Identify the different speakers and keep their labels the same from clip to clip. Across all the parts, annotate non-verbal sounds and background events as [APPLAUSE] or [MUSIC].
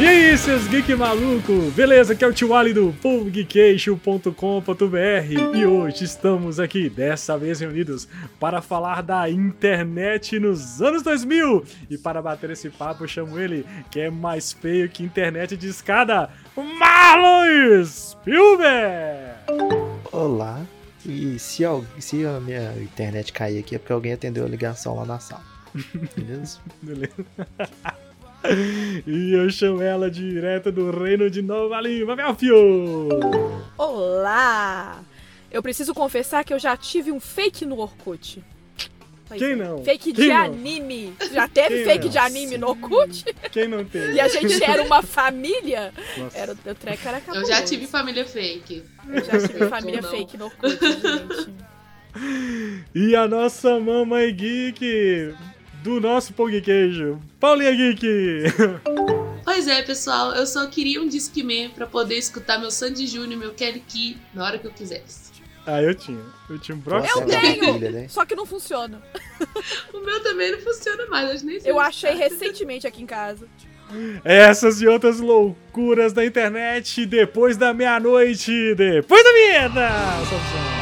Speaker 1: E aí, seus geek maluco? Beleza? Aqui é o Tio Ali do pubgequeixo.com.br e hoje estamos aqui, dessa vez reunidos, para falar da internet nos anos 2000. E para bater esse papo, eu chamo ele, que é mais feio que internet de escada, Marlon Spielberg!
Speaker 2: Olá. E se, al- se a minha internet cair aqui é porque alguém atendeu a ligação lá na sala. Beleza?
Speaker 1: Beleza? [LAUGHS] E eu chamo ela direto do reino de Nova Lima, meu filho!
Speaker 3: Olá! Eu preciso confessar que eu já tive um fake no Orkut. Pois
Speaker 1: Quem
Speaker 3: é.
Speaker 1: não?
Speaker 3: Fake
Speaker 1: Quem
Speaker 3: de
Speaker 1: não?
Speaker 3: anime. Já teve
Speaker 1: Quem
Speaker 3: fake
Speaker 1: não?
Speaker 3: de anime no Orkut?
Speaker 1: Quem não tem?
Speaker 3: E a gente era uma família?
Speaker 1: Nossa.
Speaker 3: Era o treco era
Speaker 4: Eu já tive família fake.
Speaker 3: Tá Eu já tive família
Speaker 4: Eu não.
Speaker 3: fake no Orkut, gente.
Speaker 1: E a nossa mamãe geek do nosso pão de queijo, Paulinha Geek! [LAUGHS]
Speaker 4: Pois é, pessoal, eu só queria um Discman pra poder escutar meu Sandy Júnior, e meu Kelly Key na hora que eu quisesse.
Speaker 1: Ah, eu tinha. Eu tinha um Brock.
Speaker 2: Nossa,
Speaker 3: [LAUGHS] Eu
Speaker 2: é uma
Speaker 3: tenho!
Speaker 2: maravilha, né?
Speaker 3: Só que não funciona.
Speaker 4: O meu também não funciona mais, acho nem sei
Speaker 3: Eu
Speaker 4: onde
Speaker 3: achei
Speaker 4: tá.
Speaker 3: recentemente aqui em casa.
Speaker 1: Essas e outras loucuras da internet depois da meia-noite, depois da vinheta! Samsung.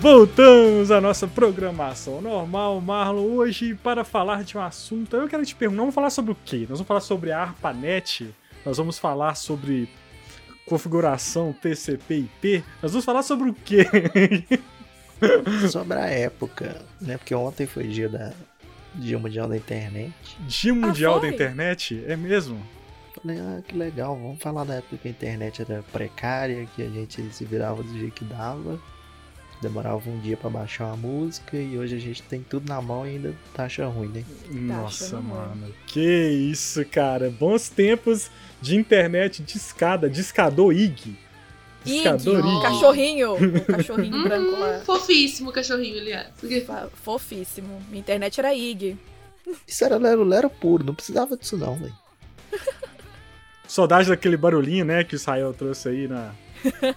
Speaker 1: Voltamos à nossa programação normal, Marlon, hoje para falar de um assunto. Eu quero te perguntar, nós vamos falar sobre o quê? Nós vamos falar sobre a ARPANET, nós vamos falar sobre configuração TCP/IP, nós vamos falar sobre o quê?
Speaker 2: Sobre a época, né? Porque ontem foi dia da Dia Mundial da Internet.
Speaker 1: Dia Mundial da
Speaker 3: foi?
Speaker 1: Internet, é mesmo?
Speaker 2: Falei, ah, que legal, vamos falar da época que a internet era precária, que a gente se virava do jeito que dava. Demorava um dia pra baixar uma música e hoje a gente tem tudo na mão e ainda taxa ruim, né?
Speaker 1: Nossa,
Speaker 3: achando
Speaker 1: mano, que isso, cara. Bons tempos de internet discada, discador IG.
Speaker 3: Ig,
Speaker 1: Discador
Speaker 4: ó.
Speaker 3: um
Speaker 1: IG. [LAUGHS]
Speaker 3: cachorrinho. Um cachorrinho branco
Speaker 4: Hum,
Speaker 3: lá.
Speaker 4: fofíssimo o cachorrinho, é. aliás. Uhum.
Speaker 3: Fa- Fofíssimo. Minha internet era IG.
Speaker 2: Isso era lero, lero puro, não precisava disso não, velho.
Speaker 1: Saudade daquele barulhinho, né, que o Israel trouxe aí na.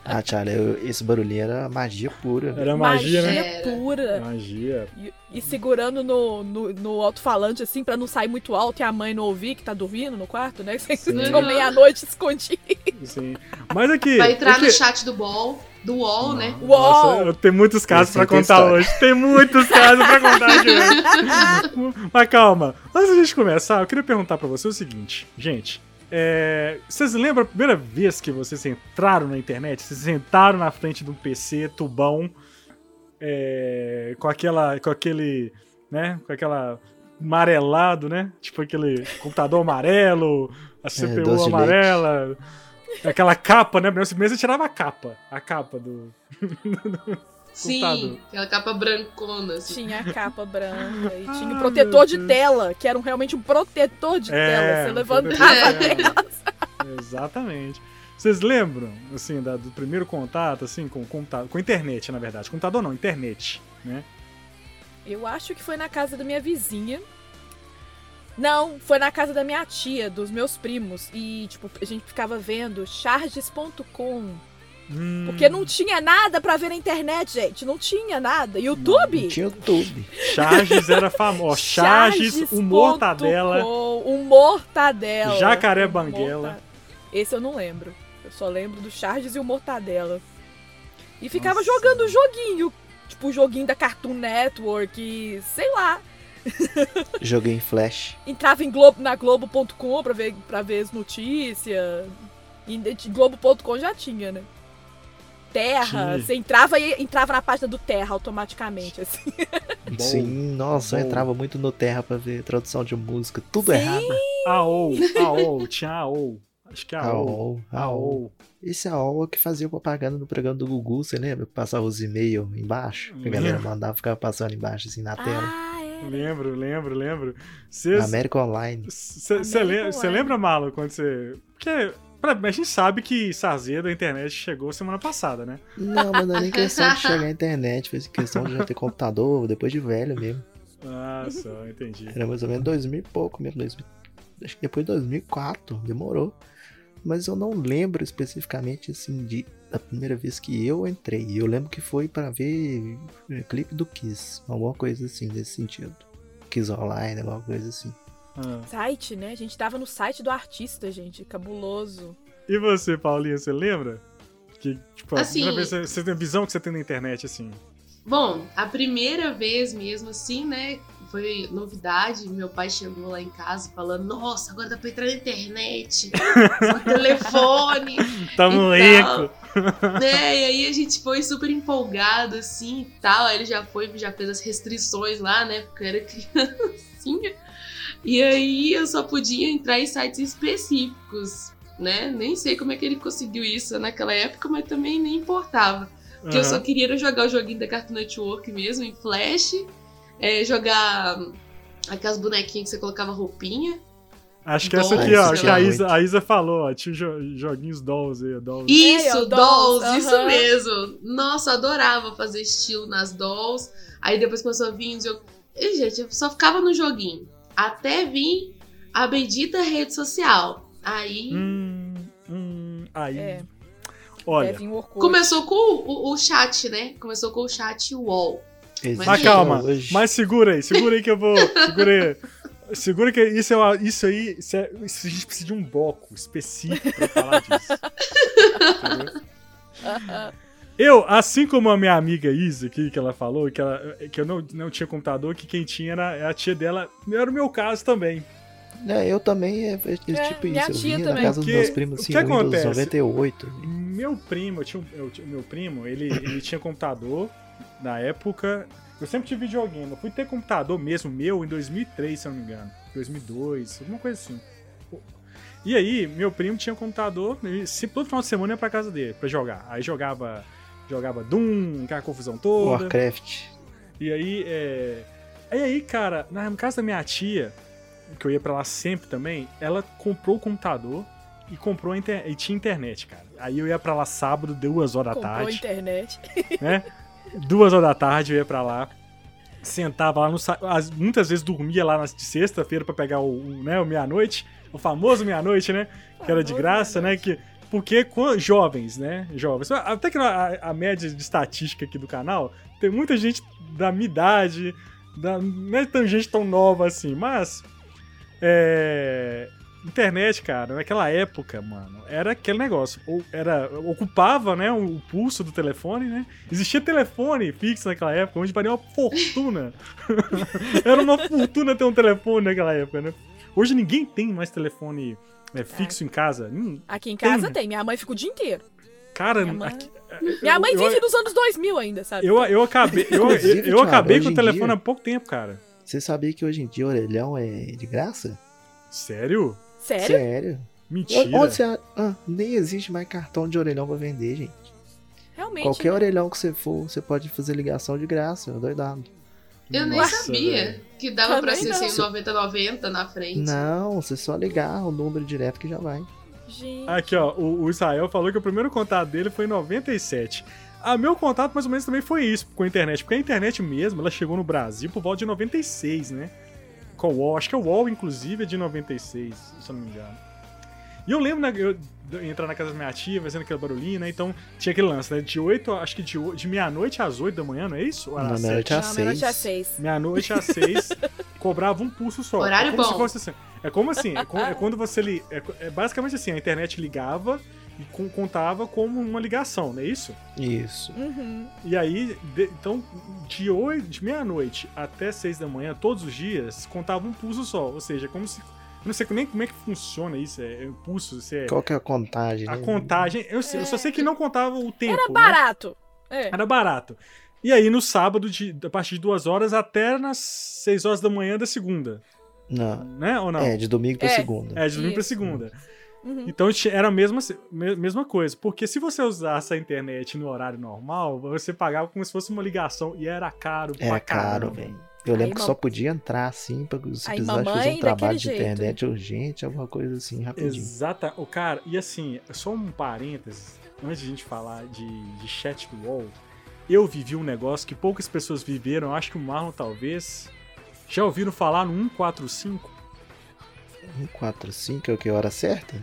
Speaker 2: Ah, Charlie, eu- esse barulhinho era magia pura. né?
Speaker 1: Era magia, né?
Speaker 4: Era.
Speaker 3: pura.
Speaker 1: Magia.
Speaker 3: E, e segurando no, no, no alto-falante, assim, pra não sair muito alto e a mãe não ouvir que tá dormindo no quarto, né? [LAUGHS] Que vocês
Speaker 1: Sim.
Speaker 3: ficam meia-noite escondido.
Speaker 1: Sim. Mas aqui.
Speaker 4: Vai entrar
Speaker 1: aqui-
Speaker 4: no chat do Ball, do UOL, né?
Speaker 1: Nossa,
Speaker 3: Uou!
Speaker 1: eu tenho muitos casos
Speaker 2: Esse é
Speaker 1: pra
Speaker 2: tem
Speaker 1: contar
Speaker 2: história.
Speaker 1: hoje. Tem muitos casos pra contar aqui hoje. Mas calma, antes da gente começar, eu queria perguntar pra você o seguinte, gente. é, vocês lembram a primeira vez que vocês entraram na internet? Vocês sentaram na frente de um PC tubão é, com aquela, com aquele, né? Com aquela amarelado, né? Tipo aquele computador amarelo, a CPU
Speaker 2: É, doce de leite.
Speaker 1: amarela, aquela capa, né? Primeiro você tirava a capa, a capa do,
Speaker 4: Sim,
Speaker 1: Contado.
Speaker 4: aquela capa brancona, assim.
Speaker 3: Tinha a capa branca e tinha
Speaker 1: Ah,
Speaker 3: o protetor de
Speaker 1: meu Deus.
Speaker 3: tela, que era um- realmente um protetor de tela. assim, Você
Speaker 1: um
Speaker 3: levantava.
Speaker 1: protetor de
Speaker 3: [LAUGHS]
Speaker 1: tela. Exatamente. Vocês lembram, assim, da- do primeiro contato, assim, com o computador, com a internet, na verdade. Computador não, internet, né?
Speaker 3: [LAUGHS] Eu acho que foi na casa da minha vizinha. Não, foi na casa da minha tia, dos meus primos. E, tipo, a gente ficava vendo charges.com.
Speaker 1: Hum,
Speaker 3: Porque não tinha nada pra ver na internet, gente. Não tinha nada. YouTube?
Speaker 2: Tinha o tube.
Speaker 1: Charges era
Speaker 3: [LAUGHS]
Speaker 1: famoso. Charges, o Mortadela,
Speaker 3: Charges.com, O Mortadela.
Speaker 1: Jacaré
Speaker 3: O
Speaker 1: Banguela.
Speaker 3: Morta- Esse eu não lembro. Eu só lembro do Charges e o Mortadela. E ficava
Speaker 1: Nossa.
Speaker 3: jogando joguinho. Tipo, o joguinho da Cartoon Network, e sei lá.
Speaker 2: Joguei em flash.
Speaker 3: Entrava em Globo, na Globo.com pra ver, pra ver as notícias. E de- Globo.com já tinha, né? Terra.
Speaker 1: Tinha.
Speaker 3: Você entrava e entrava na página do Terra automaticamente, assim.
Speaker 1: bom.
Speaker 2: Sim, nossa, eu
Speaker 1: Bom.
Speaker 2: entrava muito no Terra pra ver tradução de música, tudo
Speaker 3: Sim.
Speaker 2: errado.
Speaker 1: AOL, AOL, tinha AOL. Acho que é AOL.
Speaker 2: AOL, AOL.
Speaker 1: AOL.
Speaker 2: Esse AOL é o que fazia propaganda no programa do Gugu, você lembra? Que passava os e-mails embaixo, que a galera
Speaker 1: Lembro.
Speaker 2: mandava, ficava passando embaixo assim na tela.
Speaker 3: Ah, é.
Speaker 1: Lembro, lembro, lembro. Vocês
Speaker 2: América Online.
Speaker 1: Você
Speaker 3: American Online.
Speaker 1: lembra, Malo, quando você. Porque pra- a gente sabe que Sarzedo, da internet chegou semana passada, né?
Speaker 2: Não, mas não é nem questão de chegar à internet, foi questão de já ter computador, depois de velho mesmo.
Speaker 1: Ah, só, entendi.
Speaker 2: Era mais ou menos 2000 e pouco mesmo, 2000, acho que depois de 2004, demorou. Mas eu não lembro especificamente, assim, de da primeira vez que eu entrei. Eu lembro que foi pra ver é, clipe do Kiss, alguma coisa assim, nesse sentido. Kiss Online, alguma coisa assim.
Speaker 1: Ah.
Speaker 3: Site, né? A gente tava no site do artista, gente. Cabuloso.
Speaker 1: E você, Paulinha, você lembra? Que, tipo, a
Speaker 4: Assim-
Speaker 1: primeira vez que você tem a visão que você tem na internet, assim.
Speaker 4: Bom, a primeira vez mesmo, assim, né? Foi novidade. Meu pai chegou lá em casa falando: Nossa, agora dá pra entrar na internet, no telefone.
Speaker 1: Tamo
Speaker 4: e tal.
Speaker 1: rico!
Speaker 4: Né, e aí a gente foi super empolgado, assim, e tal. Aí ele já foi, já fez as restrições lá, né? Porque eu era [LAUGHS] criancinha. E aí eu só podia entrar em sites específicos, né? Nem sei como é que ele conseguiu isso naquela época, mas também nem importava. Porque eu só
Speaker 1: Aham.
Speaker 4: queria era jogar o joguinho da Cartoon Network mesmo, em Flash. é, jogar hum, aquelas bonequinhas que você colocava roupinha.
Speaker 1: Acho que essa aqui,
Speaker 2: Dolls,
Speaker 1: ó. Acho que a
Speaker 2: né?
Speaker 1: Isa, a Isa falou, ó. Tinha os jo- joguinhos dolls aí, dolls.
Speaker 4: Isso,
Speaker 3: É, o
Speaker 4: dolls,
Speaker 3: dolls,
Speaker 4: isso
Speaker 3: aham.
Speaker 4: mesmo. Nossa, adorava fazer estilo nas dolls. Aí depois começou a vir os jogos. E, gente, eu só ficava no joguinho. Até vir a bendita rede social. Aí
Speaker 1: Hum, hum, aí.
Speaker 3: É.
Speaker 1: Olha,
Speaker 3: Devin Orkut.
Speaker 4: começou com o, o- o chat, né? Começou com o chat wall.
Speaker 2: Existe
Speaker 1: Mas
Speaker 2: até
Speaker 1: calma,
Speaker 2: hoje.
Speaker 1: mas segura aí, segura aí que eu vou. Segura aí. Segura que isso, é uma- isso aí. Isso é- isso a gente precisa de um bloco específico pra falar disso. Entendeu? Eu, assim como a minha amiga Isa aqui, que ela falou, que, ela- que eu não, não tinha computador, que quem tinha era a tia dela, era o meu caso também.
Speaker 2: É, eu também, é, é tipo
Speaker 3: minha
Speaker 2: isso. Eu
Speaker 3: tia
Speaker 2: vinha na
Speaker 3: também.
Speaker 2: casa
Speaker 1: Porque
Speaker 2: dos meus primos,
Speaker 1: o
Speaker 2: assim,
Speaker 1: que
Speaker 2: Windows
Speaker 1: acontece?
Speaker 2: 98.
Speaker 1: Meu primo, eu tinha, um- eu tinha- meu primo, ele, ele tinha computador na época. Eu sempre tive videogame. Eu fui ter computador mesmo meu em 2003, se eu não me engano. 2002, alguma coisa assim. E aí, meu primo tinha computador, ele sempre, todo final de semana ia pra casa dele pra jogar. Aí jogava, jogava Doom, aquela confusão toda.
Speaker 2: Warcraft.
Speaker 1: E aí, é... E aí, cara, na casa da minha tia, que eu ia pra lá sempre também, ela comprou o computador e comprou a inter... e tinha internet, cara. Aí eu ia pra lá sábado, duas horas da
Speaker 3: Comprou a
Speaker 1: tarde,
Speaker 3: internet.
Speaker 1: né? Duas horas da tarde eu ia pra lá, sentava lá, no... sa- as- muitas vezes dormia lá nas- de sexta-feira pra pegar o, o, né, o meia-noite, o famoso meia-noite, né? que era de graça, né? Que, porque co- jovens, né? Jovens. Até que a, a média de estatística aqui do canal, tem muita gente da minha idade, da, não é tão gente tão nova assim, mas. É, internet, cara, naquela época, mano, era aquele negócio. Ou era, ocupava né, o, o pulso do telefone, né? Existia telefone fixo naquela época, onde valia uma fortuna. [LAUGHS] era uma fortuna ter um telefone naquela época, né? Hoje ninguém tem mais telefone
Speaker 4: É.
Speaker 1: né, fixo em casa. Hum,
Speaker 3: Aqui em casa
Speaker 1: Tem.
Speaker 3: tem. Minha mãe fica o dia inteiro.
Speaker 1: cara,
Speaker 3: Minha mãe-
Speaker 1: aqui-
Speaker 3: Minha mãe
Speaker 1: eu-
Speaker 3: vive nos anos 2000 ainda, sabe?
Speaker 1: eu, eu acabei, eu,
Speaker 2: Inclusive,
Speaker 1: eu, eu
Speaker 2: Thiago,
Speaker 1: acabei com
Speaker 2: hoje
Speaker 1: o
Speaker 2: em
Speaker 1: telefone
Speaker 2: dia-
Speaker 1: há pouco tempo, cara.
Speaker 2: Você sabia que hoje em dia orelhão é de graça?
Speaker 1: Sério?
Speaker 3: Sério?
Speaker 1: Mentira.
Speaker 2: Onde você... ah, nem existe mais cartão de orelhão pra vender, gente.
Speaker 3: Realmente.
Speaker 2: Qualquer orelhão que você for, você pode fazer ligação de graça, é doidado.
Speaker 4: Eu nem
Speaker 1: Nossa,
Speaker 4: sabia
Speaker 1: velho.
Speaker 4: que dava pra
Speaker 3: Também
Speaker 4: ser
Speaker 3: não.
Speaker 4: sem 90-90 na frente.
Speaker 2: Não, você só ligar o número direto que já vai.
Speaker 3: Gente.
Speaker 1: Aqui, ó, o, o Israel falou que o primeiro contato dele foi em 97. Ah, meu contato mais ou menos também foi isso com a internet, porque a internet mesmo, ela chegou no Brasil por volta de 96, né? Com o UOL, acho que o UOL, inclusive, é de 96, se eu não me engano. E eu lembro, né, eu eu entrar na casa da minha tia, fazendo aquele barulhinho, né? Então tinha aquele lance, né? De 8, acho que de, o- de meia-noite às 8 da manhã, não é isso? Ou era
Speaker 2: Não,
Speaker 1: às
Speaker 2: meia-noite
Speaker 1: sete?
Speaker 2: às
Speaker 3: Não, meia-noite
Speaker 2: seis.
Speaker 3: às seis.
Speaker 1: Meia-noite às seis,
Speaker 4: [LAUGHS]
Speaker 1: cobrava um pulso só.
Speaker 4: Horário
Speaker 1: é como
Speaker 4: bom.
Speaker 1: Se fosse assim. É como assim? É, co-
Speaker 4: [LAUGHS]
Speaker 1: é quando você. Li, é, co- é basicamente assim: a internet ligava e con- contava como uma ligação, não é isso?
Speaker 2: Isso.
Speaker 3: Uhum.
Speaker 1: E aí, de- então, de, oi- de meia-noite até seis da manhã, todos os dias, contava um pulso só. Ou seja, é como se. Eu não sei nem como é que funciona isso. É, é o pulso, se é.
Speaker 2: Qual que é a contagem?
Speaker 1: A
Speaker 2: né?
Speaker 1: contagem. Eu, sei- eu só sei que não contava o tempo.
Speaker 3: Era
Speaker 1: né?
Speaker 3: barato. É.
Speaker 1: Era barato. E aí no sábado, de, a partir de duas horas até nas 6 horas da manhã da segunda.
Speaker 2: Não.
Speaker 1: Né? Ou não?
Speaker 2: É, de domingo pra
Speaker 3: É.
Speaker 2: segunda.
Speaker 1: É, de domingo pra
Speaker 3: Isso.
Speaker 1: segunda.
Speaker 3: Uhum.
Speaker 1: Então ti- era a mesma, me- mesma coisa. Porque se você usasse a internet no horário normal, você pagava como se fosse uma ligação. E era caro
Speaker 2: Era
Speaker 1: É pra
Speaker 2: É caro,
Speaker 1: caramba.
Speaker 2: velho. Eu lembro
Speaker 3: Aí,
Speaker 2: que só
Speaker 3: mam-
Speaker 2: podia entrar assim, pra, se
Speaker 3: Aí,
Speaker 2: precisasse fazer
Speaker 3: mamãe,
Speaker 2: um trabalho
Speaker 3: daquele
Speaker 2: de
Speaker 3: jeito.
Speaker 2: internet urgente, alguma coisa assim, rapidinho.
Speaker 1: Exata. O cara, e assim, só um parênteses, antes de a gente falar de, de chat do wall, eu vivi um negócio que poucas pessoas viveram, eu acho que o Marlon talvez. Já ouviram falar no 145?
Speaker 2: 145 é o que? Hora certa?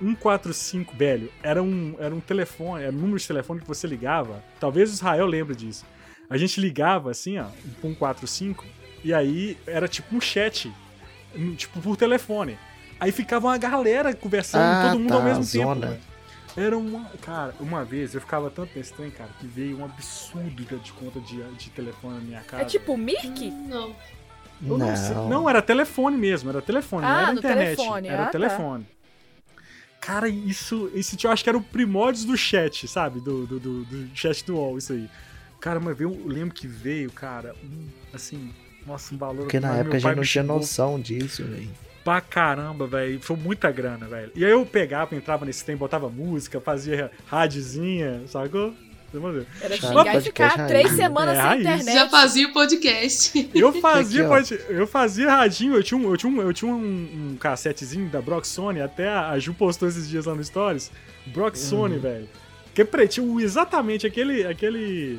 Speaker 1: 145, velho, era um, era um telefone, era um número de telefone que você ligava. Talvez o Israel lembre disso. A gente ligava assim, ó, pro 145, e aí era tipo um chat, um, tipo por telefone. Aí ficava uma galera conversando,
Speaker 2: Ah,
Speaker 1: todo mundo ao
Speaker 2: tá,
Speaker 1: mesmo
Speaker 2: zona.
Speaker 1: tempo. velho. Era uma. Cara, uma vez eu ficava tanto nesse trem, cara, que veio um absurdo de- de conta de, de telefone na minha casa.
Speaker 3: É tipo o Mirk?
Speaker 4: Não.
Speaker 1: Eu não, sei- não, era telefone mesmo, era telefone, não
Speaker 3: Ah,
Speaker 1: era
Speaker 3: no
Speaker 1: internet.
Speaker 3: telefone,
Speaker 1: Era
Speaker 3: ah, tá.
Speaker 1: telefone. Cara, isso, esse tio, eu acho que era o primórdios do chat, sabe? Do, do, do, do chat do UOL, isso aí. Cara, mas veio, eu lembro que veio, cara, um, assim, nossa, um valor.
Speaker 2: Porque na
Speaker 1: mas meu
Speaker 2: época a
Speaker 1: pai
Speaker 2: gente não
Speaker 1: me
Speaker 2: tinha
Speaker 1: xingou
Speaker 2: noção disso, velho.
Speaker 1: pra caramba, velho. Foi muita grana, velho. E aí eu pegava, entrava nesse tempo, botava música, fazia radiozinha, sacou? Você manda-
Speaker 3: Era
Speaker 2: Chato,
Speaker 3: xingar e
Speaker 2: pode
Speaker 3: ficar
Speaker 2: queixar
Speaker 3: três
Speaker 2: aí.
Speaker 3: semanas
Speaker 1: É,
Speaker 3: sem
Speaker 1: raiz.
Speaker 3: internet.
Speaker 4: Já fazia o podcast.
Speaker 1: Eu fazia,
Speaker 2: ó.
Speaker 1: pode- eu fazia radinho, eu tinha um, eu tinha um, eu tinha um, um cassetezinho da Brock Sony, até a, a Ju postou esses dias lá no Stories. Brock Sony, velho. Que pretinho, exatamente aquele. aquele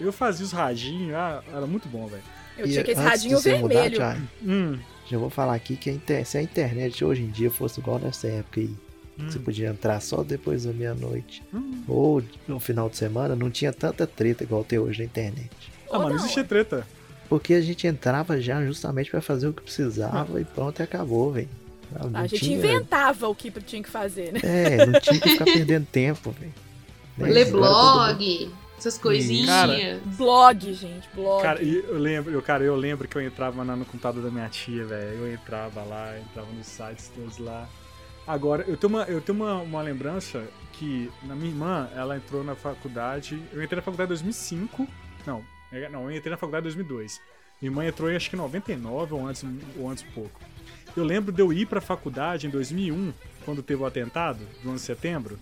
Speaker 1: eu fazia os radinhos, ah, era muito bom, velho.
Speaker 3: Eu tinha aquele
Speaker 2: antes de
Speaker 3: radinho
Speaker 2: você mudar,
Speaker 3: vermelho.
Speaker 2: Thiago,
Speaker 1: Hum,
Speaker 2: já vou falar aqui que a inter- se a internet hoje em dia fosse igual nessa época aí,
Speaker 1: hum.
Speaker 2: você podia entrar só depois da meia-noite
Speaker 1: Hum.
Speaker 2: ou no final de semana, não tinha tanta treta igual tem hoje na internet.
Speaker 1: Ah,
Speaker 3: Ou
Speaker 1: mas não
Speaker 3: não,
Speaker 1: existia
Speaker 3: ué.
Speaker 1: treta.
Speaker 2: Porque a gente entrava já justamente pra fazer o que
Speaker 1: Hum.
Speaker 2: precisava e pronto, e acabou, velho. Ah, não
Speaker 3: a gente
Speaker 2: tinha-
Speaker 3: inventava o que tinha que fazer, né?
Speaker 2: É, não tinha que ficar perdendo [LAUGHS] tempo, velho. Né?
Speaker 4: Lê
Speaker 2: Agora todo mundo-
Speaker 4: blog, essas coisinhas.
Speaker 1: Cara,
Speaker 3: Blog, gente, blog.
Speaker 1: Cara, e eu lembro, eu, cara, eu lembro que eu entrava na- no computador da minha tia, velho. Eu entrava lá, eu entrava nos sites todos lá. Agora, eu tenho uma, eu tenho uma, uma lembrança que na minha irmã, ela entrou na faculdade. Eu entrei na faculdade em 2005. Não, é- não, eu entrei na faculdade em 2002. Minha irmã entrou em acho que 99 ou antes, ou antes pouco. Eu lembro de eu ir pra faculdade em 2001, quando teve o atentado, do 11 de setembro.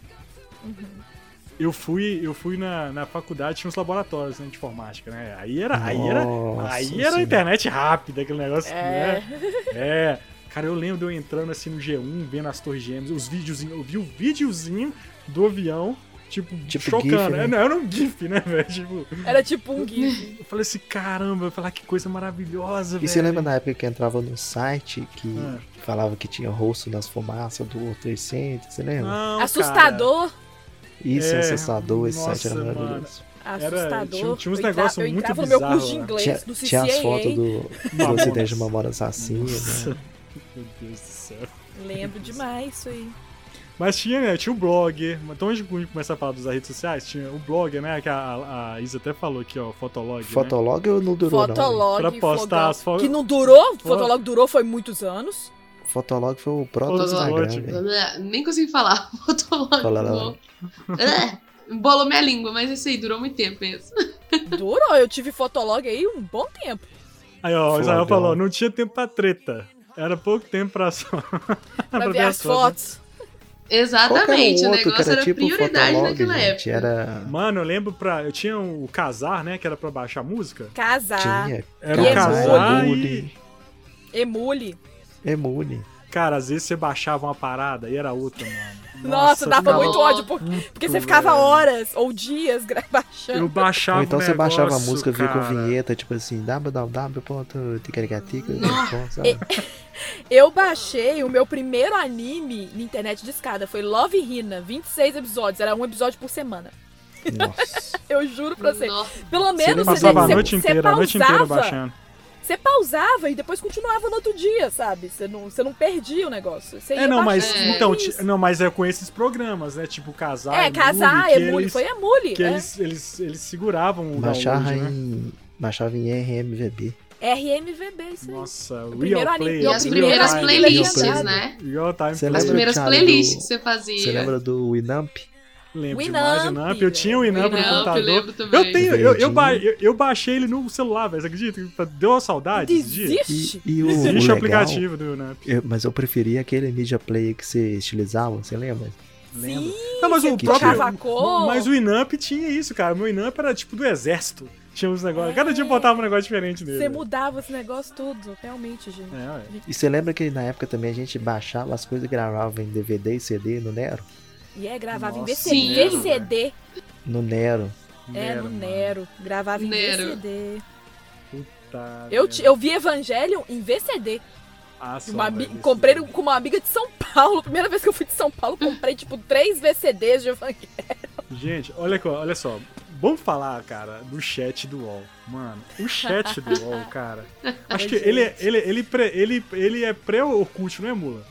Speaker 1: Eu fui, eu fui na, na faculdade, tinha uns laboratórios né, de informática, né? Aí era, aí era,
Speaker 2: Nossa
Speaker 1: Aí era a
Speaker 2: Senhora.
Speaker 1: internet rápida, aquele negócio,
Speaker 3: É.
Speaker 1: né? É. Cara, eu lembro de eu entrando assim no G1, vendo as torres gêmeas, os videozinhos. Eu vi o videozinho do avião, tipo,
Speaker 2: Tipo
Speaker 1: chocando.
Speaker 2: GIF, né?
Speaker 1: É, não, era um GIF, né, [LAUGHS] velho? Tipo,
Speaker 3: Era tipo um GIF.
Speaker 1: eu falei assim, caramba, eu falei, que coisa maravilhosa, velho.
Speaker 2: E você lembra na época que entrava num site que
Speaker 1: Ah.
Speaker 2: falava que tinha rosto nas fumaças do World Trade Center, você lembra?
Speaker 1: Não,
Speaker 3: Assustador.
Speaker 2: Isso
Speaker 1: Ah,
Speaker 2: é
Speaker 1: É,
Speaker 2: assustador, esse
Speaker 1: nossa,
Speaker 2: site era maravilhoso.
Speaker 1: tinha-
Speaker 3: Assustador.
Speaker 1: tinha uns
Speaker 3: Eu entra-
Speaker 1: negócios
Speaker 3: Eu
Speaker 1: muito
Speaker 3: entrava no meu
Speaker 1: bizarros,
Speaker 3: curso de
Speaker 1: né?
Speaker 3: inglês,
Speaker 2: Tinha,
Speaker 3: do CCA.
Speaker 2: tinha as fotos do, do
Speaker 1: Mamonas.
Speaker 2: acidente de Mamora Assassina.
Speaker 1: Nossa.
Speaker 2: Né?
Speaker 1: [LAUGHS] Meu Deus do céu.
Speaker 3: Lembro demais isso aí.
Speaker 1: Mas tinha, né? Tinha o blog. Então, antes de começar a falar das redes sociais, tinha o blog, né? Que a, a- a Isa até falou aqui, ó, o Fotolog. né?
Speaker 2: Fotolog eu não durou não.
Speaker 3: Fotolog.
Speaker 1: Pra postar
Speaker 3: Fogão,
Speaker 1: as fotos.
Speaker 3: Que não durou. O Fotolog durou, foi muitos anos.
Speaker 2: hein? Fotolog foi o proto
Speaker 1: Fotolog.
Speaker 2: Instagram, velho.
Speaker 4: Blá, Nem consigo falar. [LAUGHS] Botou logo.
Speaker 2: Fala lá.
Speaker 4: Blá. É, Embolou minha língua, mas esse aí durou muito tempo mesmo.
Speaker 3: Durou. Eu tive Fotolog aí um bom tempo.
Speaker 1: Aí, ó, o
Speaker 2: Foda,
Speaker 1: Israel
Speaker 2: ó.
Speaker 1: falou, não tinha tempo pra treta. Era pouco tempo pra só. [LAUGHS]
Speaker 3: Pra
Speaker 1: pra
Speaker 3: ver as fotos.
Speaker 2: Qual que era
Speaker 4: Exatamente, o
Speaker 2: um outro que
Speaker 4: negócio era, prioridade
Speaker 2: Fotolog,
Speaker 4: naquela
Speaker 2: gente?
Speaker 4: época.
Speaker 2: Era...
Speaker 1: Mano, eu lembro pra. Eu tinha o casar, né? Que era pra baixar música.
Speaker 4: Ah.
Speaker 3: Casar.
Speaker 2: Tinha
Speaker 1: Era
Speaker 3: E
Speaker 1: o casar e.
Speaker 2: Emule,
Speaker 3: Emule.
Speaker 2: Emule.
Speaker 1: Cara, às vezes você baixava uma parada e era outra, mano.
Speaker 3: Nossa, dava
Speaker 1: cara,
Speaker 4: ficava
Speaker 3: muito ódio. por-
Speaker 1: puto,
Speaker 3: Porque você ficava
Speaker 1: velho.
Speaker 3: horas ou dias gra- [LAUGHS] baixando.
Speaker 1: Eu baixava.
Speaker 2: Ou então
Speaker 1: o
Speaker 2: você baixava a
Speaker 1: negócio,
Speaker 2: música, via com
Speaker 1: cara.
Speaker 2: vinheta, tipo assim, www.ticaricatica. sabe?
Speaker 3: Eu baixei o meu primeiro anime na internet de escada. Foi Love Hina, 26 episódios. Era um episódio por semana.
Speaker 2: [LAUGHS] Nossa.
Speaker 3: Eu juro pra você.
Speaker 4: Nossa,
Speaker 3: Pelo menos você,
Speaker 1: Passava a
Speaker 3: você-
Speaker 1: noite
Speaker 3: você
Speaker 1: inteira, a noite inteira
Speaker 3: pausava.
Speaker 1: baixando.
Speaker 3: Você pausava e depois continuava no outro dia, sabe? Você não, você não perdia o negócio. Você
Speaker 1: É,
Speaker 3: ia
Speaker 1: não, mas.
Speaker 3: baixando.
Speaker 1: Então,
Speaker 3: Isso.
Speaker 1: ti- não, mas é com esses programas, né? Tipo, casar.
Speaker 3: É,
Speaker 1: Emule,
Speaker 3: casar,
Speaker 1: que
Speaker 3: emule.
Speaker 1: eles-
Speaker 3: Foi emule.
Speaker 1: Que
Speaker 3: é.
Speaker 1: eles, eles, eles seguravam o
Speaker 2: Baixava
Speaker 1: download, né?
Speaker 2: em. Baixava em RMVB.
Speaker 3: É RMVB, isso aí.
Speaker 1: Nossa, o
Speaker 3: primeiro
Speaker 1: Real
Speaker 3: anime-
Speaker 1: Play.
Speaker 4: e
Speaker 3: Eu
Speaker 4: as
Speaker 3: vi
Speaker 4: primeiras
Speaker 3: online,
Speaker 4: playlists,
Speaker 2: eu vi.
Speaker 4: né?
Speaker 1: Real Time Play.
Speaker 2: Você
Speaker 4: As
Speaker 2: Lembra,
Speaker 4: primeiras
Speaker 2: Thiago,
Speaker 4: playlists que você
Speaker 2: Você
Speaker 4: fazia.
Speaker 2: lembra do Winamp?
Speaker 1: Lembro
Speaker 3: Winamp,
Speaker 1: demais do Winamp. Eu tinha o Winamp no
Speaker 3: Winamp, eu
Speaker 1: computador.
Speaker 4: lembro também.
Speaker 1: Eu tenho, eu, eu,
Speaker 2: Verdinho.
Speaker 1: ba- eu- eu baixei ele no celular, velho. Você acredita? Deu uma saudade esse dia?
Speaker 3: Desiste?
Speaker 2: E, e o, o
Speaker 1: Existe o
Speaker 2: legal,
Speaker 1: aplicativo do né? Winamp.
Speaker 2: eu- mas eu preferia aquele Media Player que você estilizava, você lembra?
Speaker 1: Lembro.
Speaker 3: Sim,
Speaker 1: Não, mas o
Speaker 2: que
Speaker 1: próprio.
Speaker 2: tirava
Speaker 3: a cor.
Speaker 1: Mas o Inamp tinha isso, cara. O meu Inamp era tipo do exército. Tinha uns negócios. Cada dia eu botava um negócio diferente nele.
Speaker 3: É. você mudava esse negócio tudo. Realmente, gente.
Speaker 1: É, ué.
Speaker 2: E você lembra que na época também a gente baixava as coisas e gravava em DVD e CD no Nero?
Speaker 3: E é, gravava em
Speaker 1: Nossa,
Speaker 3: VCD.
Speaker 4: Nero,
Speaker 3: VCD.
Speaker 2: No Nero.
Speaker 3: É, no
Speaker 1: mano.
Speaker 3: Nero. Gravava em
Speaker 4: Nero.
Speaker 3: VCD.
Speaker 1: Tá,
Speaker 3: Eu,
Speaker 1: velho.
Speaker 3: ti- eu vi Evangelion em VCD.
Speaker 1: Ah,
Speaker 3: E
Speaker 1: só,
Speaker 3: Uma ami-
Speaker 1: velho, esse-
Speaker 3: comprei um- com uma amiga de São Paulo. Primeira vez que eu fui de São Paulo, comprei, tipo, três VCDs de Evangelion.
Speaker 1: Gente, olha, co- olha só. Vamos falar, cara, do chat do UOL. Mano, o chat
Speaker 3: [LAUGHS]
Speaker 1: do UOL, cara. Acho que ele, é- ele, ele, pré- ele, ele é pré-Orkut, não é, Mula?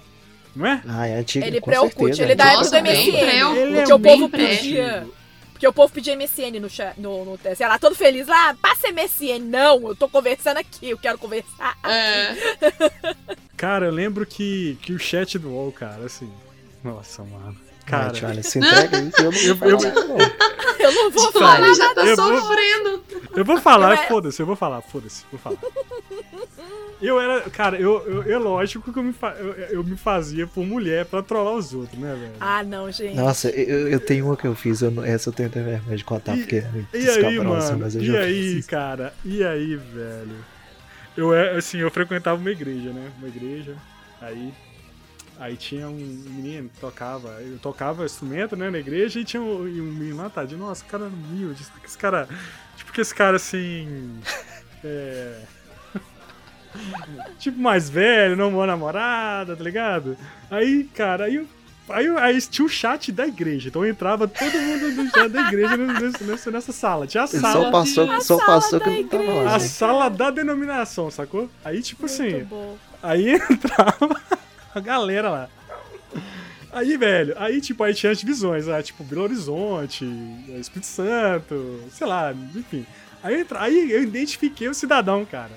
Speaker 1: Não é?
Speaker 2: Ah, é antigo,
Speaker 3: Ele
Speaker 2: com
Speaker 3: pré-Orkut,
Speaker 2: certeza.
Speaker 3: ele é da época
Speaker 4: Nossa,
Speaker 3: do
Speaker 4: bem
Speaker 3: MSN.
Speaker 4: pré Orkut,
Speaker 1: Ele é
Speaker 3: Porque o povo
Speaker 4: bem pré.
Speaker 3: pedia. Porque o povo pedia MSN no, cha- no, no sei lá, todo feliz lá, passa MSN. Não, eu tô conversando aqui, eu quero conversar. [LAUGHS]
Speaker 4: É,
Speaker 1: Cara, eu lembro que, que o chat do UOL, cara, assim. Nossa, mano.
Speaker 2: Cara,
Speaker 1: Cara,
Speaker 2: se entrega isso,
Speaker 1: [LAUGHS]
Speaker 2: eu não vou falar nada, não.
Speaker 3: Eu não vou
Speaker 4: tipo, ele
Speaker 3: falar.
Speaker 4: já tá
Speaker 1: Eu vou-
Speaker 4: sofrendo.
Speaker 1: Eu vou falar,
Speaker 3: Mas-
Speaker 1: foda-se, eu vou falar, foda-se, vou falar. Eu era, cara, eu, eu, é lógico que eu me, fa- eu, eu me fazia por mulher pra trollar os outros, né, velho?
Speaker 3: Ah, não, gente.
Speaker 2: Nossa, eu, eu tenho uma que eu fiz, eu não- essa eu tenho até vergonha de contar,
Speaker 1: E-
Speaker 2: porque é muito
Speaker 1: e aí,
Speaker 2: escabrosa,
Speaker 1: mano?
Speaker 2: mas eu
Speaker 1: E
Speaker 2: já
Speaker 1: aí,
Speaker 2: fiz.
Speaker 1: cara? E aí, velho? Eu, é- assim, eu frequentava uma igreja, né? Uma igreja, aí... Aí tinha um menino que tocava, eu tocava instrumento, né, na igreja, e tinha um, e um menino lá, tá, de, nossa, cara humilde, que esse cara, tipo que esse cara, assim, é, [LAUGHS] tipo, mais velho, não mora namorada, tá ligado? Aí, cara, aí, eu- aí, eu- aí tinha o chat da igreja, então entrava todo mundo do chat da igreja nesse- nesse- nessa sala. Tinha a
Speaker 2: Ele
Speaker 1: sala,
Speaker 2: só passou,
Speaker 3: A
Speaker 2: só
Speaker 3: sala
Speaker 2: passou que
Speaker 3: da
Speaker 2: eu não tava
Speaker 1: a
Speaker 2: lá.
Speaker 3: igreja.
Speaker 2: gente.
Speaker 1: sala da denominação, sacou? Aí, tipo assim,
Speaker 3: Muito bom.
Speaker 1: aí [LAUGHS] entrava a galera lá. Aí, velho, aí, tipo, aí tinha as divisões, né? tipo, Belo Horizonte, Espírito Santo, sei lá, enfim. Aí, entra- aí eu identifiquei o cidadão, cara.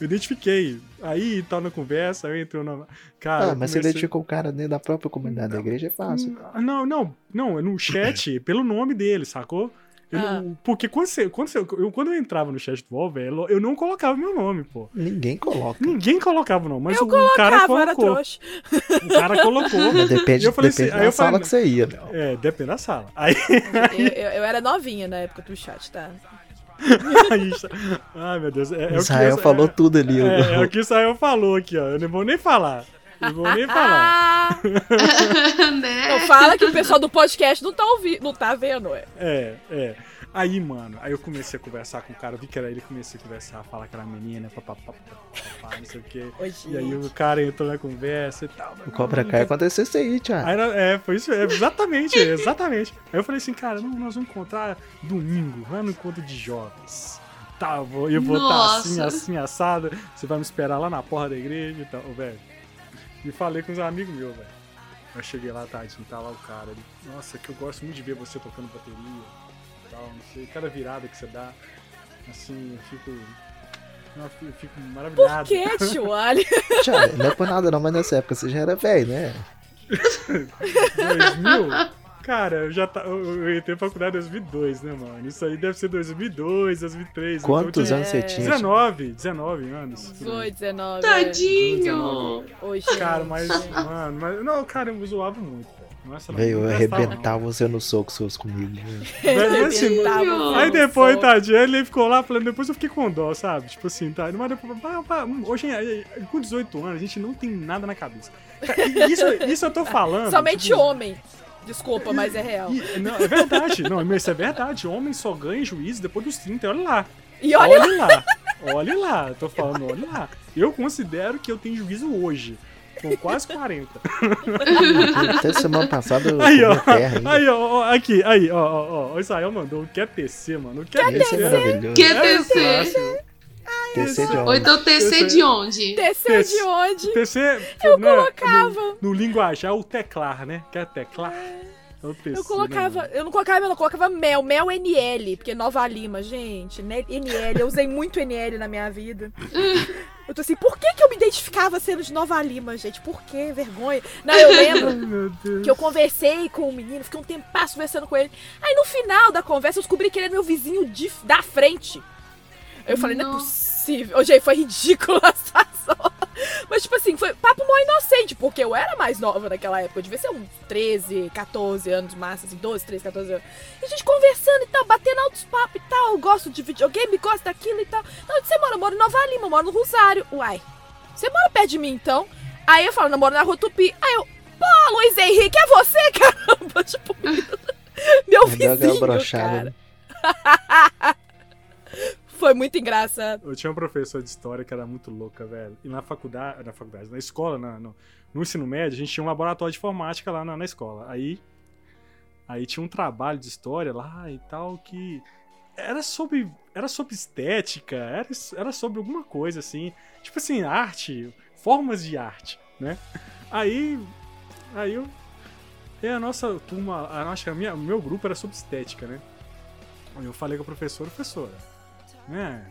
Speaker 1: Eu identifiquei. Aí, tal, na conversa, aí entrou na... Cara,
Speaker 2: Ah, mas você
Speaker 1: comecei-
Speaker 2: identificou o cara dentro da própria comunidade da igreja, é fácil.
Speaker 1: não, não, não, é no
Speaker 2: [LAUGHS]
Speaker 1: chat, pelo nome dele, sacou? Eu-
Speaker 3: Ah.
Speaker 1: Porque quando, você, quando, você- eu, quando eu entrava no chat do UOL, velho, eu não colocava meu nome, pô.
Speaker 2: Ninguém coloca.
Speaker 1: Ninguém colocava, não, mas
Speaker 3: Eu
Speaker 1: o cara
Speaker 3: Cava, era
Speaker 1: colocou.
Speaker 3: Ah, trouxa.
Speaker 1: O cara colocou.
Speaker 2: Mas depende,
Speaker 1: Eu falei
Speaker 2: depende
Speaker 1: assim, aí
Speaker 2: da
Speaker 1: eu falei,
Speaker 2: sala que você ia. né?
Speaker 1: É, depende da sala. Aí,
Speaker 3: Eu, eu- eu era novinha na época do chat, tá?
Speaker 1: aí tá- ai meu Deus, é, é o que
Speaker 2: Israel
Speaker 1: eu-
Speaker 2: falou tudo ali. o-
Speaker 1: É, é o que Israel falou aqui, ó. Eu não vou nem falar. Eu Não vou nem falar.
Speaker 3: Ah, não
Speaker 1: É.
Speaker 4: né?
Speaker 3: fala que o pessoal do podcast não tá ouvindo, não tá vendo, ué.
Speaker 1: É, é. Aí, mano, aí eu comecei a conversar com o cara, eu vi que era ele, comecei a conversar, falar que era menina, papapá, papapá, não sei o quê.
Speaker 3: Hoje.
Speaker 1: E aí o cara entrou na conversa e tal.
Speaker 2: O Cobra Kai aconteceu isso aí, Thiago.
Speaker 1: Aí nós- é, foi isso, é, exatamente, é, exatamente. Aí eu falei assim, cara, não, nós vamos encontrar domingo, lá no encontro de jovens. Tá, eu vou, eu vou estar
Speaker 4: Nossa.
Speaker 1: assim, assim, assado, você vai me esperar lá na porra da igreja e tal, Ô, velho. E falei com uns amigos meus, velho. Eu cheguei lá, tadinho, tá lá o cara. Ele, Nossa, é que eu gosto muito de ver você tocando bateria. Tal, não sei, cada virada que você dá. Assim, eu fico. Eu fico- eu fico
Speaker 3: Por
Speaker 1: maravilhado.
Speaker 3: que,
Speaker 1: [LAUGHS]
Speaker 3: tio Ali?
Speaker 2: Thiago, não é por nada não, mas nessa época você já era velho, né?
Speaker 1: 2000? Cara, eu já tá, eu, eu entrei na faculdade em 2002, né, mano? Isso aí deve ser 2002, 2003.
Speaker 2: Quantos
Speaker 1: então,
Speaker 2: anos você tinha?
Speaker 1: eu tinha 19, 19 anos.
Speaker 3: 18, 19.
Speaker 4: Tadinho.
Speaker 3: Hoje.
Speaker 1: Cara, mas, mano, mas, não, cara, eu zoava muito. pô. Nossa, não,
Speaker 2: Veio
Speaker 1: não
Speaker 2: eu
Speaker 1: gastava, não.
Speaker 2: arrebentar você no soco seus comigo. né?
Speaker 1: Mas, assim,
Speaker 3: Tá
Speaker 1: Aí depois, tadinho, ele ficou lá falando, depois eu fiquei com dó, sabe? Tipo assim, tá? Mas depois, pá, pá, hum, hoje, eh, eh, com 18 anos, a gente não tem nada na cabeça. Cara, e Isso, isso eu tô falando.
Speaker 3: Somente
Speaker 1: tipo,
Speaker 3: homem. Desculpa, mas é real.
Speaker 1: E- não, é verdade. Não, mas isso é verdade. Homem só ganha juízo depois dos 30. Olha lá.
Speaker 3: E olha,
Speaker 1: Olha lá. Olha lá. Tô falando, olha lá. Eu considero que eu tenho juízo hoje. Com quase 40.
Speaker 2: Até semana passada eu
Speaker 1: Aí, ó.
Speaker 2: comi terra ainda.
Speaker 1: Aí, ó, ó. Aqui, aí, ó, ó, ó. O Israel mandou o QTC, mano. O
Speaker 2: Esse é
Speaker 1: QTC.
Speaker 2: maravilhoso.
Speaker 4: Que-
Speaker 1: É
Speaker 4: QTC.
Speaker 1: fácil.
Speaker 2: TC de
Speaker 4: Ou
Speaker 2: homem.
Speaker 4: então TC de onde?
Speaker 3: desceu
Speaker 1: Esse-
Speaker 3: de onde?
Speaker 1: TC.
Speaker 3: Eu
Speaker 1: né,
Speaker 3: colocava.
Speaker 1: No, no linguajar, o teclar, né? Que é teclar. É o TC,
Speaker 3: Eu
Speaker 1: né,
Speaker 3: colocava,
Speaker 1: mano?
Speaker 3: eu não colocava mel, eu colocava mel, mel NL, porque Nova Lima, gente, né, NL, eu usei muito NL na minha vida. Eu tô assim, por que, que eu me identificava sendo de Nova Lima, gente? Por que? Vergonha. Não, eu lembro
Speaker 1: Ai, meu Deus.
Speaker 3: que eu conversei com o menino, fiquei um tempasso conversando com ele. Aí no final da conversa eu descobri que ele era meu vizinho de- da frente. Eu falei, não é
Speaker 4: Nossa.
Speaker 3: possível. Ô, gente, foi ridículo [LAUGHS] a situação. Mas, tipo assim, foi papo mó inocente, porque eu era mais nova naquela época. Eu devia ser uns 13, 14 anos, massa, assim, 12, 13, 14 anos. E a gente conversando e tal, batendo altos papos e tal. Eu gosto de videogame, gosto daquilo e tal. Não, onde você mora? Eu moro em Nova Lima, eu moro no Rosário. Uai, você mora perto de mim, então? Aí eu falo, eu moro na Rua Tupi. Aí eu, pô, Luiz Henrique, é você, [LAUGHS] caramba?
Speaker 2: [LAUGHS]
Speaker 3: Tipo, meu
Speaker 2: Deu aquela
Speaker 3: vizinho,
Speaker 2: brochada, É
Speaker 3: cara.
Speaker 2: né?
Speaker 3: Foi muito engraçado.
Speaker 1: Eu tinha um professor de história que era muito louca, velho. E na faculdade, na faculdade, na escola, na- no, no ensino médio, a gente tinha um laboratório de informática lá na, na escola. Aí, aí tinha um trabalho de história lá e tal que era sobre, era sobre estética, era, era sobre alguma coisa assim, tipo assim, arte, formas de arte, né? Aí, aí eu, e a nossa turma, a nossa, a minha, o meu grupo era sobre estética, né? Aí eu falei com a professora, professora, né?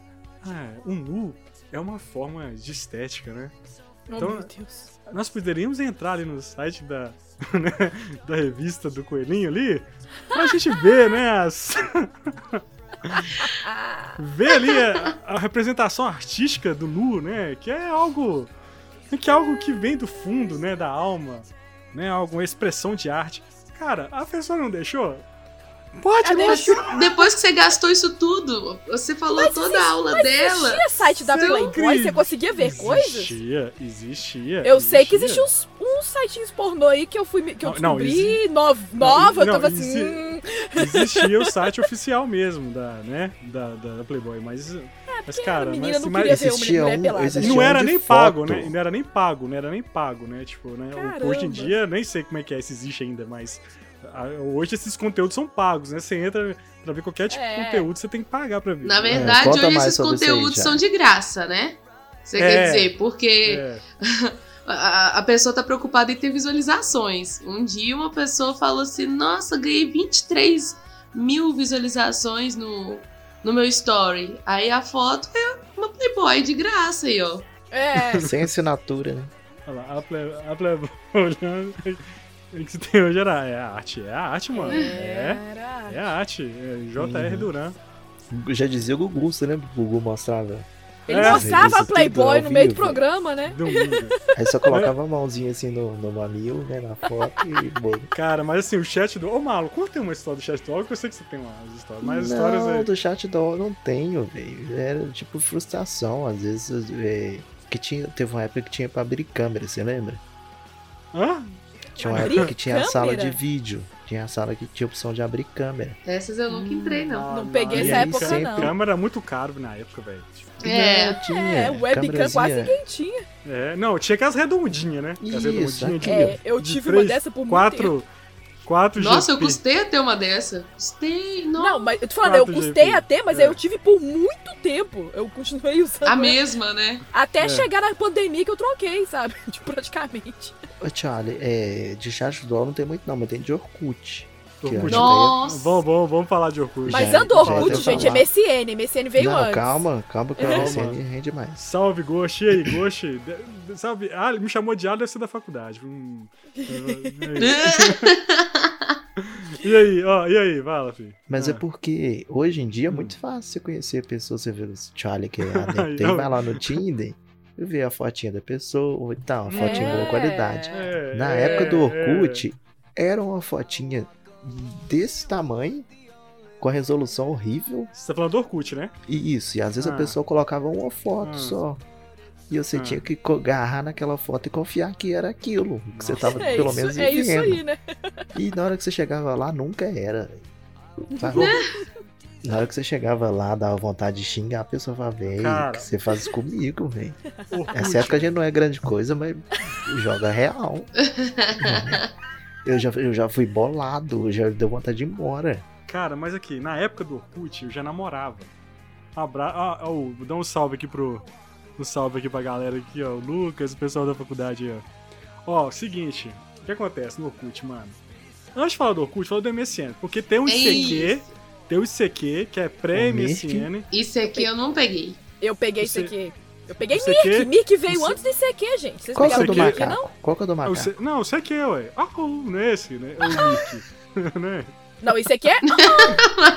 Speaker 1: Ah, o nu é uma forma de estética, né? Então-
Speaker 3: oh, meu Deus.
Speaker 1: Nós poderíamos entrar ali no site da, [LAUGHS] né, da revista do Coelhinho ali pra gente ver, né? as- [LAUGHS]
Speaker 3: Ah,
Speaker 1: ver ali a, a representação artística do nu, né? Que é algo que é algo que vem do fundo, né? Da alma, né? Alguma expressão de arte. Cara, a professora não deixou? Pode,
Speaker 3: Ela
Speaker 1: não.
Speaker 4: Mas depois que você gastou isso tudo, você falou toda a aula dela.
Speaker 3: existia site da
Speaker 1: Seu
Speaker 3: Playboy?
Speaker 1: incrível.
Speaker 3: Você conseguia ver coisas?
Speaker 1: Existia, existia.
Speaker 3: Eu sei que
Speaker 1: existia.
Speaker 3: existiam uns, uns sites pornô aí que eu fui me- que eu
Speaker 1: Não, não,
Speaker 3: descobri nov- nova,
Speaker 1: não,
Speaker 3: eu tava
Speaker 1: exi-
Speaker 3: assim. hum,
Speaker 1: existia o site oficial mesmo da, né, da, da Playboy, mas, mas cara,
Speaker 3: É, menina
Speaker 1: mas,
Speaker 3: não
Speaker 1: mas-
Speaker 3: queria ver uma
Speaker 2: existia
Speaker 3: mulher
Speaker 2: um-
Speaker 3: pelada.
Speaker 1: e
Speaker 2: existia
Speaker 1: não
Speaker 2: um
Speaker 1: era
Speaker 2: de
Speaker 1: nem pago,
Speaker 2: foto.
Speaker 1: né? E não era nem pago, não era nem pago, né? Tipo, né, o- hoje em
Speaker 3: Caramba.
Speaker 1: dia nem sei como é que é se existe ainda, mas ah, hoje esses conteúdos são pagos, né? Você entra pra ver qualquer tipo de
Speaker 3: É.
Speaker 1: conteúdo, você tem que pagar pra ver.
Speaker 4: Na
Speaker 1: né?
Speaker 4: verdade,
Speaker 2: É, conta
Speaker 4: hoje
Speaker 2: mais
Speaker 4: esses
Speaker 2: sobre isso aí,
Speaker 4: conteúdos
Speaker 2: já.
Speaker 4: são de graça, né? Você
Speaker 1: É.
Speaker 4: quer dizer, porque
Speaker 1: É,
Speaker 4: a, a pessoa tá preocupada em ter visualizações. Um dia uma pessoa falou assim: Nossa, ganhei 23 mil visualizações no, no meu story. Aí a foto é uma Playboy de graça aí, ó.
Speaker 3: É,
Speaker 2: Sem assinatura, né?
Speaker 1: olha lá, a Ple- a Playboy [LAUGHS] olhando. O que você tem hoje era é a arte, é a arte, mano. É,
Speaker 3: era.
Speaker 1: é, a arte. É JR
Speaker 2: Uhum.
Speaker 1: Duran.
Speaker 2: Já dizia o Gugu, você lembra? que O Gugu mostrava.
Speaker 3: Ele
Speaker 1: É.
Speaker 3: mostrava
Speaker 2: Isso
Speaker 3: a
Speaker 2: tudo
Speaker 3: Playboy
Speaker 2: ao
Speaker 3: no meio do
Speaker 2: vivo.
Speaker 3: programa, né?
Speaker 1: Domingo.
Speaker 2: Aí só colocava a mãozinha assim no, no mamilo, né? Na foto e boa.
Speaker 1: Cara, mas assim, o chat do. Ô, Malo, conta uma história do chat do Alckmin, que eu sei que você tem umas histórias, mas
Speaker 2: não,
Speaker 1: histórias aí.
Speaker 2: do chat doll eu não tenho, velho. Era tipo frustração, às vezes. é, que tinha, teve uma época que tinha pra abrir câmera, você lembra?
Speaker 1: Hã?
Speaker 2: Tinha uma
Speaker 3: Abrir
Speaker 2: época que tinha a sala de
Speaker 3: câmera?
Speaker 2: vídeo. Tinha a sala que tinha a opção de abrir câmera.
Speaker 4: Essas eu nunca entrei, não.
Speaker 3: Não peguei
Speaker 2: não,
Speaker 3: essa
Speaker 2: e aí
Speaker 3: época,
Speaker 2: sempre-
Speaker 3: não.
Speaker 1: é Câmera era muito caro na época, velho. Tipo,
Speaker 4: É.
Speaker 2: Não, tinha.
Speaker 3: É, webcam quase
Speaker 2: câmerazinha.
Speaker 3: ninguém tinha.
Speaker 1: É, não, tinha aquelas redondinhas, né? Aquelas
Speaker 2: Isso,
Speaker 1: redondinhas de,
Speaker 2: aquilo.
Speaker 3: É, eu
Speaker 1: de
Speaker 3: tive
Speaker 1: três,
Speaker 3: uma dessa por muito tempo.
Speaker 1: quatro, quatro
Speaker 4: Nossa, eu
Speaker 1: GP.
Speaker 4: custei a ter uma dessa. Custei, nossa.
Speaker 3: Não, mas eu tô falando, eu
Speaker 1: Quatro
Speaker 3: custei
Speaker 1: GP.
Speaker 3: até, mas
Speaker 1: É.
Speaker 3: eu tive por muito tempo. Eu continuei usando.
Speaker 4: A
Speaker 3: ela.
Speaker 4: mesma, né?
Speaker 3: Até
Speaker 1: É.
Speaker 3: chegar na pandemia que eu troquei, sabe? [LAUGHS] Tipo, praticamente.
Speaker 2: Ô, Charlie, é, de chat doll não tem muito, não, mas tem de Orkut.
Speaker 1: Tô
Speaker 2: Que
Speaker 1: curtindo.
Speaker 2: era-
Speaker 4: Nossa.
Speaker 1: Vamos, vamos, vamos falar de Orkut.
Speaker 3: Mas
Speaker 2: Já,
Speaker 3: ando
Speaker 2: já
Speaker 3: Orkut,
Speaker 2: deu pra
Speaker 3: gente, é
Speaker 2: falar.
Speaker 3: MSN. MSN veio
Speaker 2: não,
Speaker 3: antes.
Speaker 2: calma, calma,
Speaker 3: É.
Speaker 2: que
Speaker 1: Calma.
Speaker 2: a Luciane rende mais.
Speaker 1: Salve, Goshi. E aí, Goshi? De- de- Salve. Ah, ele me chamou de Ali, deve ser da faculdade.
Speaker 4: [LAUGHS]
Speaker 1: Hum. E aí, ó, e aí, vai lá, filho.
Speaker 2: Mas
Speaker 1: Ah.
Speaker 2: é porque hoje em dia é
Speaker 1: Hum.
Speaker 2: muito fácil você conhecer a pessoa, você vê o Charlie que é
Speaker 1: [LAUGHS]
Speaker 2: adepto,
Speaker 1: Eu-
Speaker 2: aí vai lá no Tinder e vê a fotinha da pessoa, e tal, uma fotinha de boa
Speaker 3: É.
Speaker 2: qualidade.
Speaker 1: É,
Speaker 2: Na
Speaker 1: é,
Speaker 2: época do
Speaker 1: é.
Speaker 2: Orkut, era uma fotinha desse tamanho, com a resolução horrível,
Speaker 1: Você tá falando do Orkut, né?
Speaker 2: e isso, e às vezes
Speaker 1: Ah.
Speaker 2: a pessoa colocava uma foto
Speaker 1: Ah.
Speaker 2: só. E você
Speaker 1: Ah.
Speaker 2: tinha que co- agarrar naquela foto e confiar que era aquilo, que você tava
Speaker 3: É
Speaker 2: pelo
Speaker 3: isso,
Speaker 2: menos
Speaker 3: é isso
Speaker 2: vendo.
Speaker 3: aí, né?
Speaker 2: E na hora que você chegava lá, nunca era. velho. Sabe?
Speaker 3: Né?
Speaker 2: na hora que você chegava lá, dava vontade de xingar, a pessoa fala, véi,
Speaker 1: Cara.
Speaker 2: o que você faz isso comigo, véi.
Speaker 1: Orkut.
Speaker 2: É certo que a gente não é grande coisa, mas joga real. eu, já, eu já fui bolado, já deu vontade de ir embora.
Speaker 1: Cara, mas aqui, na época do Orkut, eu já namorava. Abra... Ah, ah, oh, vou dar um salve aqui pro. Um salve aqui pra galera aqui, ó. O Lucas, o pessoal da faculdade aí, ó. Ó, seguinte, o que acontece no Orkut, mano? Antes de falar do Orkut, fala do MSN. Porque tem um
Speaker 4: É
Speaker 1: ICQ, tem o ICQ, que é
Speaker 2: O Mirk.
Speaker 1: pré-MSN.
Speaker 4: Isso aqui eu não peguei.
Speaker 3: Eu peguei isso
Speaker 1: Você-
Speaker 3: aqui. Eu peguei
Speaker 1: O CQ?
Speaker 3: Mirk. Mirk veio
Speaker 1: O
Speaker 3: antes do ICQ, gente. Vocês
Speaker 2: Qual que é o do
Speaker 1: Esse aqui-
Speaker 3: Mirk,
Speaker 2: macaco?
Speaker 3: não?
Speaker 2: Qual que é o do
Speaker 1: Ah,
Speaker 2: macaco?
Speaker 1: o C... Não, o CQ, ué. Ah, o- não é esse, né? É o Mickey. [LAUGHS] né?
Speaker 3: Não, ICQ?
Speaker 2: [LAUGHS]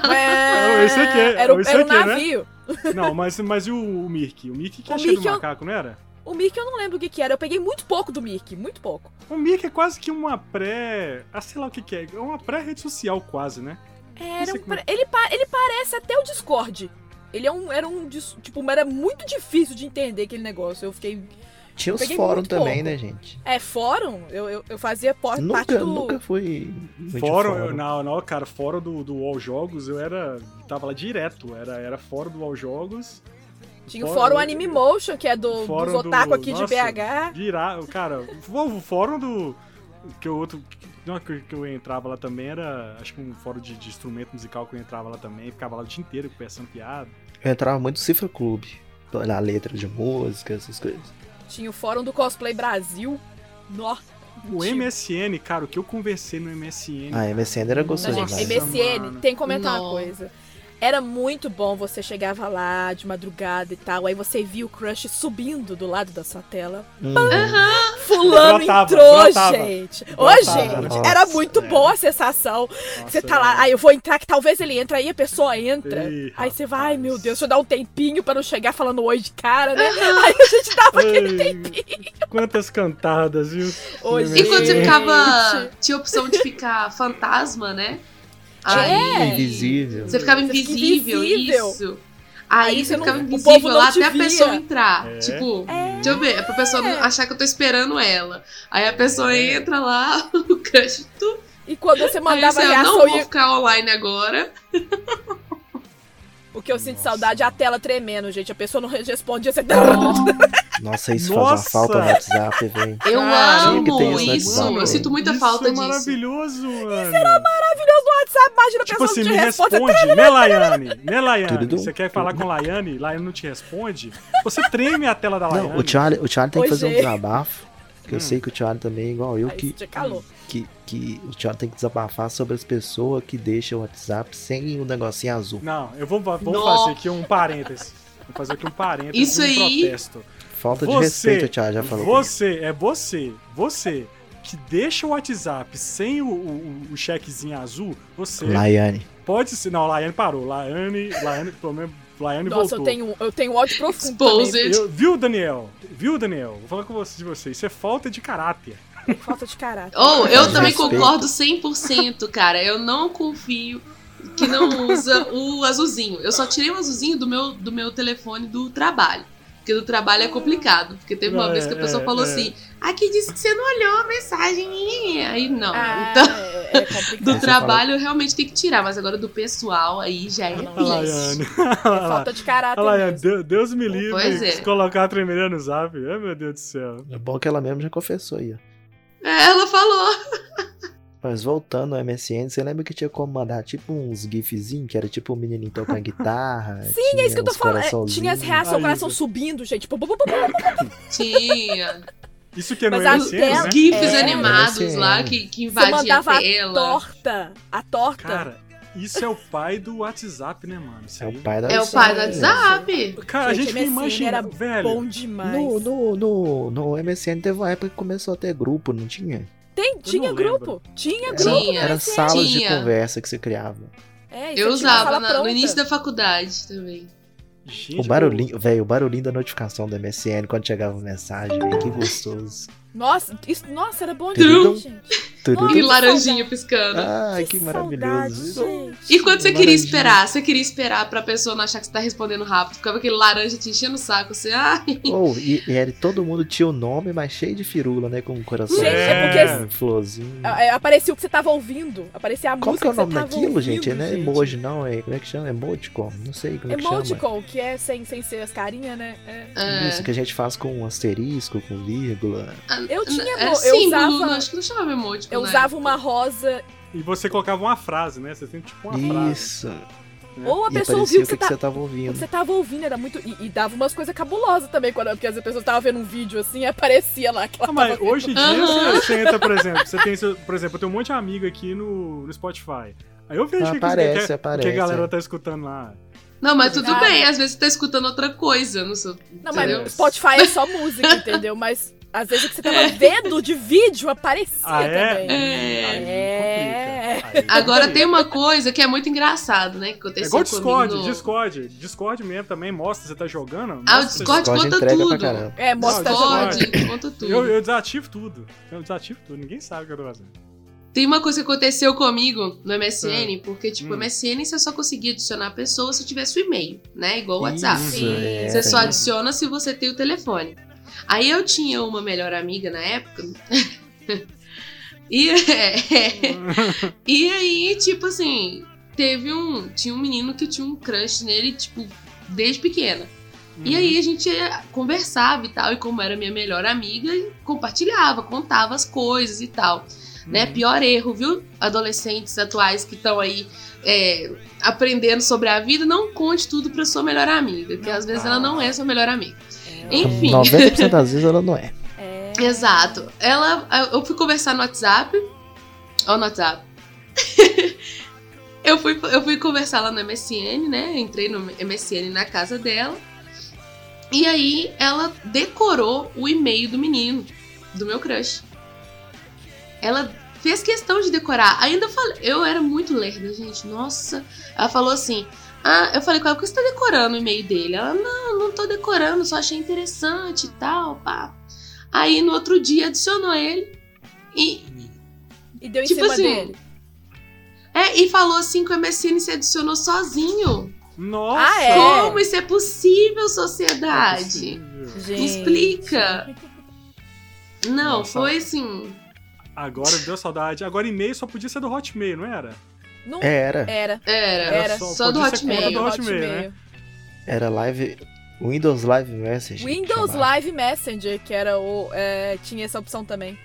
Speaker 1: Não,
Speaker 3: é...
Speaker 1: esse aqui é-
Speaker 3: Era o,
Speaker 1: esse
Speaker 3: era o
Speaker 1: aqui, né?
Speaker 3: navio.
Speaker 1: Não, mas, mas e o, o Mirk? O Mirk que
Speaker 3: O
Speaker 1: é cheio do
Speaker 3: Mickey é o-
Speaker 1: macaco, não era?
Speaker 3: O Mirk eu não lembro o que que era. Eu peguei muito pouco do Mirk, muito pouco.
Speaker 1: O Mirk é quase que uma pré. Ah, sei lá o que, que é. É uma pré-rede social, quase, né?
Speaker 3: Era
Speaker 1: sei
Speaker 3: um
Speaker 1: como
Speaker 3: pra- ele, pa- ele parece até o Discord. Ele é um, era um, dis- tipo, era muito difícil de entender aquele negócio. Eu fiquei,
Speaker 2: Tinha os
Speaker 3: peguei
Speaker 2: fóruns
Speaker 3: muito
Speaker 2: também,
Speaker 3: pouco.
Speaker 2: né, gente?
Speaker 3: é fórum? Eu, eu, eu fazia por, parte
Speaker 2: Nunca,
Speaker 3: do...
Speaker 2: nunca fui. muito
Speaker 1: Fórum, eu- não, não, cara, fora do, do All Jogos, eu era. Tava lá direto, era, era fora do All Jogos.
Speaker 3: Tinha o
Speaker 1: Fórum-
Speaker 3: fórum Anime Motion, que é do, dos
Speaker 1: Fórum do-
Speaker 3: otaku aqui
Speaker 1: nossa.
Speaker 3: de BH.
Speaker 1: Virar, cara, o, o fórum do. Que eu, outro, não, que, que eu entrava lá também era. Acho que um fórum de, de instrumento musical que eu entrava lá também, ficava lá o dia inteiro conversando piada.
Speaker 2: Eu entrava muito no Cifra Clube. pra olhar a letra de música, essas coisas.
Speaker 3: Tinha o fórum do Cosplay Brasil. Nó. tipo,
Speaker 1: O
Speaker 3: Mentira.
Speaker 1: MSN, cara, o que eu conversei no MSN.
Speaker 2: Ah, MSN era
Speaker 3: Não,
Speaker 2: gostoso
Speaker 1: Nossa,
Speaker 3: gente,
Speaker 2: demais.
Speaker 3: MSN,
Speaker 1: mano.
Speaker 3: tem que comentar
Speaker 4: Não.
Speaker 3: uma coisa. Era muito bom, você chegava lá de madrugada e tal, aí você via o crush subindo do lado da sua tela.
Speaker 2: Hum,
Speaker 3: Fulano
Speaker 1: Brotava,
Speaker 3: entrou,
Speaker 1: brotava.
Speaker 3: gente! Ô,
Speaker 1: Brotava,
Speaker 3: gente,
Speaker 2: nossa,
Speaker 3: era muito
Speaker 2: é.
Speaker 3: boa a sensação.
Speaker 1: Nossa, é.
Speaker 3: você tá lá, aí eu vou entrar, que talvez ele entre, aí a pessoa entra.
Speaker 1: Ih,
Speaker 3: Aí você
Speaker 1: rapaz.
Speaker 3: vai, ai meu Deus, deixa eu dar um tempinho pra não chegar falando oi de cara, né? Aí a gente dava aquele
Speaker 1: Ai, Quantas cantadas, viu?
Speaker 3: oi.
Speaker 1: E
Speaker 4: E quando você
Speaker 3: gente.
Speaker 4: ficava. Tinha a opção de ficar fantasma, né?
Speaker 3: É.
Speaker 2: Invisível.
Speaker 4: Você ficava
Speaker 3: Você fica
Speaker 4: invisível,
Speaker 3: invisível.
Speaker 4: isso. Aí,
Speaker 3: Aí
Speaker 4: você
Speaker 3: você não-
Speaker 4: ficava
Speaker 3: o povo
Speaker 4: invisível
Speaker 3: não
Speaker 4: lá
Speaker 3: te
Speaker 4: até a
Speaker 3: via.
Speaker 4: pessoa entrar.
Speaker 1: É.
Speaker 4: Tipo,
Speaker 3: É.
Speaker 4: deixa eu ver, é pra pessoa não achar que eu tô esperando ela. Aí a pessoa entra lá, [LAUGHS] o crush, tu.
Speaker 3: E quando você
Speaker 4: Aí
Speaker 3: mandava
Speaker 4: você, eu
Speaker 3: reação
Speaker 4: não vou
Speaker 3: e
Speaker 4: ficar online agora.
Speaker 3: O que eu sinto
Speaker 1: Nossa.
Speaker 3: saudade é a tela tremendo, gente. A pessoa não responde, você...
Speaker 2: Nossa, isso faz
Speaker 1: Nossa!
Speaker 2: uma falta no WhatsApp, velho.
Speaker 4: Eu
Speaker 3: Ah,
Speaker 2: tinha que ter
Speaker 4: amo
Speaker 2: isso no
Speaker 4: isso.
Speaker 2: WhatsApp,
Speaker 4: Eu sinto muita
Speaker 1: Isso
Speaker 4: falta
Speaker 1: é
Speaker 4: disso.
Speaker 1: maravilhoso, mano. Isso era maravilhoso.
Speaker 3: Sabe, imagina a
Speaker 1: Tipo
Speaker 3: pessoa
Speaker 1: assim,
Speaker 3: não
Speaker 1: me
Speaker 3: te responde.
Speaker 1: responde, né, Laiane? Né, Laiane?
Speaker 2: Tudo
Speaker 1: Você
Speaker 2: bom.
Speaker 1: quer falar com Laiane? Laiane não te responde? Você treme a tela da Laiane.
Speaker 2: Não, o Charlie, o Charlie tem que
Speaker 3: Oi,
Speaker 2: fazer um
Speaker 3: gente.
Speaker 2: desabafo. Que eu
Speaker 1: Hum.
Speaker 2: sei que o Charlie também é igual eu,
Speaker 3: Aí
Speaker 2: que,
Speaker 3: você calou.
Speaker 2: que, que o Charlie tem que desabafar sobre as pessoas que deixam o WhatsApp sem o negocinho azul.
Speaker 1: Não, eu vou, vou
Speaker 4: Nó.
Speaker 1: fazer aqui um parêntese. Vou fazer aqui um parêntese.
Speaker 4: Isso
Speaker 1: um
Speaker 4: aí.
Speaker 1: protesto.
Speaker 2: Falta de
Speaker 1: Você-
Speaker 2: respeito, o Charlie já falou. comigo.
Speaker 1: Você, é você, você que deixa o WhatsApp sem o, o, o chequezinho azul, você
Speaker 2: Laiane.
Speaker 1: pode ser. Não, Laiane parou. Laiane, Laiane, pelo menos, Laiane
Speaker 3: Nossa, eu
Speaker 1: voltou.
Speaker 3: tenho, eu tenho ódio profundo
Speaker 4: Exposed.
Speaker 3: também.
Speaker 1: Eu- viu, Daniel? Viu, Daniel? Vou falar com você, de você. Isso é falta de caráter.
Speaker 3: Tem Falta de caráter.
Speaker 4: Oh, eu
Speaker 2: Mas
Speaker 4: também
Speaker 2: respeito.
Speaker 4: concordo 100%, cara. Eu não confio que não usa o azulzinho. Eu só tirei o azulzinho do meu, do meu telefone do trabalho. Porque do trabalho é complicado. Porque teve uma
Speaker 1: Não,
Speaker 4: vez que a
Speaker 1: é,
Speaker 4: pessoa
Speaker 1: é,
Speaker 4: falou
Speaker 1: é.
Speaker 4: assim: aqui disse que você não olhou a mensagem. ih". Aí não.
Speaker 3: Ah,
Speaker 4: então,
Speaker 3: é, é complicado.
Speaker 4: do
Speaker 2: você
Speaker 4: trabalho eu realmente tem que tirar. Mas agora do pessoal aí já é.
Speaker 3: Não,
Speaker 1: A
Speaker 4: isso.
Speaker 1: Laiane.
Speaker 3: É falta de caráter
Speaker 1: A Laiane,
Speaker 3: mesmo.
Speaker 1: Deu- Deus me livre
Speaker 4: Pois é.
Speaker 1: se colocar a tremeira no zap. Ai, meu Deus do céu.
Speaker 2: É bom que ela mesma já confessou aí, ó.
Speaker 4: É, Ela falou.
Speaker 2: Mas voltando ao MSN, você lembra que tinha como mandar tipo uns gifzinhos, que era tipo um menininho tocando [LAUGHS] guitarra?
Speaker 3: Sim, é isso que eu tô
Speaker 2: uns
Speaker 3: falando. É,
Speaker 2: coraçãozinhos.
Speaker 3: Tinha as reações, o
Speaker 1: Ah,
Speaker 3: coração
Speaker 1: isso.
Speaker 3: subindo, gente. Pô, pô, pô, pô, pô.
Speaker 4: Tinha.
Speaker 1: Isso que é no
Speaker 3: Mas a
Speaker 1: MSN,
Speaker 3: tela-
Speaker 1: né?
Speaker 4: Os GIFs
Speaker 3: É.
Speaker 4: animados
Speaker 2: Sim.
Speaker 4: lá que, que
Speaker 3: Você
Speaker 4: invadiam a
Speaker 3: mandava a
Speaker 4: tela.
Speaker 3: torta. A torta.
Speaker 1: Cara, isso é o pai do WhatsApp, né, mano? Isso
Speaker 2: É
Speaker 1: aí.
Speaker 2: o pai da
Speaker 4: É o pai do WhatsApp.
Speaker 1: Cara, a gente
Speaker 3: Gente,
Speaker 1: fica
Speaker 3: MSN era
Speaker 1: imaginando, velho.
Speaker 3: Bom demais.
Speaker 2: No, no, no, no MSN teve uma época que começou a ter grupo, não tinha?
Speaker 3: Tem, tinha
Speaker 1: não
Speaker 3: grupo. Tinha
Speaker 2: Era,
Speaker 3: grupo.
Speaker 4: Tinha.
Speaker 2: era salas de
Speaker 4: Tinha.
Speaker 2: conversa que você criava.
Speaker 3: É, e você tinha
Speaker 4: Eu
Speaker 3: uma
Speaker 4: usava
Speaker 3: sala
Speaker 4: na- no
Speaker 3: pronta.
Speaker 4: início da faculdade também.
Speaker 1: Gente,
Speaker 2: O barulhinho, velho, o barulhinho da notificação do MSN quando chegava mensagem, velho, que
Speaker 4: [LAUGHS]
Speaker 2: gostoso.
Speaker 3: Nossa, isso, nossa, era bom
Speaker 2: Trum.
Speaker 3: demais, gente.
Speaker 2: Tudo.
Speaker 3: Ai,
Speaker 4: E
Speaker 3: Ah, que
Speaker 4: laranjinha piscando.
Speaker 2: Ah, que, maravilhoso.
Speaker 3: Saudade, gente.
Speaker 4: E quando você queria
Speaker 2: laranjinha.
Speaker 4: esperar? Você queria esperar pra pessoa não achar que você tá respondendo rápido. Ficava aquele laranja te enchendo o saco.
Speaker 1: [LAUGHS]
Speaker 4: Você, ah,
Speaker 2: Oh, e, e era- todo mundo tinha o nome, mas cheio de firula, né? Com coração,
Speaker 3: Gente,
Speaker 1: é porque-
Speaker 2: florzinho.
Speaker 3: Ah, é, Aparecia o que você tava ouvindo. Aparecia a
Speaker 2: Como Hum. que é
Speaker 3: música
Speaker 2: o nome
Speaker 3: você tava
Speaker 2: daquilo,
Speaker 3: ouvindo,
Speaker 2: gente? Não é
Speaker 3: gente.
Speaker 2: emoji, não. É, como é que chama? Emoticon? Não sei como é que chama.
Speaker 3: Emoticon, que é sem, sem ser as carinhas, né? É.
Speaker 2: Isso que a gente faz com um asterisco, com vírgula.
Speaker 3: Eu tinha
Speaker 4: era
Speaker 3: emo- eu
Speaker 4: símbolo,
Speaker 3: usava-
Speaker 4: não, acho que não chamava né? emoji.
Speaker 3: Eu usava uma rosa,
Speaker 1: E você colocava uma frase, né? Você tem tipo uma frase.
Speaker 2: Isso.
Speaker 3: ou a
Speaker 2: É. E aparecia
Speaker 3: pessoa ouviu
Speaker 2: o que, que você tava
Speaker 3: o que tá
Speaker 2: ouvindo.
Speaker 3: você tava ouvindo, era muito. E, e dava umas coisas cabulosas também, quando, porque às vezes a pessoa tava vendo um vídeo assim e aparecia lá. Que ela
Speaker 1: Ah, mas
Speaker 3: tava
Speaker 1: hoje em dia
Speaker 4: Aham.
Speaker 1: você senta, por exemplo, você tem, seu- por exemplo, eu tenho um monte de
Speaker 2: Ah,
Speaker 1: amigo aqui no, no Spotify. Aí eu vejo o que, que,
Speaker 2: Aparece,
Speaker 1: que, que a
Speaker 2: aparece.
Speaker 1: galera tá escutando lá.
Speaker 4: Não, mas tudo
Speaker 3: Nada.
Speaker 4: bem, às vezes você tá escutando outra coisa. Não, sei,
Speaker 3: Não,
Speaker 4: entendeu?
Speaker 3: mas Spotify é só música, entendeu? Mas às vezes o que você tava vendo de vídeo aparecia
Speaker 1: É. Ah, é?
Speaker 3: também.
Speaker 1: Aí
Speaker 3: É.
Speaker 1: complica. Aí
Speaker 4: Agora
Speaker 1: complica.
Speaker 4: tem uma coisa que é muito engraçado, né? Que
Speaker 1: É
Speaker 4: aconteceu
Speaker 1: igual
Speaker 4: comigo
Speaker 1: Discord,
Speaker 4: no-
Speaker 1: Discord. Discord mesmo também mostra, você tá jogando.
Speaker 4: Ah, o
Speaker 1: mostra-
Speaker 4: Discord conta
Speaker 2: entrega pra
Speaker 4: tudo.
Speaker 2: caramba.
Speaker 3: É, mostra
Speaker 1: Não, então
Speaker 3: jogando.
Speaker 4: Discord, conta tudo.
Speaker 1: Eu, eu desativo tudo. Eu desativo tudo, ninguém sabe o que eu tô fazendo.
Speaker 4: Tem uma coisa que aconteceu comigo no MSN, porque, tipo,
Speaker 1: Hum.
Speaker 4: MSN você só conseguia adicionar pessoas se tivesse o e-mail, né? Igual o WhatsApp.
Speaker 2: Isso,
Speaker 3: Sim.
Speaker 2: é,
Speaker 4: Você só
Speaker 2: tem-
Speaker 4: adiciona se você tem o telefone. Aí eu tinha uma melhor amiga na época. [LAUGHS] e, é, e aí, tipo assim, teve um. Tinha um menino que eu tinha um crush nele, tipo, desde pequena.
Speaker 1: Uhum.
Speaker 4: E aí a gente eh, conversava e tal, e como era minha melhor amiga, compartilhava, contava as coisas e tal.
Speaker 1: Uhum.
Speaker 4: Né? Pior erro, viu? Adolescentes atuais que estão aí é, aprendendo sobre a vida, não conte tudo pra sua melhor amiga, que às vezes ela não é sua melhor amiga. Enfim.
Speaker 2: 90% das vezes ela não é.
Speaker 3: É.
Speaker 4: Exato. Ela, eu fui conversar no WhatsApp. Ó, no WhatsApp. [LAUGHS] eu, fui, eu fui conversar lá no MSN, né? Entrei no MSN na casa dela. E aí ela decorou o e-mail do menino, do meu crush. Ela fez questão de decorar. Ainda falei, eu era muito lerda, gente. Nossa. Ela falou assim: Ah, eu falei com ela, por que você tá decorando o e-mail dele? Ela, não, não tô decorando, só achei interessante e tal, pá. Aí no outro dia adicionou ele e,
Speaker 3: E deu em
Speaker 4: Tipo
Speaker 3: cima
Speaker 4: assim,
Speaker 3: dele.
Speaker 4: é, e falou assim que o MSN se adicionou sozinho.
Speaker 1: Nossa!
Speaker 3: Ah, é?
Speaker 4: Como isso é possível,
Speaker 1: Não é
Speaker 4: sociedade?
Speaker 1: possível.
Speaker 3: Gente.
Speaker 4: Me explica. Não,
Speaker 1: Nossa.
Speaker 4: foi assim.
Speaker 1: Agora deu saudade. Agora e-mail só podia ser do Hotmail, não era?
Speaker 3: Não
Speaker 2: Era.
Speaker 3: era.
Speaker 4: Era,
Speaker 3: Era.
Speaker 4: só,
Speaker 1: Só
Speaker 4: do
Speaker 1: podia ser conta
Speaker 4: Hotmail.
Speaker 1: É. do Hotmail, né?
Speaker 2: Era live. Windows Live Message.
Speaker 3: Windows
Speaker 2: chamava.
Speaker 3: Live Messenger, que era o. é, tinha essa opção também.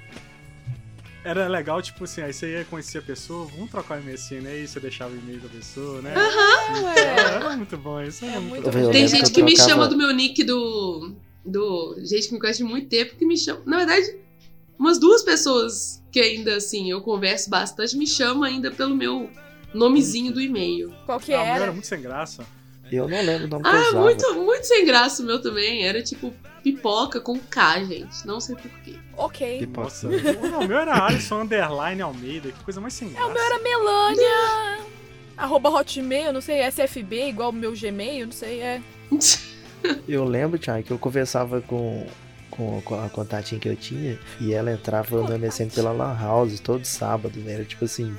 Speaker 1: Era legal, tipo assim, aí você ia conhecer a pessoa, vamos trocar o MSN aí, você deixava o e-mail da pessoa, né?
Speaker 3: Ué.
Speaker 1: Ah, era muito bom isso. Era
Speaker 3: É
Speaker 1: muito
Speaker 3: muito
Speaker 1: bom.
Speaker 3: bom. Eu
Speaker 4: Tem
Speaker 3: lembro
Speaker 4: gente
Speaker 3: que
Speaker 4: que
Speaker 2: eu
Speaker 4: me
Speaker 2: trocava-
Speaker 4: chama do meu nick do. do gente que me conhece de muito tempo que me chama. Na verdade, umas duas pessoas que ainda assim eu converso bastante me chamam ainda pelo meu nomezinho do e-mail.
Speaker 3: Qual que
Speaker 1: Ah, o meu era
Speaker 3: era?
Speaker 1: muito sem graça.
Speaker 2: Eu não lembro o nome que eu
Speaker 4: Ah,
Speaker 2: usava.
Speaker 4: muito, muito sem graça o meu também. Era tipo pipoca com K, gente. Não sei porquê.
Speaker 3: Ok.
Speaker 2: Pipoca.
Speaker 1: Nossa, não, o meu era Alisson Underline Almeida, que coisa mais sem graça.
Speaker 3: Era Melania. Arroba Hotmail, não sei, SFB igual o meu Gmail, não sei, é.
Speaker 2: Eu lembro, Thiago, que eu conversava com, com, com a contatinha que eu tinha e ela entrava no MSN pela Lan House todo sábado, né? Era tipo assim.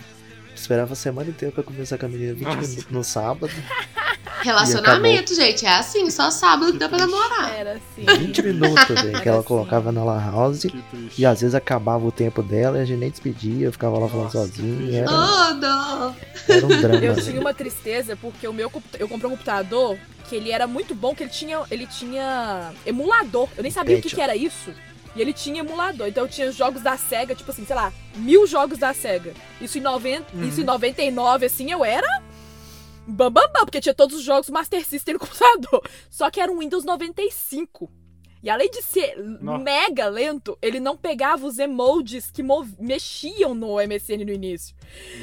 Speaker 2: Esperava a semana inteira pra conversar com a menina 20
Speaker 1: Nossa.
Speaker 2: minutos no sábado.
Speaker 4: Relacionamento, gente. É assim, só sábado que dá pra namorar.
Speaker 3: Era assim.
Speaker 2: 20 minutos, velho, que ela colocava na Lan House.
Speaker 1: Que triste.
Speaker 2: E às vezes acabava o tempo dela e a gente nem despedia, eu ficava lá falando
Speaker 1: Nossa, que
Speaker 2: sozinho. Era, um,
Speaker 4: Oh, dó.
Speaker 2: era um drama.
Speaker 3: Eu
Speaker 2: velho.
Speaker 3: tinha uma tristeza porque o meu computa- eu comprei um computador que ele era muito bom, que ele tinha, ele tinha emulador. Eu nem sabia o que,
Speaker 2: Eita.
Speaker 3: que era isso. E ele tinha emulador. Então eu tinha os jogos da SEGA, tipo assim, sei lá, mil jogos da SEGA. Isso em, 90,
Speaker 1: Uhum.
Speaker 3: isso em 99, assim, eu era. Bam, bam, bam, porque tinha todos os jogos Master System no [LAUGHS] computador. Só que era um Windows 95. E além de ser
Speaker 1: Nossa.
Speaker 3: mega lento, ele não pegava os emojis que mov- mexiam no MSN no início.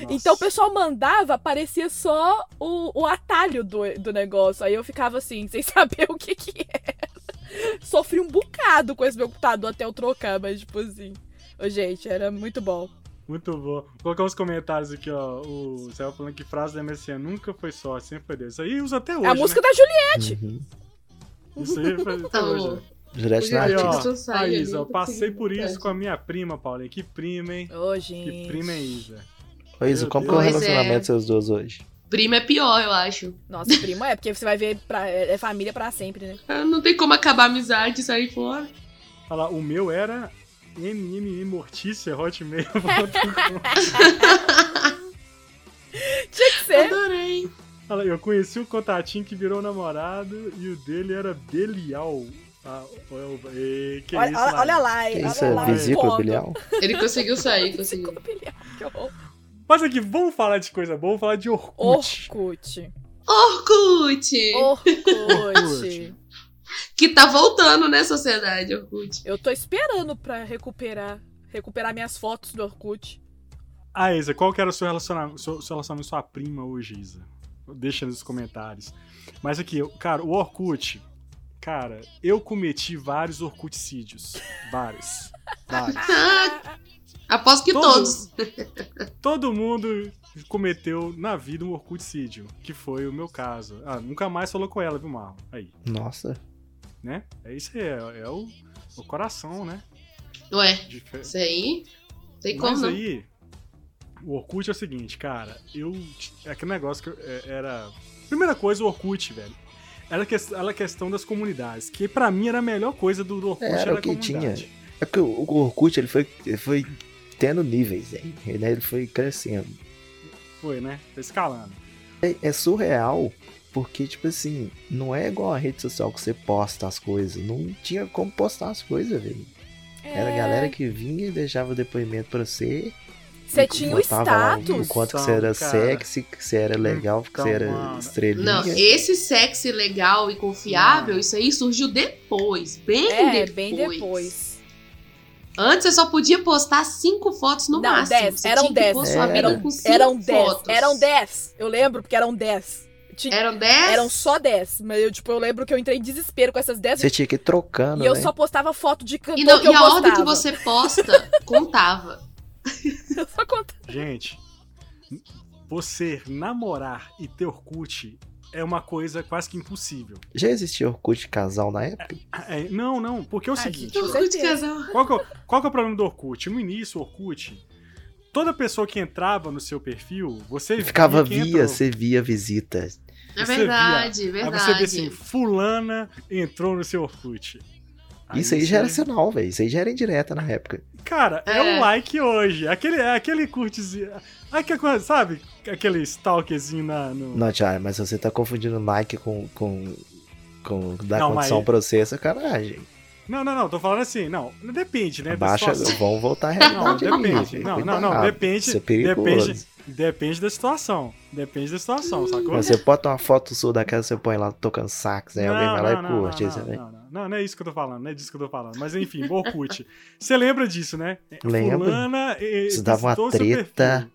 Speaker 1: Nossa.
Speaker 3: Então o pessoal mandava, aparecia só o, o atalho do, do negócio. Aí eu ficava assim, [LAUGHS] sem saber o que que era. Sofri um bocado com esse meu computador até eu trocar, mas tipo assim. Ô, gente, era muito bom.
Speaker 1: Muito bom. Vou colocar uns comentários aqui, ó. O Céu falando que frase da MSN nunca foi só, sempre foi Deus. Isso aí usa até hoje.
Speaker 3: é a
Speaker 1: né?
Speaker 3: música da Juliette.
Speaker 2: Uhum.
Speaker 1: Isso aí foi até
Speaker 4: Amor.
Speaker 1: hoje. né?
Speaker 2: Direto na
Speaker 1: Aí,
Speaker 2: artista.
Speaker 1: ó.
Speaker 4: Isso sai
Speaker 1: A
Speaker 4: ali,
Speaker 1: Isa, eu
Speaker 4: tá
Speaker 1: passei por
Speaker 4: seguindo
Speaker 1: isso com a minha prima, Paulinha. Que prima, hein?
Speaker 3: Ô,
Speaker 1: Que
Speaker 3: gente.
Speaker 1: prima é Isa.
Speaker 2: Ô, Isa,
Speaker 1: Meu
Speaker 2: como que é o
Speaker 1: Deus.
Speaker 4: Pois é.
Speaker 2: relacionamento de seus dois hoje?
Speaker 4: Prima é pior, eu acho.
Speaker 3: Nossa, prima é, porque você vai ver pra, é é família pra sempre, né?
Speaker 4: Ah, Não tem como acabar a amizade e sair fora.
Speaker 1: Olha lá, o meu era MMM Mortícia Hotmail. [LAUGHS]
Speaker 3: Tinha que ser.
Speaker 4: Adorei.
Speaker 1: Olha lá, eu conheci o contatinho que virou namorado e o dele era Belial. Ah, olha o- e, que
Speaker 3: olha,
Speaker 1: isso,
Speaker 3: olha-
Speaker 1: Lara?
Speaker 3: olha lá,
Speaker 2: Que
Speaker 3: hein?
Speaker 2: isso
Speaker 3: olha
Speaker 2: é
Speaker 3: lá,
Speaker 2: vesícula
Speaker 3: ponto.
Speaker 2: bilial?
Speaker 4: Ele conseguiu sair, conseguiu.
Speaker 3: Bilial, que
Speaker 1: [LAUGHS]
Speaker 3: horror.
Speaker 1: Mas aqui, vamos falar de coisa boa, vamos falar de Orkut.
Speaker 3: Orkut.
Speaker 4: Orkut!
Speaker 3: Orkut.
Speaker 4: Que tá voltando, né, sociedade, Orkut?
Speaker 3: Eu tô esperando pra recuperar. Recuperar minhas fotos do Orkut.
Speaker 1: Ah, Isa, qual que era o seu relacionamento, seu, seu relacionamento com sua prima hoje, Isa? Deixa nos comentários. Mas aqui, eu- cara, o Orkut. Cara, eu cometi vários Orkuticídios. Vários.
Speaker 2: Vários.
Speaker 4: Ah, Aposto que
Speaker 1: Todos.
Speaker 4: todos.
Speaker 1: [LAUGHS] Todo mundo cometeu na vida um Orkuticídio, que foi o meu caso. Ah, nunca mais falou com ela, viu, Marlon? Aí,
Speaker 2: Nossa,
Speaker 1: né? É isso aí, é, é o, o coração, né?
Speaker 4: Ué,
Speaker 1: De fe-
Speaker 4: isso aí. Não tem como
Speaker 1: Mas
Speaker 4: não.
Speaker 1: aí, o Orkut é o seguinte, cara, eu. É aquele negócio que eu- é- era. Primeira coisa, o Orkut, velho. Era, que, era a questão das comunidades, que pra mim era a melhor coisa do, do Orkut.
Speaker 2: Era
Speaker 1: Era,
Speaker 2: o
Speaker 1: a
Speaker 2: que
Speaker 1: comunidade.
Speaker 2: é que o o Orkut ele foi, ele foi tendo níveis, hein? Ele, ele foi crescendo.
Speaker 1: Foi, né? Foi escalando.
Speaker 2: É- é surreal, porque, tipo assim, não é igual a rede social que você posta as coisas. Não tinha como postar as coisas, velho. Era
Speaker 3: É.
Speaker 2: a galera que vinha e deixava depoimento pra você.
Speaker 3: Você
Speaker 2: e
Speaker 3: tinha o
Speaker 2: botava lá um O
Speaker 3: status.
Speaker 2: quanto que você
Speaker 1: Então,
Speaker 2: era
Speaker 1: cara.
Speaker 2: sexy, que você era legal, que
Speaker 1: Então,
Speaker 2: você era
Speaker 1: mano.
Speaker 2: estrelinha.
Speaker 4: Não, esse sexy legal e confiável, isso aí surgiu depois. Bem
Speaker 3: É,
Speaker 4: depois.
Speaker 3: bem depois.
Speaker 4: Antes você só podia postar cinco fotos no
Speaker 3: Não,
Speaker 4: máximo.
Speaker 3: dez.
Speaker 4: Você
Speaker 3: Eram
Speaker 4: tinha que
Speaker 3: dez.
Speaker 4: pôr sua
Speaker 2: Era.
Speaker 4: vida com cinco
Speaker 3: Eram 10.
Speaker 4: fotos.
Speaker 3: Eram 10. Eu lembro porque eram 10. Tinha-
Speaker 4: Eram dez?
Speaker 3: Eram só 10. Mas eu, tipo, eu lembro que eu entrei em desespero com essas 10.
Speaker 2: Você tinha que ir trocando,
Speaker 3: E eu
Speaker 2: né?
Speaker 3: só postava foto de cantor
Speaker 4: E, não-
Speaker 3: que eu
Speaker 4: e a ordem que
Speaker 3: gostava.
Speaker 4: você
Speaker 3: [LAUGHS]
Speaker 4: posta contava.
Speaker 3: Eu [LAUGHS] só contava.
Speaker 1: Gente, você namorar e ter Orkut é uma coisa quase que impossível.
Speaker 2: Já existia Orkut casal na época?
Speaker 1: É, não, não, porque é o
Speaker 3: Ah,
Speaker 1: seguinte.
Speaker 3: gente, Com
Speaker 4: Orkut
Speaker 3: certeza.
Speaker 4: Tipo, casal.
Speaker 1: Qual que, é, o- qual que é o problema do Orkut? No início, o Orkut, toda pessoa que entrava no seu perfil, você via
Speaker 2: Ficava
Speaker 1: quem
Speaker 2: via, assim.
Speaker 1: entrou.
Speaker 2: você via visita.
Speaker 4: É
Speaker 1: Você via.
Speaker 4: verdade,
Speaker 1: Aí
Speaker 4: verdade.
Speaker 1: você vê assim, fulana entrou no seu Orkut. Aí
Speaker 2: Isso aí já era assim.
Speaker 1: você-
Speaker 2: sinal, velho. Isso aí já era indireta na época.
Speaker 1: Cara, é,
Speaker 4: É.
Speaker 1: um like hoje. Aquele, é aquele curtezinho. Aquela coisa, sabe? Aquele stalkerzinho na, no.
Speaker 2: Não, Thiago, mas você tá confundindo like com. com. com dar
Speaker 1: Não,
Speaker 2: condição
Speaker 1: mas-
Speaker 2: pra você, é sacanagem.
Speaker 1: Não, não, não. Tô falando assim, não. Depende, né? da
Speaker 2: Baixa,
Speaker 1: situação.
Speaker 2: vão voltar à
Speaker 1: Não,
Speaker 2: realidade.
Speaker 1: depende. Não, não, não.
Speaker 2: Isso
Speaker 1: Depende.
Speaker 2: é perigoso.
Speaker 1: Depende, depende da situação. Depende da situação, sacou?
Speaker 2: Você bota uma foto sua da casa, você põe lá tocando sax, aí é, alguém vai lá e curte. aí você
Speaker 1: Não,
Speaker 2: vai-
Speaker 1: não, não, não, não é isso que eu tô falando, não é disso que eu tô falando. Mas enfim, Orkut. Você lembra disso, né?
Speaker 2: Lembro.
Speaker 1: Fulana, eh,
Speaker 2: Isso dava uma
Speaker 1: visitou seu
Speaker 2: treta.
Speaker 1: perfil.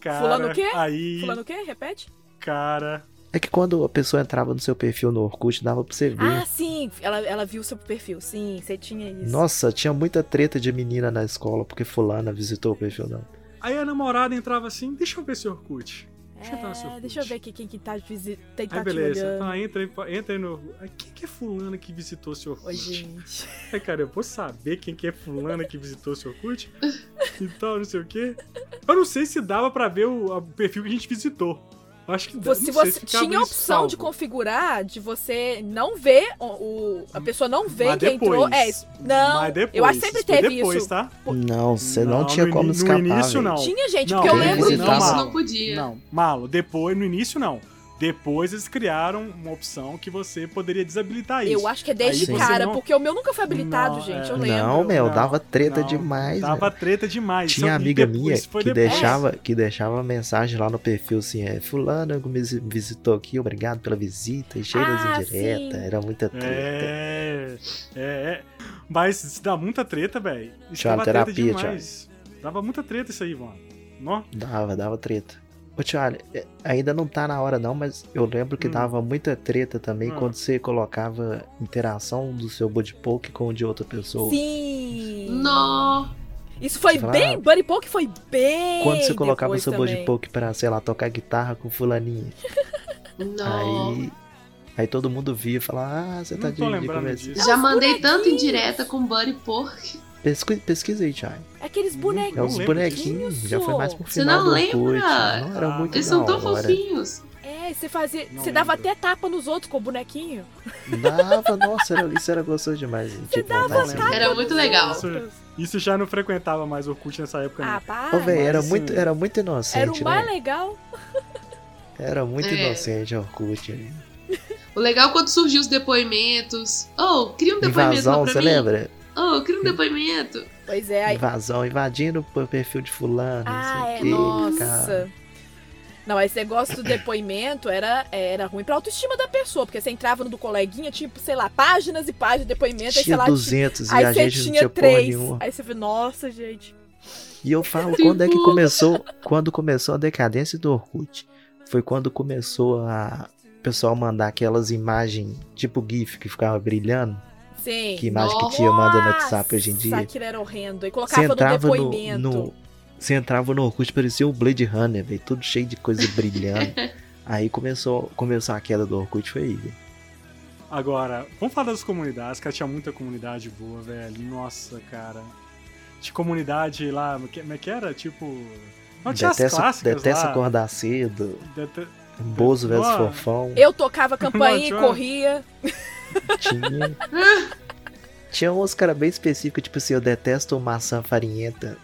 Speaker 1: Cara,
Speaker 3: Fulano o quê?
Speaker 1: Aí,
Speaker 3: Fulano o quê? Repete?
Speaker 1: cara.
Speaker 2: É que quando a pessoa entrava no seu perfil no Orkut, dava pra você ver.
Speaker 3: Ah, sim. Ela, ela viu o seu perfil. Sim, você tinha isso.
Speaker 2: Nossa, tinha muita treta de menina na escola porque fulana visitou o perfil dela.
Speaker 1: Aí a namorada entrava assim, deixa eu ver seu Orkut. Deixa eu entrar no seu
Speaker 3: é,
Speaker 1: Orkut.
Speaker 3: deixa eu ver aqui quem que tá, visi- tem que
Speaker 1: Aí
Speaker 3: tá te
Speaker 1: beleza,
Speaker 3: olhando.
Speaker 1: ah, entra, aí- entra aí no. Aí, Quem que é fulana que visitou seu Orkut?
Speaker 3: Oi, gente.
Speaker 1: Aí, É, cara, eu vou saber quem que é fulana que visitou seu Orkut e tal, não sei o quê. Eu não sei se dava pra ver o, o perfil que a gente visitou. Eu Acho que dá-
Speaker 3: Se
Speaker 1: não sei
Speaker 3: você
Speaker 1: se ficava
Speaker 3: tinha a
Speaker 1: isso
Speaker 3: opção de
Speaker 1: salvo.
Speaker 3: configurar de você não ver o, o- a pessoa não ver
Speaker 1: Mas
Speaker 3: quem
Speaker 1: depois.
Speaker 3: entrou. É, isso. não.
Speaker 1: Mas depois,
Speaker 3: eu acho que sempre
Speaker 1: isso foi
Speaker 3: teve
Speaker 1: depois,
Speaker 3: isso.
Speaker 1: tá?
Speaker 3: Pô,
Speaker 2: Não, você não,
Speaker 1: Não,
Speaker 2: tinha
Speaker 1: no
Speaker 2: como
Speaker 1: ini- no
Speaker 2: escapar.
Speaker 1: início, não.
Speaker 2: velho.
Speaker 3: Tinha gente,
Speaker 1: Não,
Speaker 3: porque eu
Speaker 2: quem
Speaker 3: lembro
Speaker 4: Isso
Speaker 2: visitava-
Speaker 3: disso.
Speaker 4: não
Speaker 1: Malo.
Speaker 4: podia.
Speaker 1: Não, malo, depois, no início não. Depois eles criaram uma opção que você poderia desabilitar isso.
Speaker 3: Eu acho que é desde
Speaker 1: Aí você
Speaker 3: cara,
Speaker 1: não-
Speaker 3: porque o meu nunca foi habilitado,
Speaker 1: Não,
Speaker 3: gente.
Speaker 1: é.
Speaker 3: Eu lembro.
Speaker 2: Não, meu,
Speaker 1: não,
Speaker 2: dava treta
Speaker 1: não,
Speaker 2: demais. velho.
Speaker 1: Tava treta demais.
Speaker 2: é. Tinha
Speaker 1: Isso-
Speaker 2: amiga
Speaker 1: e depois
Speaker 2: minha
Speaker 1: foi
Speaker 2: que
Speaker 1: depois.
Speaker 2: deixava, que deixava mensagem lá no perfil assim, é fulano que me visi- visitou aqui, obrigado pela visita, e cheio
Speaker 3: Ah,
Speaker 2: das indiretas,
Speaker 3: sim.
Speaker 2: era muita treta.
Speaker 1: É, é, é. Mas isso dá muita treta, velho. Isso
Speaker 2: Tchau,
Speaker 1: dava
Speaker 2: terapia,
Speaker 1: treta demais. Dava muita treta isso aí, mano. Nó.
Speaker 2: Dava, dava treta. Ô Charlie, é, ainda não tá na hora não, mas eu lembro que
Speaker 1: Hum.
Speaker 2: dava muita treta também
Speaker 1: Ah.
Speaker 2: quando você colocava interação do seu body poke com o de outra pessoa.
Speaker 3: Sim.
Speaker 4: Não.
Speaker 3: Isso foi
Speaker 2: Claro.
Speaker 3: bem. Bunny Poke foi bem.
Speaker 2: Quando você colocava
Speaker 3: depois
Speaker 2: seu body
Speaker 3: também.
Speaker 2: poke pra, sei lá, tocar guitarra com fulaninho.
Speaker 4: Não.
Speaker 2: Aí, aí todo mundo via e falava, ah, você tá
Speaker 1: Não
Speaker 2: de,
Speaker 1: tô
Speaker 2: de
Speaker 1: lembrando
Speaker 2: conversa.
Speaker 1: disso.
Speaker 4: Já
Speaker 3: os
Speaker 4: mandei tanto em
Speaker 3: É bonequinhos.
Speaker 4: direta com Buddy Pork.
Speaker 2: Pesquisa, pesquisa aí, Charlie.
Speaker 3: Aqueles
Speaker 1: Não, não
Speaker 2: É
Speaker 1: Eu
Speaker 2: os
Speaker 3: bonequinhos.
Speaker 1: lembro
Speaker 2: bonequinhos,
Speaker 3: disso.
Speaker 2: já foi mais pro
Speaker 4: Você
Speaker 2: final
Speaker 4: não
Speaker 2: do
Speaker 4: lembra?
Speaker 2: Orkut, Não era
Speaker 1: Ah,
Speaker 2: muito
Speaker 4: Eles
Speaker 2: da
Speaker 4: são tão
Speaker 2: hora.
Speaker 4: fofinhos.
Speaker 3: É, você fazia.
Speaker 1: Não
Speaker 3: você dava
Speaker 1: lembro.
Speaker 3: até tapa nos outros com o bonequinho.
Speaker 2: Dava, nossa, era- isso era gostoso demais. Você
Speaker 1: dava
Speaker 2: vontade.
Speaker 1: tapa.
Speaker 4: Era muito legal.
Speaker 1: Isso- Isso já não frequentava mais o Orkut nessa época, não.
Speaker 3: Ah, pá.
Speaker 2: Ô, velho, era,
Speaker 1: Mas,
Speaker 2: muito,
Speaker 1: assim,
Speaker 2: era muito
Speaker 3: Era o
Speaker 2: inocente,
Speaker 3: mais
Speaker 2: né?
Speaker 3: legal.
Speaker 2: Era muito
Speaker 4: É.
Speaker 2: inocente o Orkut. né?
Speaker 4: O legal é quando surgiu os depoimentos. Oh, cria um depoimento lá
Speaker 2: Invasão,
Speaker 4: pra
Speaker 2: você
Speaker 4: mim.
Speaker 2: lembra?
Speaker 4: Oh, cria um depoimento.
Speaker 3: Pois é, aí.
Speaker 2: Invasão, invadindo o perfil de fulano. não
Speaker 3: Ah,
Speaker 2: sei
Speaker 3: é,
Speaker 2: o quê, cara.
Speaker 3: nossa. Não, esse negócio do depoimento era, era ruim pra autoestima da pessoa, porque você entrava no do coleguinha, tipo, sei lá, páginas e páginas de depoimento, aí, sei
Speaker 2: Tinha
Speaker 3: lá,
Speaker 2: 200 e
Speaker 3: aí
Speaker 2: a
Speaker 3: você
Speaker 2: gente não
Speaker 3: tinha
Speaker 2: tinha porra
Speaker 3: três.
Speaker 2: nenhuma.
Speaker 3: Aí você vê, nossa, gente.
Speaker 4: [LAUGHS]
Speaker 2: E eu falo, quando é que
Speaker 4: Tipo-
Speaker 2: começou? Quando começou a decadência do Orkut? foi quando começou a o pessoal mandar aquelas imagens tipo GIF que ficava brilhando.
Speaker 3: Sim.
Speaker 2: Que imagem que tia manda no WhatsApp hoje em
Speaker 3: Nossa,
Speaker 2: dia.
Speaker 3: Aquilo era horrendo. E colocava
Speaker 2: Você
Speaker 3: no
Speaker 2: entrava no,
Speaker 3: depoimento.
Speaker 2: no. Você entrava no Orkut, parecia o Blade Runner, velho. Tudo cheio de coisa
Speaker 3: [LAUGHS]
Speaker 2: brilhando. Aí começou, começou a queda do Orkut, foi aí, velho.
Speaker 1: Agora, vamos falar das comunidades, cara, tinha muita comunidade boa, velho. Nossa, cara. De comunidade lá, que- como é que era? Tipo. Não tinha as
Speaker 2: Detesta,
Speaker 1: clássicas
Speaker 2: detesta
Speaker 1: lá.
Speaker 2: acordar cedo.
Speaker 1: Dete-
Speaker 2: Bozo versus
Speaker 1: Ó.
Speaker 2: Fofão.
Speaker 3: Eu tocava a campainha
Speaker 1: Não,
Speaker 3: e
Speaker 1: tinha-
Speaker 3: corria.
Speaker 2: Tinha.
Speaker 3: [LAUGHS]
Speaker 2: Tinha uns caras bem específicos, tipo assim, eu detesto maçã farinhenta.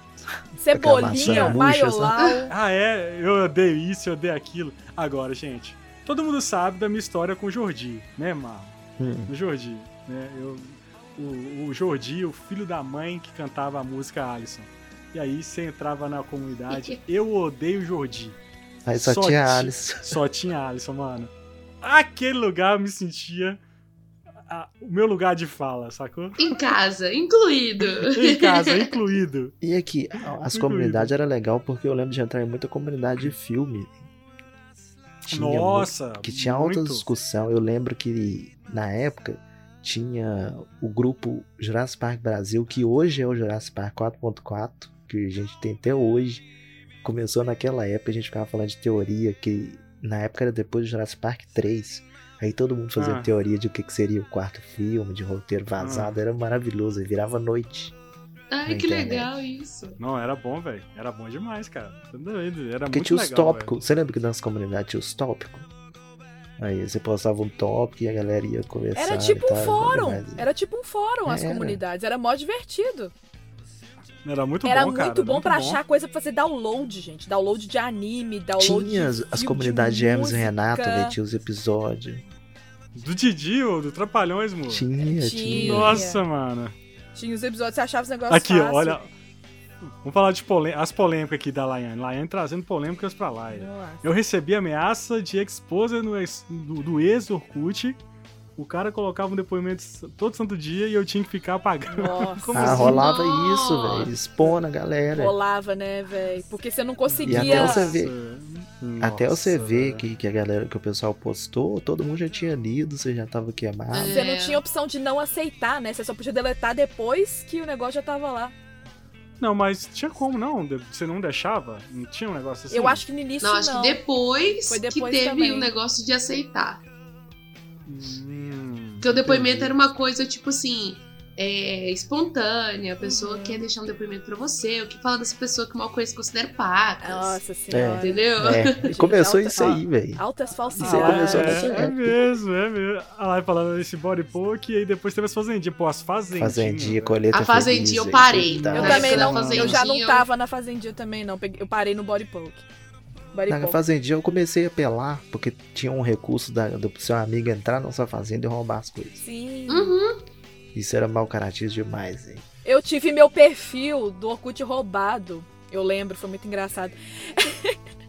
Speaker 3: Cebolinha,
Speaker 2: maçã murcha,
Speaker 3: maiolau.
Speaker 1: Ah, é, eu odeio isso, eu odeio aquilo. Agora, gente, todo mundo sabe da minha história com o Jordi, né, Marlon?
Speaker 2: Hum,
Speaker 1: O Jordi, né? Eu, o, o Jordi, o filho da mãe que cantava a música Alisson. E aí você entrava na
Speaker 3: [LAUGHS]
Speaker 1: comunidade, eu odeio o Jordi.
Speaker 2: aí só,
Speaker 1: Só
Speaker 2: tinha
Speaker 1: ti-
Speaker 2: Alice.
Speaker 1: Só tinha Alisson, mano. Aquele lugar eu me sentia a- o meu lugar de fala, sacou?
Speaker 4: Em
Speaker 2: [LAUGHS]
Speaker 4: casa, incluído.
Speaker 1: Em casa, incluído.
Speaker 2: E aqui, as
Speaker 1: Incluído.
Speaker 2: comunidades era legal porque eu lembro de entrar em muita comunidade de filme. [LAUGHS] Tinha mu-
Speaker 1: Nossa,
Speaker 2: que tinha
Speaker 1: muito.
Speaker 2: alta discussão. Eu lembro que na época tinha o grupo Jurassic Park Brasil, que hoje é o Jurassic Park 4.4, que a gente tem até hoje. Começou naquela época, a gente ficava falando de teoria, que na época era depois do Jurassic Park 3. Aí todo mundo fazia
Speaker 1: Ah.
Speaker 2: teoria de o que, que seria o quarto filme, de roteiro vazado, era maravilhoso, e virava noite.
Speaker 4: [LAUGHS] Ai,
Speaker 2: Na
Speaker 4: que
Speaker 2: internet.
Speaker 4: legal isso.
Speaker 1: Não, era bom, velho. Era bom demais, cara. Tá doido? Era
Speaker 2: Porque
Speaker 1: muito
Speaker 2: tinha os
Speaker 1: legal,
Speaker 2: tópicos, você lembra que nas comunidades tinha os tópicos? Aí você postava um tópico e a galera ia conversar.
Speaker 3: Era tipo um fórum. Era tipo um fórum as
Speaker 2: Era.
Speaker 3: comunidades. Era mó
Speaker 1: velho.
Speaker 3: divertido.
Speaker 1: Era muito
Speaker 3: era
Speaker 1: bom,
Speaker 3: muito
Speaker 1: cara.
Speaker 3: bom pra achar coisa pra fazer download, gente. Download de anime, download
Speaker 2: Tinha as,
Speaker 3: de
Speaker 2: as
Speaker 3: filme,
Speaker 2: comunidades de
Speaker 3: de
Speaker 2: Hermes e
Speaker 3: música.
Speaker 2: Renato, velho, tinha os episódios.
Speaker 1: Do Didi ou do Trapalhões, mano.
Speaker 2: Tinha,
Speaker 3: Tinha.
Speaker 2: tinha.
Speaker 1: Nossa, mano.
Speaker 3: Tinha os episódios, você achava os negócios
Speaker 1: Aqui,
Speaker 3: fácil.
Speaker 1: olha. Vamos falar de polê- as polêmicas aqui da Laiane. Laiane trazendo polêmicas pra Laia. Eu recebi ameaça de exposer no ex- do, do ex-Orkut. O cara colocava um depoimento s- todo santo dia e eu tinha que ficar apagando. [LAUGHS]
Speaker 3: Nossa.
Speaker 1: Como
Speaker 2: Ah,
Speaker 1: assim?
Speaker 2: rolava isso,
Speaker 4: Nossa.
Speaker 2: velho. Expondo a galera.
Speaker 3: Rolava, né, velho? Porque você não conseguia.
Speaker 2: até você ver-
Speaker 1: Nossa,
Speaker 2: Até você ver
Speaker 1: velho.
Speaker 2: que, que a galera que o pessoal postou, todo mundo já tinha lido, você já tava queimado.
Speaker 3: Você
Speaker 4: É.
Speaker 3: não tinha opção de não aceitar, né? Você só podia deletar depois que o negócio já tava lá.
Speaker 1: Não, mas tinha como, não? De- Você não deixava? Não tinha um negócio assim?
Speaker 3: Eu acho que no início
Speaker 4: Não, acho que depois,
Speaker 3: Foi
Speaker 4: que
Speaker 3: depois
Speaker 4: teve
Speaker 3: também.
Speaker 4: o negócio de aceitar.
Speaker 1: Hum,
Speaker 4: Porque o depoimento
Speaker 1: entendi.
Speaker 4: era uma coisa, tipo assim, é, espontânea. A pessoa
Speaker 3: Uhum.
Speaker 4: quer deixar um depoimento pra você. O que fala dessa pessoa que mal conheço considero pacas.
Speaker 3: Nossa senhora.
Speaker 4: Entendeu?
Speaker 2: É, e começou isso aí, velho.
Speaker 3: Altas
Speaker 1: Ah,
Speaker 2: Você começou assim, né?
Speaker 3: falsidades.
Speaker 2: nessa
Speaker 1: é, é
Speaker 2: época.
Speaker 1: mesmo, é mesmo. Ah lá, falando desse body poke, e aí depois teve as fazendinhas. Pô, as fazendinhas. Ah,
Speaker 2: Fazendia,
Speaker 1: velho.
Speaker 2: colheita
Speaker 4: A Fazendia
Speaker 2: feliz,
Speaker 4: eu
Speaker 2: velho.
Speaker 4: parei.
Speaker 2: Tá.
Speaker 3: Eu
Speaker 4: Na
Speaker 3: também
Speaker 4: época da
Speaker 3: não, eu já não
Speaker 4: Fazendinha,
Speaker 3: tava na fazendinha também, não. Peguei- Eu parei no body poke. Body
Speaker 2: Na
Speaker 3: poke.
Speaker 2: fazendinha eu comecei a pelar, porque tinha um recurso da, do seu amigo entrar na sua fazenda e roubar as coisas.
Speaker 3: Sim.
Speaker 4: Uhum.
Speaker 2: Isso era mau caratismo demais, hein?
Speaker 3: Eu tive meu perfil do Orkut roubado. Eu lembro, foi muito engraçado. [LAUGHS]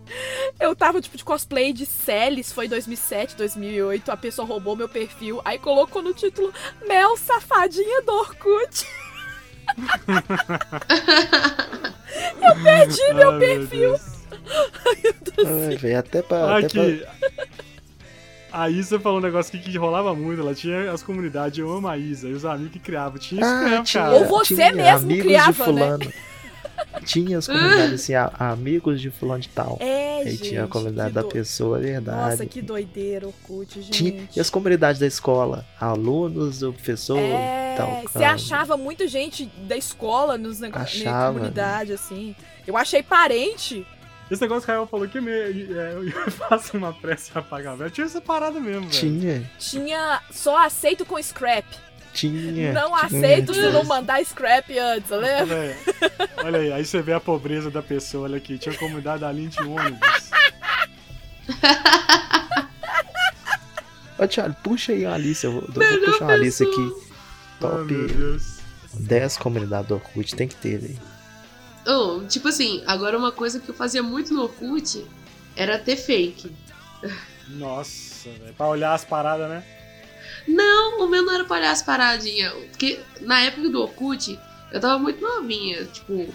Speaker 3: Eu tava tipo de cosplay de Celis, foi 2007, 2008. A pessoa roubou meu perfil, aí colocou no título Mel Safadinha do Orkut.
Speaker 1: Perdi meu perfil.
Speaker 2: Ai, velho, até pra. Ah, até pra-
Speaker 1: Aqui. A Isa falou um negócio aqui que rolava muito. Ela tinha as comunidades, eu amo a Isa, e os amigos que criavam. Tinha isso
Speaker 2: Ah,
Speaker 1: mesmo,
Speaker 2: tinha,
Speaker 1: cara.
Speaker 3: Ou você
Speaker 2: tinha
Speaker 3: mesmo
Speaker 2: amigos
Speaker 3: criava, né?
Speaker 2: de fulano. Tinha as comunidades assim, a- amigos de fulano de tal.
Speaker 3: É,
Speaker 2: Aí
Speaker 3: gente.
Speaker 2: tinha a comunidade
Speaker 3: que
Speaker 2: da
Speaker 3: do-
Speaker 2: pessoa, é verdade.
Speaker 3: Nossa, que doideira, Orkut, gente.
Speaker 2: tinha, e as comunidades da escola? Alunos, o professor, tal.
Speaker 3: É, você
Speaker 2: então, cara.
Speaker 3: achava muita gente da escola nos negócios
Speaker 2: Achava,
Speaker 3: na comunidade, assim. Eu achei parente.
Speaker 1: Esse negócio que a Rael falou que me, é, [LAUGHS] eu faço uma pressa e apagar, velho. Tinha essa parada mesmo, velho.
Speaker 2: Tinha,
Speaker 3: Tinha só aceito com scrap.
Speaker 2: tinha.
Speaker 3: não
Speaker 2: tinha.
Speaker 3: aceito
Speaker 1: É.
Speaker 3: se não mandar scrap antes, né?
Speaker 1: Velho, Olha aí, aí você vê a pobreza da pessoa, olha aqui. Tinha comunidade da linha de ônibus.
Speaker 2: Ô, Thiago, puxa aí uma lista. Eu vou, eu vou puxar uma lista aqui.
Speaker 1: Ah,
Speaker 2: Top
Speaker 1: meu Deus.
Speaker 2: 10 comunidades do Orkut, tem que ter, velho.
Speaker 4: Oh, tipo assim, agora uma coisa que eu fazia muito no Orkut era ter fake.
Speaker 1: Nossa, velho. Pra olhar as paradas, né?
Speaker 4: Não, o meu não era pra olhar as paradinhas. Porque na época do Orkut, eu tava muito novinha, tipo.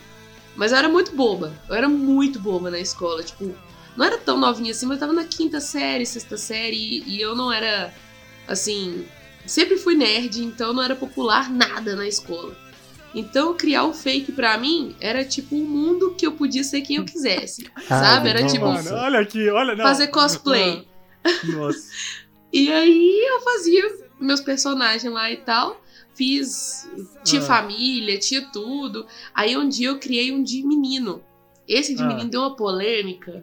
Speaker 4: Mas eu era muito boba. Eu era muito boba na escola. Tipo, não era tão novinha assim, mas eu tava na quinta série, sexta série, e eu não era, assim, sempre fui nerd, então não era popular nada na escola. Então criar o fake pra mim era tipo um mundo que eu podia ser quem eu quisesse, sabe? Era
Speaker 1: Não,
Speaker 4: tipo
Speaker 1: mano, olha aqui, olha. Não.
Speaker 4: fazer cosplay.
Speaker 1: Nossa.
Speaker 4: E aí eu fazia meus personagens lá e tal. Fiz. Tinha
Speaker 1: Ah.
Speaker 4: família, tinha tudo. Aí um dia eu criei um de menino. Esse de
Speaker 1: Ah.
Speaker 4: menino deu uma polêmica.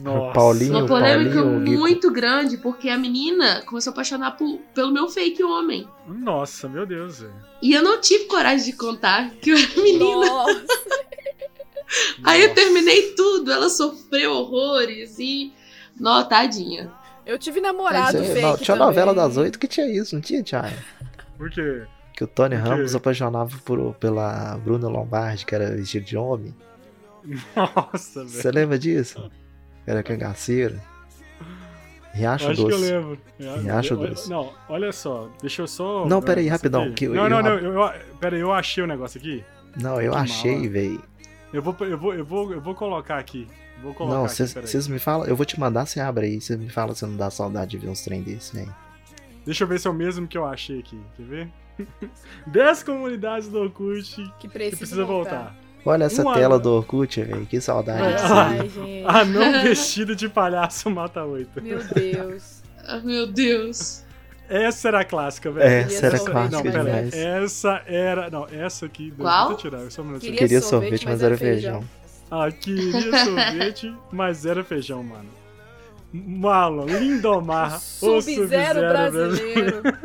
Speaker 1: Nossa.
Speaker 2: Paulinho,
Speaker 4: Uma polêmica
Speaker 2: Paulinho, Gui-
Speaker 4: muito grande, porque a menina começou a apaixonar por- pelo meu fake homem.
Speaker 1: Nossa, meu Deus. velho.
Speaker 4: E eu não tive coragem de contar que eu era menina.
Speaker 3: Nossa,
Speaker 4: Aí eu
Speaker 1: Nossa.
Speaker 4: terminei tudo, ela sofreu horrores e. Nó, tadinha.
Speaker 3: eu tive
Speaker 2: Mas
Speaker 3: namorado
Speaker 2: é,
Speaker 3: fake
Speaker 2: não, tinha
Speaker 3: também.
Speaker 2: novela das oito que tinha isso, não tinha, Thiago?
Speaker 1: Por quê?
Speaker 2: Que o Tony
Speaker 1: Por quê?
Speaker 2: Ramos apaixonava por, pela Bruna Lombardi, que era vestido de homem.
Speaker 1: Nossa, velho.
Speaker 2: Você lembra disso? Era cangaceiro. Riacho
Speaker 1: Acho que eu
Speaker 2: Doce.
Speaker 1: lembro.
Speaker 2: Me acha
Speaker 1: Eu-
Speaker 2: doce.
Speaker 1: Não, olha só. Deixa eu só.
Speaker 2: Não, pera aí,
Speaker 1: Nossa,
Speaker 2: rapidão,
Speaker 1: aqui.
Speaker 2: que eu-
Speaker 1: não, não,
Speaker 2: eu-
Speaker 1: não. Eu, eu, pera aí, eu achei o negócio aqui.
Speaker 2: Não, eu
Speaker 1: Que
Speaker 2: achei,
Speaker 1: mala.
Speaker 2: velho.
Speaker 1: Eu vou, eu vou, eu vou, eu vou colocar aqui. Vou colocar
Speaker 2: Não,
Speaker 1: aqui, pera aí.
Speaker 2: vocês me falam. Eu vou te mandar, você abre aí. Você me fala se não dá saudade de ver uns trem desse, velho.
Speaker 1: Deixa eu ver se é o mesmo que eu achei aqui. Quer ver? [LAUGHS] 10 comunidades do Orkut
Speaker 3: Que
Speaker 1: que
Speaker 3: precisa,
Speaker 1: precisa voltar.
Speaker 2: Olha essa
Speaker 1: Uma-
Speaker 2: tela do Orkut, velho. Que saudade
Speaker 1: Vai,
Speaker 2: disso
Speaker 1: vai.
Speaker 2: aí.
Speaker 1: [LAUGHS]
Speaker 3: Ai, gente.
Speaker 1: Ah, não vestido de palhaço mata oito. [LAUGHS]
Speaker 3: Meu Deus.
Speaker 4: Ah, meu Deus.
Speaker 1: Essa era a clássica, velho.
Speaker 2: É, Essa era
Speaker 3: Queria
Speaker 2: clássica
Speaker 1: Não, pera aí.
Speaker 2: demais.
Speaker 1: Essa era. Não, essa aqui. deixa eu
Speaker 4: Qual?
Speaker 1: tirar, só um minutinho.
Speaker 3: Queria
Speaker 2: Queria
Speaker 3: sorvete,
Speaker 2: sorvete, mas era feijão.
Speaker 1: Ah, queria sorvete, mas era feijão, mano. Marlon, Lindomar, o
Speaker 3: Sub-zero brasileiro.
Speaker 1: né?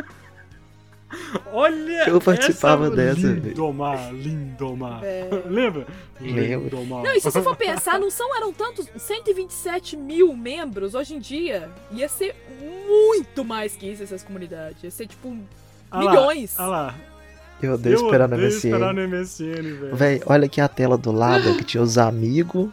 Speaker 3: [LAUGHS]
Speaker 1: Olha
Speaker 2: Eu participava
Speaker 1: essa... é
Speaker 2: dessa, velho.
Speaker 1: Lindomar, Lindomar.
Speaker 3: velho.
Speaker 1: Lembra?
Speaker 2: Lembro.
Speaker 1: Lindomar.
Speaker 3: É. Não, e se você for pensar, não são, eram tantos 127 mil membros hoje em dia? Ia ser muito mais que isso essas comunidades. Ia ser tipo
Speaker 1: Ah lá,
Speaker 3: milhões.
Speaker 1: Ah lá.
Speaker 2: Eu odeio esperar no
Speaker 1: odeio
Speaker 2: MSN.
Speaker 1: esperar no MSN, velho.
Speaker 2: Véi, olha aqui a tela do lado, que tinha os amigos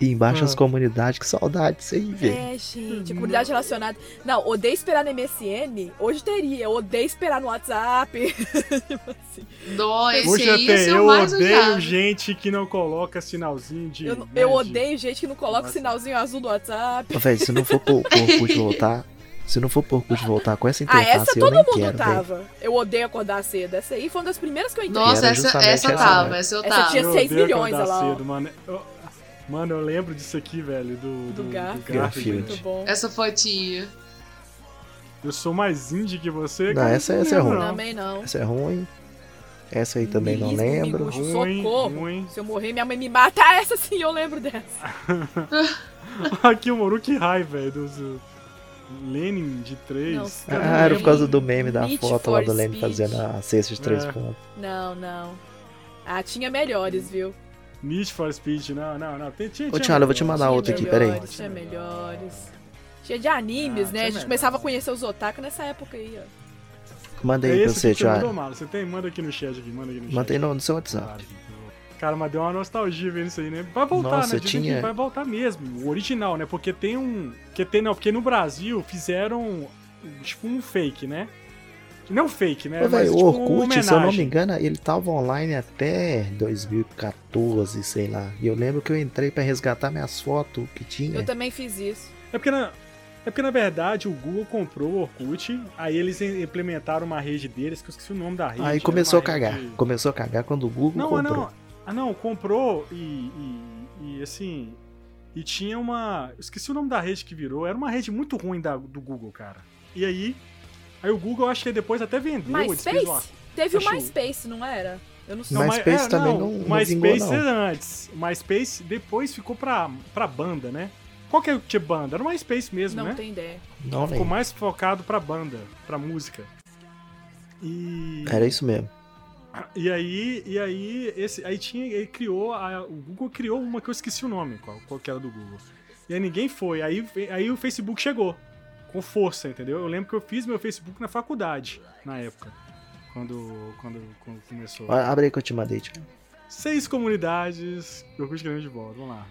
Speaker 2: e embaixo
Speaker 1: Ah.
Speaker 2: as comunidades. Que saudade disso aí, velho.
Speaker 3: É, gente, a comunidade relacionada. Não, odeio esperar no MSN. Hoje teria. Eu odeio esperar no WhatsApp. [LAUGHS] tipo assim.
Speaker 4: Dó, esse
Speaker 1: Puxa,
Speaker 4: aí
Speaker 1: até
Speaker 4: esse é
Speaker 1: eu
Speaker 4: o mais
Speaker 1: odeio
Speaker 4: odiado.
Speaker 1: gente que não coloca sinalzinho de.
Speaker 3: Eu, eu
Speaker 1: né, de-
Speaker 3: odeio gente que não coloca o
Speaker 1: Nossa.
Speaker 3: sinalzinho azul do WhatsApp.
Speaker 2: Véi, se não
Speaker 3: [LAUGHS]
Speaker 2: for pro pro Orkut voltar. Se não for pro Orkut voltar com essa
Speaker 3: Ah,
Speaker 2: interface,
Speaker 3: essa
Speaker 2: eu
Speaker 3: todo
Speaker 2: nem
Speaker 3: mundo
Speaker 2: quero, velho.
Speaker 3: tava. Eu odeio acordar cedo. Essa aí foi uma das primeiras que eu entrei.
Speaker 4: Nossa,
Speaker 2: Era
Speaker 4: essa,
Speaker 2: justamente
Speaker 4: essa
Speaker 2: essa,
Speaker 4: tava,
Speaker 2: né?
Speaker 4: essa eu
Speaker 3: Essa
Speaker 4: tava.
Speaker 3: tinha
Speaker 1: Eu
Speaker 3: 6
Speaker 1: odeio
Speaker 3: milhões,
Speaker 1: acordar
Speaker 3: olha lá, ó.
Speaker 1: cedo, mano. Eu- mano, eu lembro disso aqui, velho, do, do,
Speaker 3: Do
Speaker 1: do
Speaker 3: Garfield.
Speaker 2: Ah,
Speaker 1: Garfield.
Speaker 3: Muito bom.
Speaker 4: Essa fotinha.
Speaker 1: Eu sou mais indie que você.
Speaker 2: Não,
Speaker 1: cara,
Speaker 2: essa-
Speaker 1: eu
Speaker 2: essa é
Speaker 1: lembro,
Speaker 2: ruim.
Speaker 1: não.
Speaker 3: Também não.
Speaker 2: Essa é ruim. Essa aí também não
Speaker 3: Nihilismo,
Speaker 2: lembro.
Speaker 3: Puxa,
Speaker 1: Ruim,
Speaker 3: socorro.
Speaker 1: ruim. [LAUGHS]
Speaker 3: Se eu morrer, minha mãe me mata. [LAUGHS] Ah, essa sim, eu lembro dessa.
Speaker 1: Aqui o Moruki High, velho, dos uh, Lenin de Tá 3.
Speaker 3: Não,
Speaker 1: Cara,
Speaker 2: Ah, era por causa do meme da
Speaker 3: Need
Speaker 2: foto lá
Speaker 3: for
Speaker 2: do Leme
Speaker 3: Speed.
Speaker 2: fazendo a cesta de três
Speaker 1: É.
Speaker 2: pontos.
Speaker 3: Não, não. Ah, tinha melhores, viu?
Speaker 1: Need for Speed, não, não, não. Tem, tinha, um
Speaker 2: Ô,
Speaker 1: tinha
Speaker 2: Thiago, eu vou te
Speaker 1: melhor.
Speaker 2: mandar
Speaker 3: tinha
Speaker 2: outra aqui,
Speaker 3: melhores,
Speaker 2: peraí.
Speaker 3: Tinha melhores. Tinha de animes,
Speaker 1: Ah,
Speaker 3: né?
Speaker 1: tinha
Speaker 3: A gente
Speaker 1: melhores.
Speaker 3: começava a conhecer os otaku nessa época aí, ó.
Speaker 2: Mandei
Speaker 1: É
Speaker 2: aí pra
Speaker 1: esse
Speaker 2: você,
Speaker 1: aqui que você mandou,
Speaker 2: Thiago.
Speaker 1: Malo. Você tem? Manda aqui no chat aqui, manda aqui no
Speaker 2: Mandei
Speaker 1: chat.
Speaker 2: no, no seu WhatsApp.
Speaker 1: Claro. Cara, mas deu uma nostalgia vendo isso aí, né? Vai voltar,
Speaker 2: Nossa,
Speaker 1: né? Dizem
Speaker 2: tinha-
Speaker 1: que vai voltar mesmo. O original, né? Porque tem um. Porque, tem, não, porque no Brasil fizeram tipo um fake, né? Não fake, né?
Speaker 2: Ô, véi,
Speaker 1: Mas,
Speaker 2: o
Speaker 1: tipo, uma
Speaker 2: Orkut, se eu não me
Speaker 1: homenagem.
Speaker 2: engano, ele tava online até 2014, sei lá. E eu lembro que eu entrei pra resgatar minhas fotos que tinha.
Speaker 3: Eu também fiz isso.
Speaker 1: É porque, na, é porque, na verdade, o Google comprou o Orkut, aí eles em- implementaram uma rede deles, que eu esqueci o nome da rede.
Speaker 2: Aí
Speaker 1: era
Speaker 2: começou a
Speaker 1: uma
Speaker 2: cagar.
Speaker 1: rede-
Speaker 2: Começou a cagar quando o Google
Speaker 1: Não, ah,
Speaker 2: comprou.
Speaker 1: não. Ah, não, comprou e, e, e, assim. E tinha uma. eu Esqueci o nome da rede que virou. Era uma rede muito ruim da- do Google, cara. E aí. Aí o Google, eu acho que depois até vendeu. eles fez uma-
Speaker 3: MySpace? Teve o
Speaker 1: Acho-
Speaker 3: MySpace, não era? Eu não sei.
Speaker 1: Não,
Speaker 2: MySpace
Speaker 1: mas- é,
Speaker 2: também não- não
Speaker 1: MySpace
Speaker 2: vingou, não.
Speaker 1: era antes. MySpace depois ficou pra, pra banda, né? Qual que é o que tinha banda? Era o MySpace mesmo,
Speaker 3: Não
Speaker 1: né?
Speaker 3: tem ideia.
Speaker 2: Não
Speaker 1: Ficou
Speaker 2: lembro.
Speaker 1: mais focado pra banda, pra música. E.
Speaker 2: Era isso mesmo.
Speaker 1: E aí, e aí, esse, aí tinha, ele criou, a- o Google criou uma que eu esqueci o nome, qual, qual que era do Google. E aí ninguém foi, aí, fe- aí o Facebook chegou, com força, entendeu? Eu lembro que eu fiz meu Facebook na faculdade, na época, quando, quando, quando começou.
Speaker 2: Ó, Abre aí que eu te mandei. Tipo.
Speaker 1: Seis comunidades, Orkut Grande de Bola, vamos lá.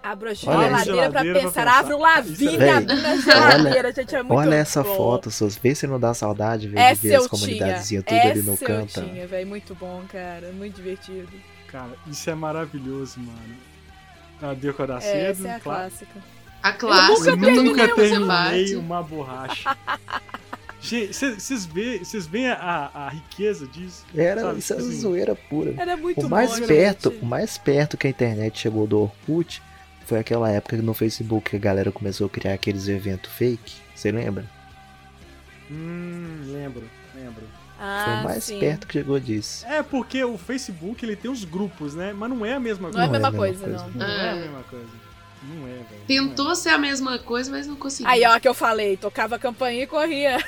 Speaker 3: Abro a
Speaker 2: Olha
Speaker 3: geladeira,
Speaker 1: isso.
Speaker 3: pra
Speaker 1: Geladeira pra
Speaker 3: pensar. um
Speaker 1: pensar.
Speaker 3: Abro lá, vinha,
Speaker 2: Véi,
Speaker 3: abro na geladeira. Gente, é muito
Speaker 2: Olha essa
Speaker 3: bom. É
Speaker 2: foto, suas. Vê se não dá saudade véi, de
Speaker 3: Essa
Speaker 2: ver as
Speaker 3: eu
Speaker 2: comunidades
Speaker 3: tinha.
Speaker 2: tudo ali no
Speaker 3: Essa
Speaker 2: canto.
Speaker 3: eu tinha, velho. Muito bom, cara. Muito divertido.
Speaker 1: Cara, isso é maravilhoso, mano. A de
Speaker 2: Tá
Speaker 1: acordar
Speaker 3: É,
Speaker 1: cedo,
Speaker 3: essa é a
Speaker 1: claro.
Speaker 3: clássica.
Speaker 4: A clássica.
Speaker 1: Eu nunca
Speaker 4: todo mundo
Speaker 1: terminei
Speaker 4: bate.
Speaker 1: uma
Speaker 3: [LAUGHS]
Speaker 1: borracha. Gente, Vocês veem, vocês veem a, a riqueza disso?
Speaker 2: Era,
Speaker 1: Sabe,
Speaker 2: isso era
Speaker 1: assim,
Speaker 2: zoeira pura.
Speaker 3: Era é muito
Speaker 2: O mais
Speaker 3: bom,
Speaker 2: perto,
Speaker 3: gente.
Speaker 2: o mais perto que a internet chegou do Orkut foi aquela época que no Facebook a galera começou a criar aqueles eventos fake. Você lembra?
Speaker 1: Hum, lembro, lembro.
Speaker 3: Ah,
Speaker 2: Foi o mais
Speaker 3: sim.
Speaker 2: perto que chegou disso.
Speaker 1: É porque o Facebook ele tem os grupos, né? Mas não é a mesma
Speaker 3: Não é Ah. a
Speaker 1: coisa.
Speaker 3: mesma coisa, não.
Speaker 2: né?
Speaker 1: Não é a
Speaker 4: É.
Speaker 1: mesma coisa. Não é, velho.
Speaker 4: Tentou ser a mesma coisa, mas não conseguiu.
Speaker 3: Aí, ó, a que eu falei, tocava a campainha e corria.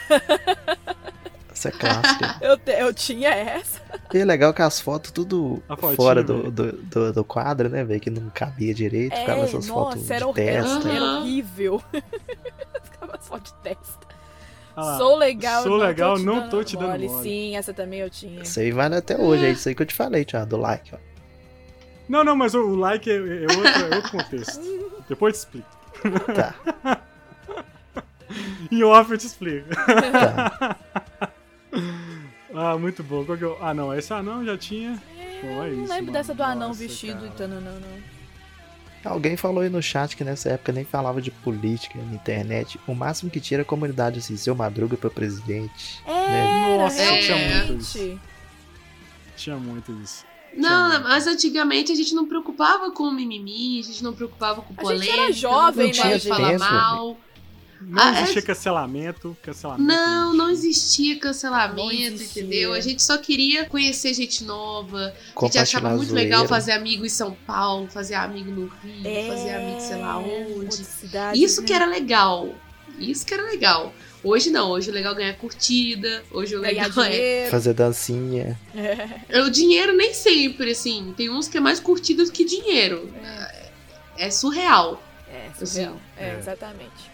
Speaker 2: Essa é clássica.
Speaker 3: Eu, te- eu tinha essa.
Speaker 2: e é legal que as fotos tudo
Speaker 1: A fotinha, né?
Speaker 2: fora do,
Speaker 1: velho.
Speaker 2: do, do, do quadro, né, velho? Que não cabia direito.
Speaker 3: É,
Speaker 2: ficava essas fotos
Speaker 3: nossa, era
Speaker 2: de
Speaker 3: horrível.
Speaker 2: testa.
Speaker 4: Aham.
Speaker 3: Era horrível. [LAUGHS] Ficava só de testa.
Speaker 1: Olha lá.
Speaker 3: Sou legal,
Speaker 1: Sou
Speaker 3: não
Speaker 1: legal,
Speaker 3: tô te
Speaker 1: não
Speaker 3: dando
Speaker 1: tô te dando
Speaker 3: mole.
Speaker 1: mole.
Speaker 3: Sim, essa também eu tinha.
Speaker 2: Isso aí vale até hoje, é isso aí que eu te falei, Thiago, do like, ó.
Speaker 1: Não, não, mas o o like é, é outro, é outro contexto. Depois eu te explico.
Speaker 2: Tá,
Speaker 1: Em off eu te explico.
Speaker 2: tá.
Speaker 1: [LAUGHS] Ah, muito bom. Qual que eu... Ah, não, esse anão já tinha. Pô, é
Speaker 3: Eu não
Speaker 1: isso,
Speaker 3: lembro
Speaker 1: mano.
Speaker 3: dessa do anão
Speaker 1: Nossa,
Speaker 3: vestido
Speaker 1: cara.
Speaker 3: e tananã, não.
Speaker 2: Alguém falou aí no chat que nessa época nem falava de política na internet. O máximo que tinha era a comunidade assim, seu madruga pra presidente.
Speaker 3: É,
Speaker 2: né?
Speaker 3: Era,
Speaker 1: Nossa,
Speaker 4: eu tinha
Speaker 1: muito isso.
Speaker 3: realmente.
Speaker 1: Tinha muito isso.
Speaker 4: Não, mas antigamente a gente não preocupava com mimimi, a gente não preocupava com
Speaker 3: A gente
Speaker 4: polêmica.
Speaker 3: era jovem,
Speaker 4: não
Speaker 3: né,
Speaker 4: pode
Speaker 3: gente?
Speaker 4: falar
Speaker 2: Tempo,
Speaker 4: mal.
Speaker 1: Não
Speaker 4: Ah, é-
Speaker 1: existia cancelamento, cancelamento.
Speaker 4: Não, não
Speaker 1: existia.
Speaker 4: existia cancelamento,
Speaker 3: Não existia.
Speaker 4: entendeu? A gente só queria conhecer gente nova. A gente
Speaker 2: Compartilhar
Speaker 4: achava muito
Speaker 2: zoeira.
Speaker 4: legal fazer amigo em São Paulo, fazer amigo no Rio,
Speaker 3: É,
Speaker 4: Hum, fazer amigo sei lá
Speaker 3: outras
Speaker 4: onde.
Speaker 3: cidades,
Speaker 4: Isso
Speaker 3: né?
Speaker 4: que era legal. Isso que era legal. Hoje não, hoje o legal é ganhar curtida, hoje o
Speaker 3: ganhar
Speaker 4: legal é.
Speaker 3: dinheiro.
Speaker 2: Fazer dancinha.
Speaker 4: O dinheiro nem sempre, assim. Tem uns que é mais curtida do que dinheiro. É surreal.
Speaker 3: É, surreal.
Speaker 4: Assim.
Speaker 3: É,
Speaker 1: É.
Speaker 3: exatamente.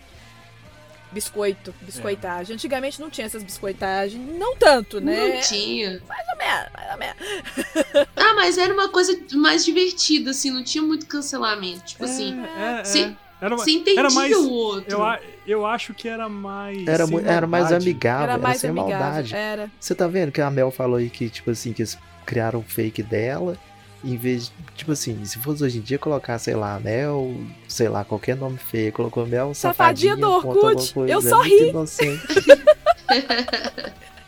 Speaker 3: Biscoito,
Speaker 1: É.
Speaker 3: biscoitagem. Antigamente não tinha essas biscoitagens. Não tanto, né?
Speaker 4: Não tinha.
Speaker 3: Mais ou menos, mais ou menos.
Speaker 4: Ah, mas era uma coisa mais divertida, assim, não tinha muito cancelamento. Tipo assim,
Speaker 1: É, é,
Speaker 4: Sim.
Speaker 1: é. Era uma-
Speaker 4: você entendia
Speaker 1: era mais-
Speaker 4: o outro.
Speaker 1: eu, a- eu acho que era mais.
Speaker 2: Era,
Speaker 1: sem
Speaker 2: mu- era mais
Speaker 1: maldade.
Speaker 2: amigável,
Speaker 3: era
Speaker 2: era,
Speaker 3: mais
Speaker 2: sem
Speaker 3: amigável.
Speaker 2: Ah,
Speaker 3: é.
Speaker 2: maldade.
Speaker 3: Era.
Speaker 2: Você tá vendo que a Mel falou aí que, tipo assim, que eles criaram um fake dela. Em vez de, tipo assim, se fosse hoje em dia colocar, sei lá, Mel, sei lá, qualquer nome feio, colocou Mel,
Speaker 3: Safadinha
Speaker 2: safadinha,
Speaker 3: do
Speaker 2: ponto
Speaker 3: Orkut.
Speaker 2: alguma coisa,
Speaker 3: Eu
Speaker 2: é
Speaker 3: só
Speaker 2: muito
Speaker 3: ri.
Speaker 2: inocente.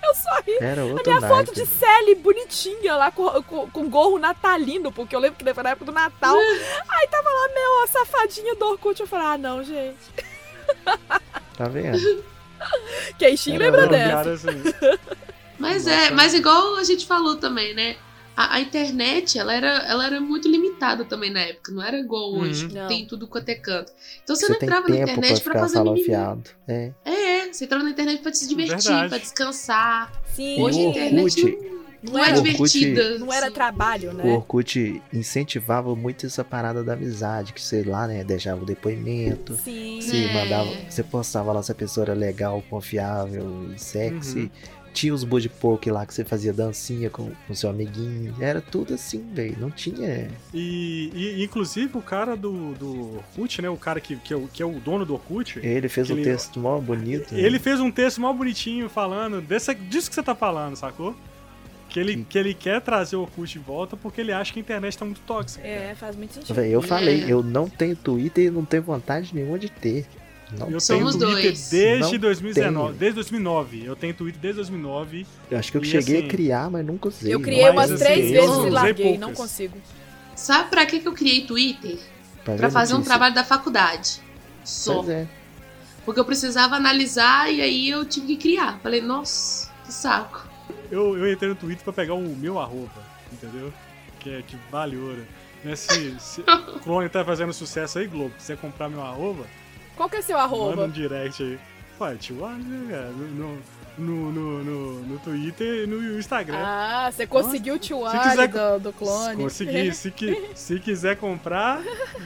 Speaker 3: Eu só ri.
Speaker 2: Era
Speaker 3: A
Speaker 2: outro
Speaker 3: minha foto
Speaker 2: naipe.
Speaker 3: de Sally bonitinha lá com, com, com gorro natalino, porque eu lembro que foi na época do [LAUGHS] Natal. Aí tava lá, meu, a safadinha do Orkut. Eu falei, ah, não, gente.
Speaker 2: Tá vendo?
Speaker 3: Queixinho
Speaker 2: Era
Speaker 3: lembra
Speaker 1: Era um
Speaker 3: dessa.
Speaker 1: cara assim.
Speaker 4: Mas
Speaker 1: Nossa.
Speaker 4: é, mas igual a gente falou também, né? A, a internet, ela era, ela era muito limitada também na época, não era igual
Speaker 1: Uhum.
Speaker 4: hoje,
Speaker 3: Não.
Speaker 4: tem tudo quanto é canto. Então você,
Speaker 2: Você
Speaker 4: não
Speaker 2: tem
Speaker 4: entrava na
Speaker 2: tempo pra
Speaker 4: internet pra,
Speaker 2: ficar
Speaker 4: fazer mimimi.
Speaker 2: falafiado. É.
Speaker 4: É, é, você entrava na internet pra se divertir,
Speaker 1: Verdade.
Speaker 4: pra descansar.
Speaker 3: Sim,
Speaker 2: E
Speaker 4: Hoje a
Speaker 2: o
Speaker 4: internet
Speaker 2: Orkut,
Speaker 4: não,
Speaker 3: não
Speaker 4: é
Speaker 3: era,
Speaker 2: Orkut-
Speaker 4: divertida.
Speaker 3: não era
Speaker 4: assim.
Speaker 3: trabalho, né?
Speaker 2: O Orkut incentivava muito essa parada da amizade, que sei lá, né, deixava o depoimento.
Speaker 3: Sim.
Speaker 2: Se
Speaker 4: É.
Speaker 2: mandava, você postava lá se a pessoa era legal, confiável e sexy.
Speaker 1: Uhum.
Speaker 2: Tinha os body poke lá que você fazia dancinha com o seu amiguinho. Era tudo assim, velho. Não tinha.
Speaker 1: E, e, inclusive o cara do, do Orkut, né? O cara que, que, é o, que é o dono do Orkut.
Speaker 2: Ele fez um
Speaker 1: Aquele-
Speaker 2: texto mó bonito. né?
Speaker 1: Ele fez um texto mal bonitinho falando dessa, disso que você tá falando, sacou? Que ele, que ele quer trazer o Orkut de volta porque ele acha que a internet tá muito tóxica.
Speaker 3: É, faz muito sentido.
Speaker 2: Véi, eu falei, eu não tenho Twitter e não tenho vontade nenhuma de ter. Não
Speaker 1: Eu tenho
Speaker 2: tenho.
Speaker 4: Somos
Speaker 1: Twitter
Speaker 4: dois.
Speaker 1: desde
Speaker 2: Não
Speaker 1: 2019.
Speaker 2: tenho.
Speaker 1: Desde 2009. Eu tenho Twitter desde 2009.
Speaker 2: Eu acho que eu
Speaker 1: E
Speaker 2: cheguei
Speaker 1: assim,
Speaker 2: a criar, mas nunca usei. é
Speaker 3: Eu criei
Speaker 1: Mas,
Speaker 3: umas
Speaker 1: assim, eu
Speaker 3: três vezes
Speaker 1: usei
Speaker 3: e larguei, não
Speaker 1: poucas.
Speaker 3: consigo.
Speaker 4: Sabe pra que que eu criei Twitter? Pra
Speaker 2: ver
Speaker 4: fazer um
Speaker 2: notícia.
Speaker 4: trabalho da faculdade. Só.
Speaker 2: Pois é.
Speaker 1: [LAUGHS]
Speaker 4: Porque eu precisava analisar e aí eu tive que criar. Falei, nossa, que saco.
Speaker 1: Eu, eu entrei no Twitter pra pegar o meu arroba, entendeu? Que, é- que vale ouro. Né, se,
Speaker 4: [LAUGHS]
Speaker 1: se o clone tá fazendo sucesso aí, Globo, se você comprar meu arroba,
Speaker 3: Qual que é seu
Speaker 1: manda um
Speaker 3: arroba?
Speaker 1: direct aí. Ué, tio, olha, né, cara, no, no, no, no, no Twitter e no Instagram.
Speaker 3: Ah, você conseguiu o tio
Speaker 1: Se quiser-
Speaker 3: do, do clone.
Speaker 4: [LAUGHS]
Speaker 1: Consegui. Se, qui- se quiser comprar.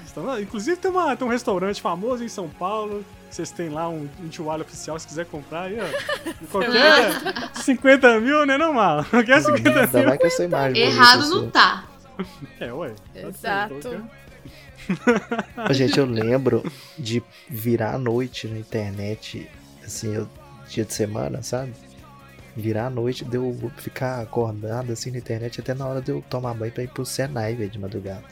Speaker 1: estamos- Inclusive, tem, uma- tem um restaurante famoso em São Paulo. Vocês têm lá um, um toalha oficial. Se quiser comprar,
Speaker 4: [LAUGHS]
Speaker 1: aí, ó. Qualquer 50 mil, né? Não, mal. [LAUGHS] Qualquer 50
Speaker 2: Ainda vai com essa imagem. bonita
Speaker 4: Errado
Speaker 2: sua.
Speaker 4: não tá.
Speaker 1: É, ué.
Speaker 3: Exato. tá.
Speaker 2: Ô, Gente, eu lembro de virar a noite na internet, assim, eu- dia de semana, sabe? Virar a noite, deu eu ficar acordado assim na internet até na hora de eu tomar banho pra ir pro Senai, velho, de madrugada.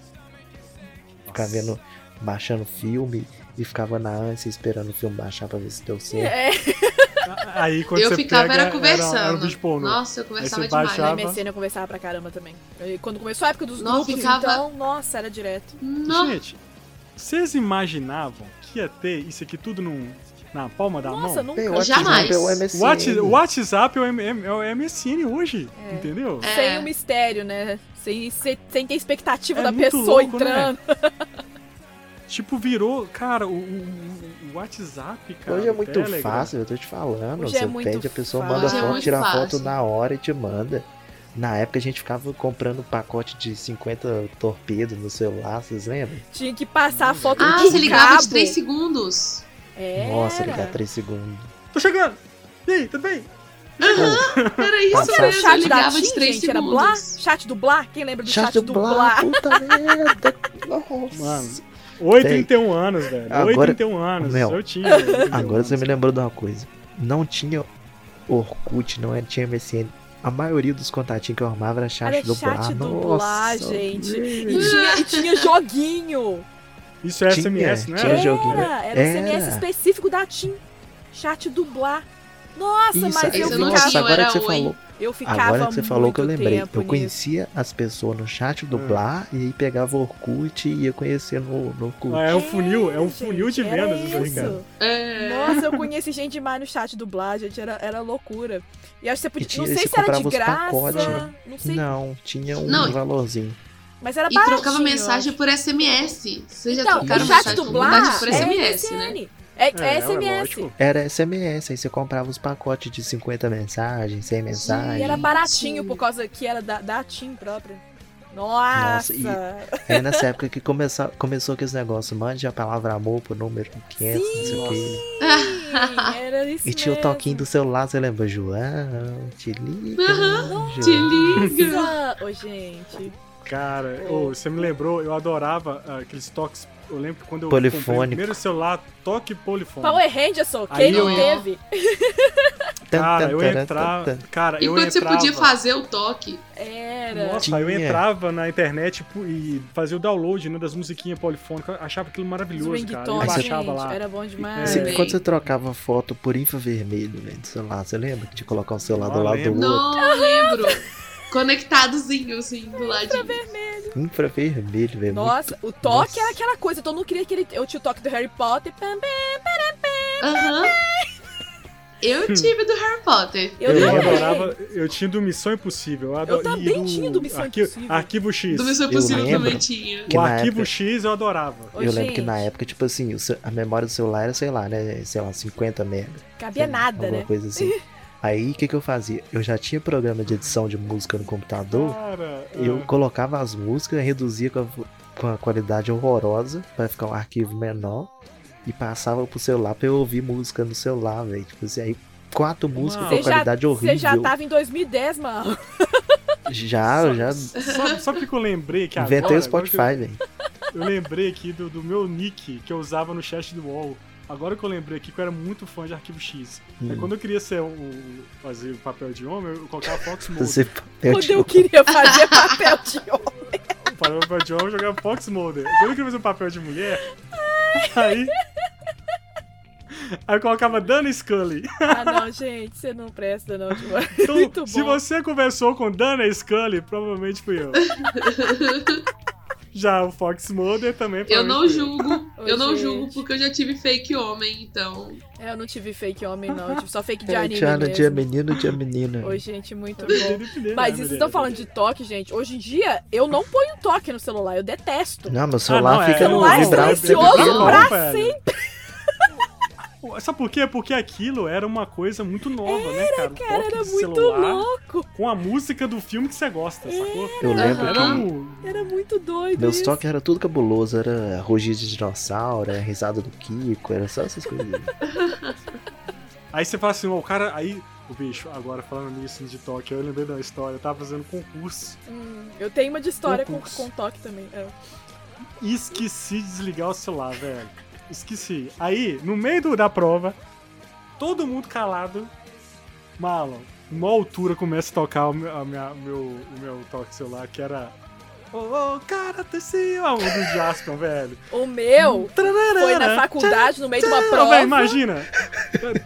Speaker 2: ficar vendo, baixando filme e ficava na ânsia esperando o filme baixar pra ver se deu certo.
Speaker 3: [LAUGHS] É,
Speaker 1: Aí quando
Speaker 4: eu
Speaker 1: você
Speaker 4: ficava
Speaker 1: pega,
Speaker 4: era conversando.
Speaker 1: Era, um bicho pornô.
Speaker 4: Nossa, eu conversava
Speaker 1: você
Speaker 4: demais.
Speaker 1: baixava-
Speaker 3: na MSN eu conversava pra caramba também. E quando começou a época dos
Speaker 4: Nossa,
Speaker 3: grupos,
Speaker 4: ficava-
Speaker 3: então, nossa, era direto.
Speaker 4: Nossa,
Speaker 1: Gente, vocês imaginavam que ia ter isso aqui tudo num, na palma
Speaker 2: Ah,
Speaker 1: da
Speaker 3: Nossa,
Speaker 1: mão?
Speaker 3: nunca.
Speaker 2: o WhatsApp,
Speaker 4: Jamais.
Speaker 2: é o MSN.
Speaker 1: O Whats- o WhatsApp é o, M- é o MSN hoje,
Speaker 3: É.
Speaker 1: entendeu?
Speaker 4: É.
Speaker 3: Sem o mistério, né? Sem, sem, sem ter expectativa
Speaker 1: É
Speaker 3: da
Speaker 1: muito
Speaker 3: pessoa
Speaker 1: louco, né?
Speaker 3: entrando.
Speaker 1: Tipo, virou, cara, o, o- o- o WhatsApp, cara.
Speaker 2: Hoje é
Speaker 1: o
Speaker 2: muito
Speaker 1: Telegram.
Speaker 2: fácil, eu tô te falando.
Speaker 3: Hoje é
Speaker 2: você
Speaker 3: muito
Speaker 2: pede, a pessoa
Speaker 3: fácil.
Speaker 2: manda
Speaker 4: Hoje é
Speaker 2: foto,
Speaker 4: muito
Speaker 2: tira a
Speaker 4: fácil.
Speaker 2: foto na hora e te manda. Na época a gente ficava comprando um pacote de 50 torpedos no celular, vocês lembram?
Speaker 3: Tinha que passar a foto
Speaker 4: Ah,
Speaker 3: do
Speaker 4: você ligava
Speaker 3: cabo.
Speaker 4: de 3 segundos.
Speaker 3: Era.
Speaker 2: Nossa, ligar 3 segundos.
Speaker 1: Tô chegando! E aí, tudo bem?
Speaker 4: Era isso
Speaker 2: Qual que
Speaker 3: Era o
Speaker 4: mesmo, eu
Speaker 3: chat da
Speaker 4: ligava
Speaker 3: TIM,
Speaker 4: de 3
Speaker 3: gente? Era Blá?
Speaker 4: segundos.
Speaker 3: Chat do Blá? Quem lembra do chat,
Speaker 2: Chat do
Speaker 3: do
Speaker 2: Blá,
Speaker 3: Blá?
Speaker 4: [LAUGHS]
Speaker 3: [LAUGHS]
Speaker 2: puta merda. Nossa.
Speaker 1: Mano, 8,
Speaker 2: Tem.
Speaker 1: 31 anos, velho.
Speaker 2: Agora-
Speaker 1: 8, 31 anos.
Speaker 2: Meu,
Speaker 1: eu tinha. 8, 31
Speaker 2: Agora você
Speaker 1: anos.
Speaker 2: me lembrou de uma coisa. Não tinha Orkut, não era- tinha MSN. A maioria dos contatinhos que eu armava era chat
Speaker 3: Era
Speaker 2: do
Speaker 3: chat
Speaker 2: Blá.
Speaker 3: do
Speaker 2: Nossa,
Speaker 3: Blá, gente. E
Speaker 2: velho.
Speaker 3: tinha, e tinha joguinho.
Speaker 1: Isso é SMS,
Speaker 2: Tinha,
Speaker 1: né?
Speaker 2: tinha joguinho.
Speaker 3: Era,
Speaker 2: Era.
Speaker 3: era SMS específico da TIM. Chat do Blá. Nossa, mas eu
Speaker 4: esse eu
Speaker 3: ficava,
Speaker 4: não
Speaker 2: nossa,
Speaker 4: tinha,
Speaker 2: agora
Speaker 4: era
Speaker 2: que você
Speaker 4: oi.
Speaker 2: falou,
Speaker 3: eu ficava
Speaker 2: agora que você falou que eu
Speaker 3: muito
Speaker 2: lembrei.
Speaker 3: tempo
Speaker 2: Eu
Speaker 3: nisso.
Speaker 2: conhecia as pessoas no chat do
Speaker 1: Ah.
Speaker 2: Blá e aí pegava o Orkut e ia conhecer no, no Orkut.
Speaker 1: Ah, É um funil, é um
Speaker 3: gente,
Speaker 1: funil de
Speaker 3: era
Speaker 1: vendas isso aí, cara.
Speaker 4: É.
Speaker 3: Nossa, eu conheci gente demais no chat do Blá, gente, era, era loucura. E acho que você podia.
Speaker 2: tinha-
Speaker 3: não sei
Speaker 2: você
Speaker 3: se era
Speaker 2: comprava
Speaker 3: de
Speaker 2: os
Speaker 3: graça.
Speaker 2: pacotes, né?
Speaker 3: Não sei.
Speaker 2: Não, tinha um
Speaker 4: Não, e-
Speaker 2: valorzinho.
Speaker 3: Mas era
Speaker 4: E
Speaker 3: baratinho.
Speaker 4: trocava mensagem por SMS. Vocês já
Speaker 3: Então,
Speaker 4: trocaram
Speaker 3: o chat
Speaker 4: mensagem
Speaker 3: do
Speaker 4: por,
Speaker 3: Blá
Speaker 4: mensagem por
Speaker 3: é
Speaker 4: SMS,
Speaker 3: MSN.
Speaker 4: né?
Speaker 3: É,
Speaker 1: É,
Speaker 3: é
Speaker 1: é
Speaker 3: SMS.
Speaker 1: lógico.
Speaker 2: Era SMS, aí você comprava os pacotes de 50 mensagens, 100
Speaker 3: e
Speaker 2: mensagens.
Speaker 3: era baratinho por causa que era da, da TIM própria.
Speaker 2: Nossa,
Speaker 3: Nossa!
Speaker 2: e- É nessa época que começa, começou com esse negócio, mande a palavra amor pro número 500, não sei o quê.
Speaker 3: Sim, era isso
Speaker 2: [LAUGHS] E tinha o
Speaker 3: mesmo.
Speaker 2: toquinho do celular, você lembra? João, te liga. João.
Speaker 4: Te liga.
Speaker 3: Nossa! Ah, Ô, gente.
Speaker 1: Cara, ô, você me lembrou, eu adorava ah, aqueles toques. Eu lembro que quando eu comprei o
Speaker 2: Polifônico.
Speaker 1: primeiro celular, toque polifônico.
Speaker 3: Power Ranger só,
Speaker 1: Aí
Speaker 3: quem não
Speaker 4: eu-
Speaker 3: teve?
Speaker 1: Cara, eu
Speaker 2: Tan, tan, tan,
Speaker 1: entrava.
Speaker 2: tan, tan.
Speaker 1: Cara,
Speaker 4: E
Speaker 1: eu
Speaker 4: quando você
Speaker 1: entrava.
Speaker 4: podia fazer o toque.
Speaker 3: Era.
Speaker 1: Nossa, eu
Speaker 2: Tinha.
Speaker 1: entrava na internet tipo, e fazia o download né, das musiquinhas polifônicas. Eu achava aquilo
Speaker 3: Os
Speaker 1: maravilhoso, cara. Eu
Speaker 3: ringtones,
Speaker 1: baixava lá.
Speaker 3: gente, era bom demais.
Speaker 2: Você-
Speaker 4: É.
Speaker 2: Quando você trocava foto por infravermelho né, do celular, você lembra que tinha que colocar um celular do
Speaker 1: Ah,
Speaker 2: lado
Speaker 1: lembro.
Speaker 2: do outro?
Speaker 4: Não lembro. Conectadozinho, assim, do ladinho.
Speaker 2: Infravermelho, velho.
Speaker 3: Nossa, o toque
Speaker 2: Nossa.
Speaker 3: era aquela coisa, todo mundo queria aquele. Eu tinha o toque do Harry Potter. pam, pam.
Speaker 4: Aham. Eu tive do Harry Potter.
Speaker 3: Eu,
Speaker 1: Eu
Speaker 3: também.
Speaker 1: adorava, eu tinha do Missão Impossível. Eu, adoro- e
Speaker 3: também tinha do Missão
Speaker 1: arquivo,
Speaker 3: Impossível.
Speaker 1: Arquivo X.
Speaker 4: Do Missão Impossível
Speaker 2: lembro.
Speaker 4: também tinha.
Speaker 2: Que
Speaker 1: O
Speaker 2: na
Speaker 1: Arquivo
Speaker 2: época-
Speaker 1: X eu adorava.
Speaker 3: Ô,
Speaker 2: eu lembro que na
Speaker 3: gente,
Speaker 2: época, tipo assim, o ce- a memória do celular era, sei lá, né? Sei lá, 50 mega.
Speaker 3: Cabia
Speaker 2: sei lá,
Speaker 3: nada,
Speaker 2: alguma
Speaker 3: né?
Speaker 2: coisa
Speaker 3: [LAUGHS]
Speaker 2: assim. Aí, o que, que eu fazia? Eu já tinha programa de edição de música no computador.
Speaker 1: Cara,
Speaker 2: Eu colocava as músicas, reduzia com a, com a qualidade horrorosa pra ficar um arquivo menor e passava pro celular pra eu ouvir música no celular, velho. Tipo assim, aí quatro músicas
Speaker 1: Mano.
Speaker 2: com a
Speaker 1: Você
Speaker 3: já-
Speaker 2: qualidade horrível.
Speaker 3: Você já tá tava em 2010, mano.
Speaker 2: Já, eu já
Speaker 1: Sabe, sabe o que que eu lembrei que agora?
Speaker 2: inventei o
Speaker 1: agora que eu-
Speaker 2: Spotify, velho.
Speaker 1: Eu lembrei aqui do, do meu nick que eu usava no chat do UOL. Agora que eu lembrei aqui que eu era muito fã de Arquivo X. Aí
Speaker 2: Hum.
Speaker 1: quando eu queria ser o, o- fazer o papel de homem, eu colocava
Speaker 2: [LAUGHS]
Speaker 1: Fox Mulder.
Speaker 2: Você eu um
Speaker 3: Quando
Speaker 2: te-
Speaker 3: eu [LAUGHS] queria fazer papel de
Speaker 2: [LAUGHS]
Speaker 3: homem.
Speaker 1: Para o papel de homem, eu jogava Fox Mulder. Quando eu queria fazer um papel de mulher, aí... Aí eu colocava Dana Scully.
Speaker 3: Ah, não, gente, você não presta, não. Tipo,
Speaker 1: Então,
Speaker 3: Muito
Speaker 1: se
Speaker 3: bom.
Speaker 1: você conversou com Dana Scully, provavelmente fui eu. Já o Fox Mulder também
Speaker 4: Eu não
Speaker 1: provavelmente fui
Speaker 4: julgo.
Speaker 3: Ô,
Speaker 4: Eu não
Speaker 3: gente.
Speaker 4: julgo porque eu já tive fake homem, então.
Speaker 3: É, eu não tive fake homem, não. Eu tive só fake de
Speaker 2: É,
Speaker 3: anime.
Speaker 2: tinha,
Speaker 3: mesmo.
Speaker 2: tinha menino, tinha menina.
Speaker 3: Ô, gente, muito
Speaker 1: Eu
Speaker 3: bom.
Speaker 1: defini, né,
Speaker 3: Mas isso vocês estão
Speaker 1: menina?
Speaker 3: falando de toque, gente. Hoje em dia, eu não ponho toque no celular, eu detesto.
Speaker 2: Não, meu celular
Speaker 1: não, é,
Speaker 2: fica no né,
Speaker 3: celular é
Speaker 2: vibrar o tempo
Speaker 3: silencioso
Speaker 2: inteiro.
Speaker 3: pra
Speaker 1: velho. Sabe por quê? Porque aquilo era uma coisa muito nova, né, cara? O
Speaker 3: Cara,
Speaker 1: toque
Speaker 3: era
Speaker 1: de
Speaker 3: é muito
Speaker 1: celular
Speaker 3: louco.
Speaker 1: Com a música do filme que você gosta, sacou?
Speaker 2: Eu lembro
Speaker 1: Era
Speaker 2: que
Speaker 1: um...
Speaker 3: Era muito doido.
Speaker 2: Meus
Speaker 3: isso.
Speaker 2: toques era tudo cabuloso, era rugir de dinossauro, era risada do Kiko, era só essas coisas.
Speaker 1: Aí você fala assim, ó, o cara... Aí, o bicho, agora falando nisso de toque, eu lembrei de uma história. Eu tava fazendo concurso
Speaker 3: Hum, eu tenho uma de história com,
Speaker 1: Poucos.
Speaker 3: com toque também. É.
Speaker 1: e esqueci de desligar o celular, velho. Esqueci. Aí, no meio do- da prova, todo mundo calado. Marlon, numa altura começa a tocar o meu, a minha- o meu, o meu toque celular, que era Oh, cara, desci o do Jaspion, velho.
Speaker 3: O meu foi na faculdade, no meio de uma prova.
Speaker 1: Velho, imagina.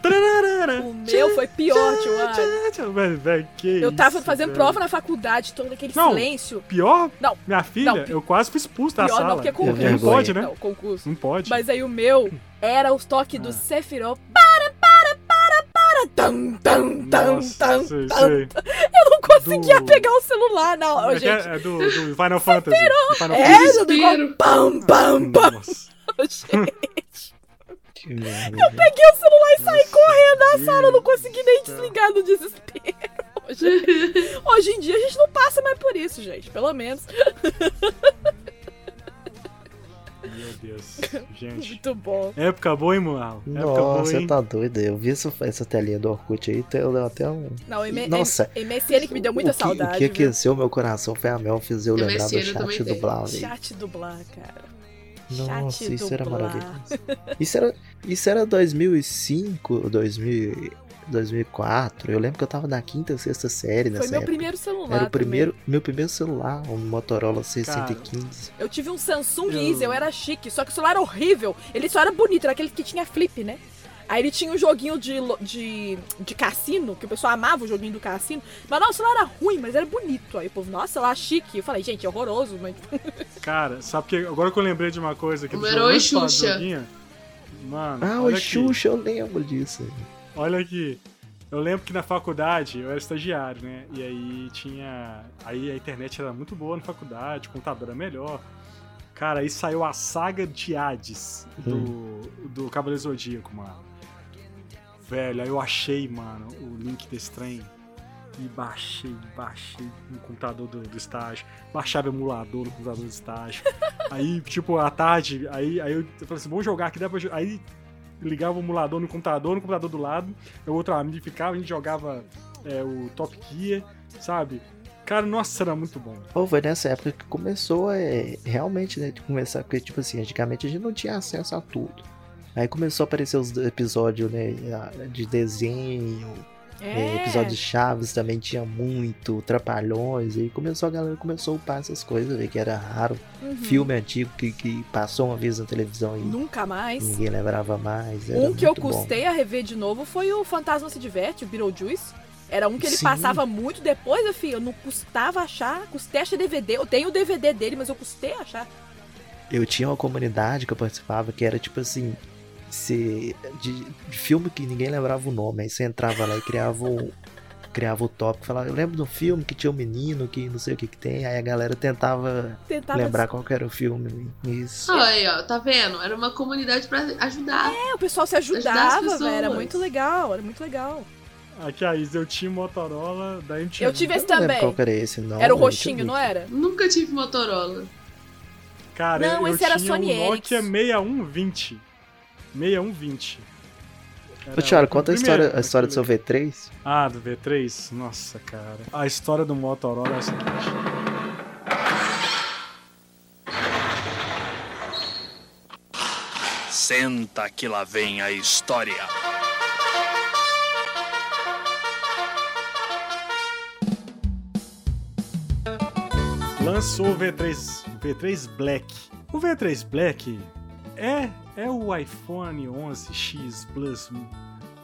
Speaker 1: Tararara.
Speaker 3: O meu foi pior, tio.
Speaker 1: Tchá,
Speaker 3: Adam.
Speaker 1: tchá, tchá. Velho, velho, que
Speaker 3: Eu tava
Speaker 1: isso,
Speaker 3: fazendo
Speaker 1: velho.
Speaker 3: prova na faculdade, todo aquele
Speaker 1: Não.
Speaker 3: silêncio.
Speaker 1: Pior?
Speaker 3: Não,
Speaker 1: Minha filha,
Speaker 3: Não, pi-
Speaker 1: eu quase fui expulso da
Speaker 3: pior
Speaker 1: sala.
Speaker 3: não, porque é concurso.
Speaker 1: Não pode, né?
Speaker 3: Não, concurso.
Speaker 1: Não pode.
Speaker 3: Mas aí o meu era o toque do
Speaker 1: Ah.
Speaker 3: Sephiroth. Para, para, para, para. Tam, tam, tam,
Speaker 1: Nossa,
Speaker 3: tam.
Speaker 1: sei,
Speaker 3: tam.
Speaker 1: sei. É
Speaker 3: Eu não conseguia
Speaker 1: Do-
Speaker 3: pegar o celular, não.
Speaker 1: É, que
Speaker 3: gente.
Speaker 1: é do, do Final Fantasy. Do Final
Speaker 3: É,
Speaker 1: Fantasy.
Speaker 3: eu do igual.
Speaker 4: Desespero.
Speaker 3: Pam, pam, pam.
Speaker 1: Nossa.
Speaker 2: Que merda. Eu peguei
Speaker 3: Peguei o celular e saí correndo da
Speaker 1: Meu
Speaker 3: sala. Eu não consegui nem
Speaker 1: Deus do
Speaker 3: desligar do desespero. Hoje, hoje em dia a gente não passa mais por isso, gente. Pelo menos.
Speaker 1: céu. Meu Deus. Gente.
Speaker 3: Muito bom.
Speaker 1: Época boa, hein, Muralo? Época boa,
Speaker 2: Nossa, você
Speaker 1: hein?
Speaker 2: tá doido. Eu vi essa, essa telinha do Orkut aí, eu deu até um.
Speaker 3: Não, M
Speaker 2: Nossa.
Speaker 3: M- MSN que me deu muita
Speaker 2: o que,
Speaker 3: saudade.
Speaker 2: O que é
Speaker 3: viu?
Speaker 2: aqueceu meu coração foi a Melfis eu
Speaker 4: Eu
Speaker 2: lembrar do
Speaker 4: mexi, eu também
Speaker 2: chat do
Speaker 4: tenho.
Speaker 2: Blase.
Speaker 3: Chat dublar, cara.
Speaker 2: Nossa,
Speaker 3: Chat
Speaker 2: isso era
Speaker 3: dublar.
Speaker 2: maravilhoso. Isso era, isso era 2005, 2000, 2004. Eu lembro que eu tava na quinta ou sexta série
Speaker 3: Foi
Speaker 2: nessa
Speaker 3: meu
Speaker 2: época.
Speaker 3: primeiro celular.
Speaker 2: Era o
Speaker 3: também.
Speaker 2: primeiro, meu primeiro celular, um Motorola C115.
Speaker 3: Eu tive um Samsung
Speaker 1: Eu-
Speaker 3: Easy, eu era chique, só que o celular era horrível. Ele só era bonito, era aquele que tinha flip, né? Aí ele tinha um joguinho de, lo- de, de cassino, que o pessoal amava o joguinho do cassino. Mas não, o celular era ruim, mas era bonito. Aí o povo, nossa, celular chique. Eu falei, gente, é horroroso, mas.
Speaker 1: Cara, sabe que agora que eu lembrei de uma coisa que
Speaker 4: O
Speaker 1: do
Speaker 4: herói
Speaker 1: antes de falar do
Speaker 4: Xuxa.
Speaker 1: joguinho, Mano,
Speaker 2: Ah,
Speaker 1: olha
Speaker 2: o
Speaker 1: aqui,
Speaker 2: Xuxa, eu lembro disso.
Speaker 1: olha aqui. Eu lembro que na faculdade eu era estagiário, né? E aí tinha. Aí a internet era muito boa na faculdade, o computador era melhor. Cara, aí saiu a saga de Hades do, do Cavaleiro Zodíaco, mano. Velho, aí eu achei, mano, o link desse trem. E baixei, baixei no computador do, do estágio. Baixava emulador no computador do estágio. aí, tipo, à tarde, aí, aí eu falei assim, vamos jogar aqui, dá pra jo-" Aí ligava o emulador no computador, no computador do lado. Eu outro amigo ficava, a gente jogava é, o Top Gear, sabe? Cara, nossa, era muito bom.
Speaker 2: Pô, foi nessa época que começou é, realmente, né? De começar, porque, tipo assim, antigamente a gente não tinha acesso a tudo. Aí começou a aparecer os episódios, né? De desenho, É, episódio de Chaves também tinha muito, Trapalhões, e começou a galera começou a upar essas coisas, né, que era raro.
Speaker 3: Uhum.
Speaker 2: Filme antigo que, que passou uma vez na televisão e
Speaker 3: Nunca mais.
Speaker 2: ninguém lembrava mais. Era
Speaker 3: Um que eu
Speaker 2: muito bom.
Speaker 3: custei a rever de novo foi o Fantasma se Diverte, o Beetlejuice. Era um que ele
Speaker 2: Sim.
Speaker 3: passava muito depois, eu, fi, eu não custava achar, custei achar DVD. Eu tenho o DVD dele, mas eu custei achar.
Speaker 2: Eu tinha uma comunidade que eu participava que era tipo assim. Se, de, de filme que ninguém lembrava o nome. Aí você entrava lá e criava o, criava o tópico. Falava, eu lembro de um filme que tinha um menino que não sei o que, que tem. Aí a galera tentava
Speaker 3: Tentava
Speaker 2: lembrar qual que era o filme. Isso.
Speaker 3: Ah,
Speaker 4: Olha aí, ó, tá vendo? Era uma comunidade pra ajudar.
Speaker 3: É, o pessoal se
Speaker 4: Ajudar as
Speaker 3: ajudava,
Speaker 4: pessoas.
Speaker 3: velho. Era muito legal, era muito legal.
Speaker 1: Aqui, a Isa, eu tinha Motorola da MTV.
Speaker 3: Eu tive esse
Speaker 2: Eu não lembro
Speaker 3: também.
Speaker 2: qual que era esse, não. é
Speaker 3: Era o
Speaker 2: eu
Speaker 3: roxinho,
Speaker 2: tinha
Speaker 3: não era?
Speaker 4: Nunca tive Motorola.
Speaker 1: Cara,
Speaker 3: Não,
Speaker 1: eu
Speaker 3: esse era
Speaker 1: tinha
Speaker 3: Sony
Speaker 1: um Nokia
Speaker 3: Ericsson.
Speaker 1: 6120. 6120. Era
Speaker 2: Ô, Thiago,
Speaker 1: o
Speaker 2: conta a
Speaker 1: é primeiro,
Speaker 2: história, a história do seu
Speaker 1: aquele-
Speaker 2: V3.
Speaker 1: Ah, do V3? Nossa, cara. A história do Motorola é a seguinte.
Speaker 5: Senta que lá vem a história.
Speaker 1: Lançou o V3, V3 Black. O V3 Black é, é o iPhone 11X Plus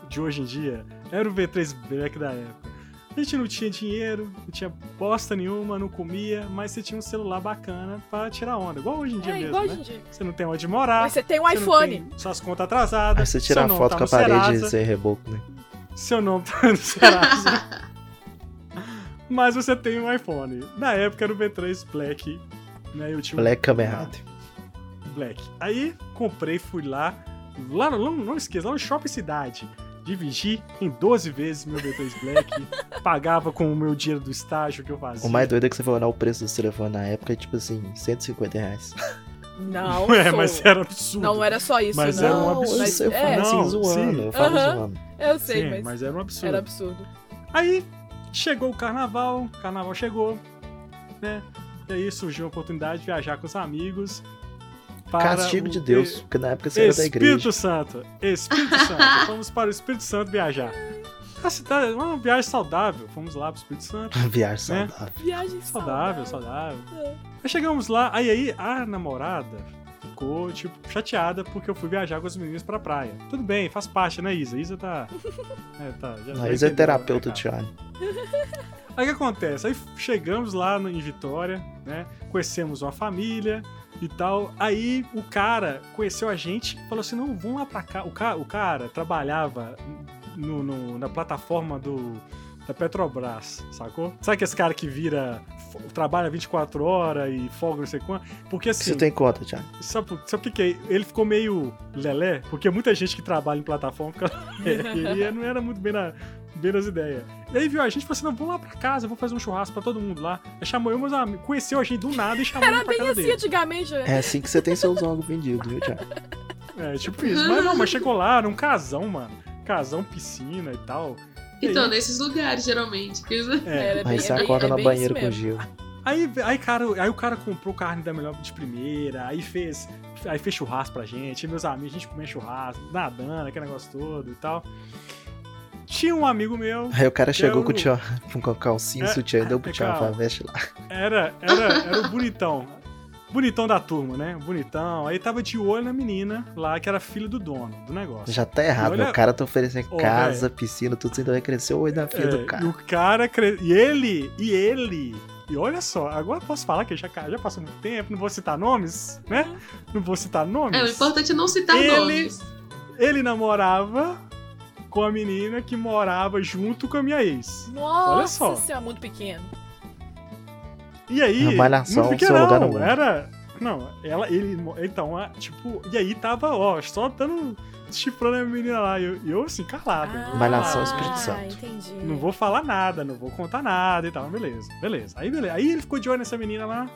Speaker 1: de hoje em dia. Era o V3 Black da época. A gente não tinha dinheiro, não tinha bosta nenhuma, não comia, mas você tinha um celular bacana pra tirar onda. Igual hoje em dia
Speaker 3: É,
Speaker 1: mesmo,
Speaker 3: igual
Speaker 1: né?
Speaker 3: hoje em dia.
Speaker 1: Você não tem onde morar.
Speaker 3: Mas você tem um
Speaker 1: Você não
Speaker 3: iPhone.
Speaker 1: tem Suas contas atrasadas.
Speaker 2: Aí você tira a
Speaker 1: seu nome
Speaker 2: foto
Speaker 1: tá
Speaker 2: com a
Speaker 1: no
Speaker 2: parede e
Speaker 1: Serasa,
Speaker 2: você reboco, né?
Speaker 1: Seu nome tá no
Speaker 3: [LAUGHS]
Speaker 1: Serasa. Mas você tem um iPhone. Na época era o V3 Black. Né? Eu tinha um
Speaker 2: Black Camerado.
Speaker 1: Black. Aí comprei, fui lá. Lá no, não, não esqueça, lá no Shopping Cidade. Dividi em 12 vezes meu V3
Speaker 3: [LAUGHS]
Speaker 1: Black. pagava com o meu dinheiro do estágio que eu fazia.
Speaker 2: O mais doido é que você for olhar o preço dos telefones na época, é tipo assim, 150 reais.
Speaker 1: [LAUGHS]
Speaker 3: Não,
Speaker 1: é,
Speaker 3: sou.
Speaker 1: mas era absurdo.
Speaker 3: não era só isso,
Speaker 1: Mas
Speaker 3: não.
Speaker 1: era um
Speaker 2: eu
Speaker 1: absurdo.
Speaker 3: Mas-
Speaker 2: sei, eu falo
Speaker 3: é,
Speaker 1: Não,
Speaker 2: assim, zoando,
Speaker 1: sim.
Speaker 2: eu falo
Speaker 3: Aham.
Speaker 2: zoando.
Speaker 3: eu
Speaker 1: Sim,
Speaker 3: sei, mas,
Speaker 1: mas era um absurdo.
Speaker 3: era absurdo.
Speaker 1: Aí chegou o carnaval, o carnaval chegou, né? E aí surgiu a oportunidade de viajar com os amigos.
Speaker 2: Castigo de Deus, porque na época você era da igreja. [LAUGHS]
Speaker 1: Espírito Santo, Espírito Santo, vamos para o Espírito Santo viajar. A cidade, uma viagem saudável. Fomos lá pro Espírito Santo.
Speaker 2: Viagem
Speaker 1: Né?
Speaker 2: saudável.
Speaker 3: Viagem É.
Speaker 1: Saudável, saudável. Aí chegamos lá, aí, aí a namorada ficou, tipo, chateada porque eu fui viajar com as meninas pra praia. Tudo bem, faz parte, né, Isa? Isa tá. É, tá já- já
Speaker 2: Não, isso é
Speaker 1: entendeu,
Speaker 2: terapeuta
Speaker 1: né, cara?
Speaker 2: de Johnny.
Speaker 1: Aí o que acontece? Aí chegamos lá no- em Vitória, né? Conhecemos uma família e tal. Aí o cara conheceu a gente e falou assim: não, vamos lá pra cá. O cara, o cara trabalhava no- no- na plataforma do, da Petrobras, sacou? Sabe que esse cara que vira. fo- trabalha 24 horas e folga não sei quanto? Porque assim.
Speaker 2: Isso tem conta, Johnny.
Speaker 1: Sabe, por- sabe o que, que é? Ele ficou meio lelé, porque muita gente que trabalha em plataforma fica
Speaker 3: [LAUGHS]
Speaker 1: lelé. ele não era muito bem, na, bem nas ideias. E aí viu a gente e falou assim: não, vamos lá pra casa, eu vou fazer um churrasco pra todo mundo lá. Aí chamou eu, meus amigos, conheceu a gente do nada e chamou eu
Speaker 3: Era
Speaker 1: pra
Speaker 3: bem
Speaker 1: casa
Speaker 3: assim
Speaker 1: dele.
Speaker 3: antigamente, né?
Speaker 2: É assim que você tem seus órgãos vendidos, viu, Johnny?
Speaker 3: assim.
Speaker 1: É, tipo isso. Mas não, mas chegou lá, era um casão, mano. Casão, piscina e tal. E aí-
Speaker 4: Então, nesses lugares, geralmente. porque eles-
Speaker 1: é,
Speaker 3: Era bem-
Speaker 2: Aí você
Speaker 3: é bem-
Speaker 2: acorda
Speaker 3: é
Speaker 2: na
Speaker 3: bem
Speaker 2: banheira com
Speaker 3: isso
Speaker 2: o
Speaker 3: mesmo.
Speaker 2: Gil.
Speaker 1: Aí, aí, cara, aí o cara comprou carne da melhor de primeira, aí fez, aí fez churrasco pra gente, e meus amigos, a gente comia churrasco, nadando, aquele negócio todo e tal. Tinha um amigo meu
Speaker 2: Aí o cara chegou
Speaker 1: Eu-
Speaker 2: com, o tchau, [LAUGHS] com a calcinha,
Speaker 1: É,
Speaker 2: sutiã, e deu
Speaker 1: é,
Speaker 2: pro tchau,
Speaker 1: calma.
Speaker 2: falou, veste lá.
Speaker 1: Era, era, era o bonitão. Bonitão da turma, né? Bonitão. Aí tava de olho na menina lá, que era filha do dono do negócio.
Speaker 2: Já tá errado,
Speaker 1: E
Speaker 2: meu.
Speaker 1: olha-
Speaker 2: O cara tá oferecendo
Speaker 1: Ô,
Speaker 2: casa, piscina, tudo, você ainda vai crescer o olho da filha
Speaker 1: É,
Speaker 2: do
Speaker 1: E
Speaker 2: cara.
Speaker 1: o cara. cre- E ele, e ele. E olha só, agora eu posso falar que já, ca- já passou muito tempo, não vou citar nomes, né? Não vou citar nomes.
Speaker 4: É, o importante é não citar
Speaker 1: Ele-
Speaker 4: nomes.
Speaker 1: Ele namorava com a menina que morava junto com a minha ex.
Speaker 3: Nossa
Speaker 1: Olha só.
Speaker 3: senhora, muito pequeno.
Speaker 1: E aí.
Speaker 2: A Malhação,
Speaker 1: muito
Speaker 2: seu lugar no
Speaker 1: pequenão,
Speaker 2: mundo.
Speaker 1: Era. Não, ela, ele. Então, a- tipo. E aí tava, ó, só dando. Chifrando a menina lá. E eu, e eu assim, calado.
Speaker 2: Malhação,
Speaker 3: Ah,
Speaker 2: Espírito Santo.
Speaker 3: entendi.
Speaker 1: Não vou falar nada, não vou contar nada e tal. Beleza, beleza. Aí beleza. Aí ele ficou de olho nessa menina lá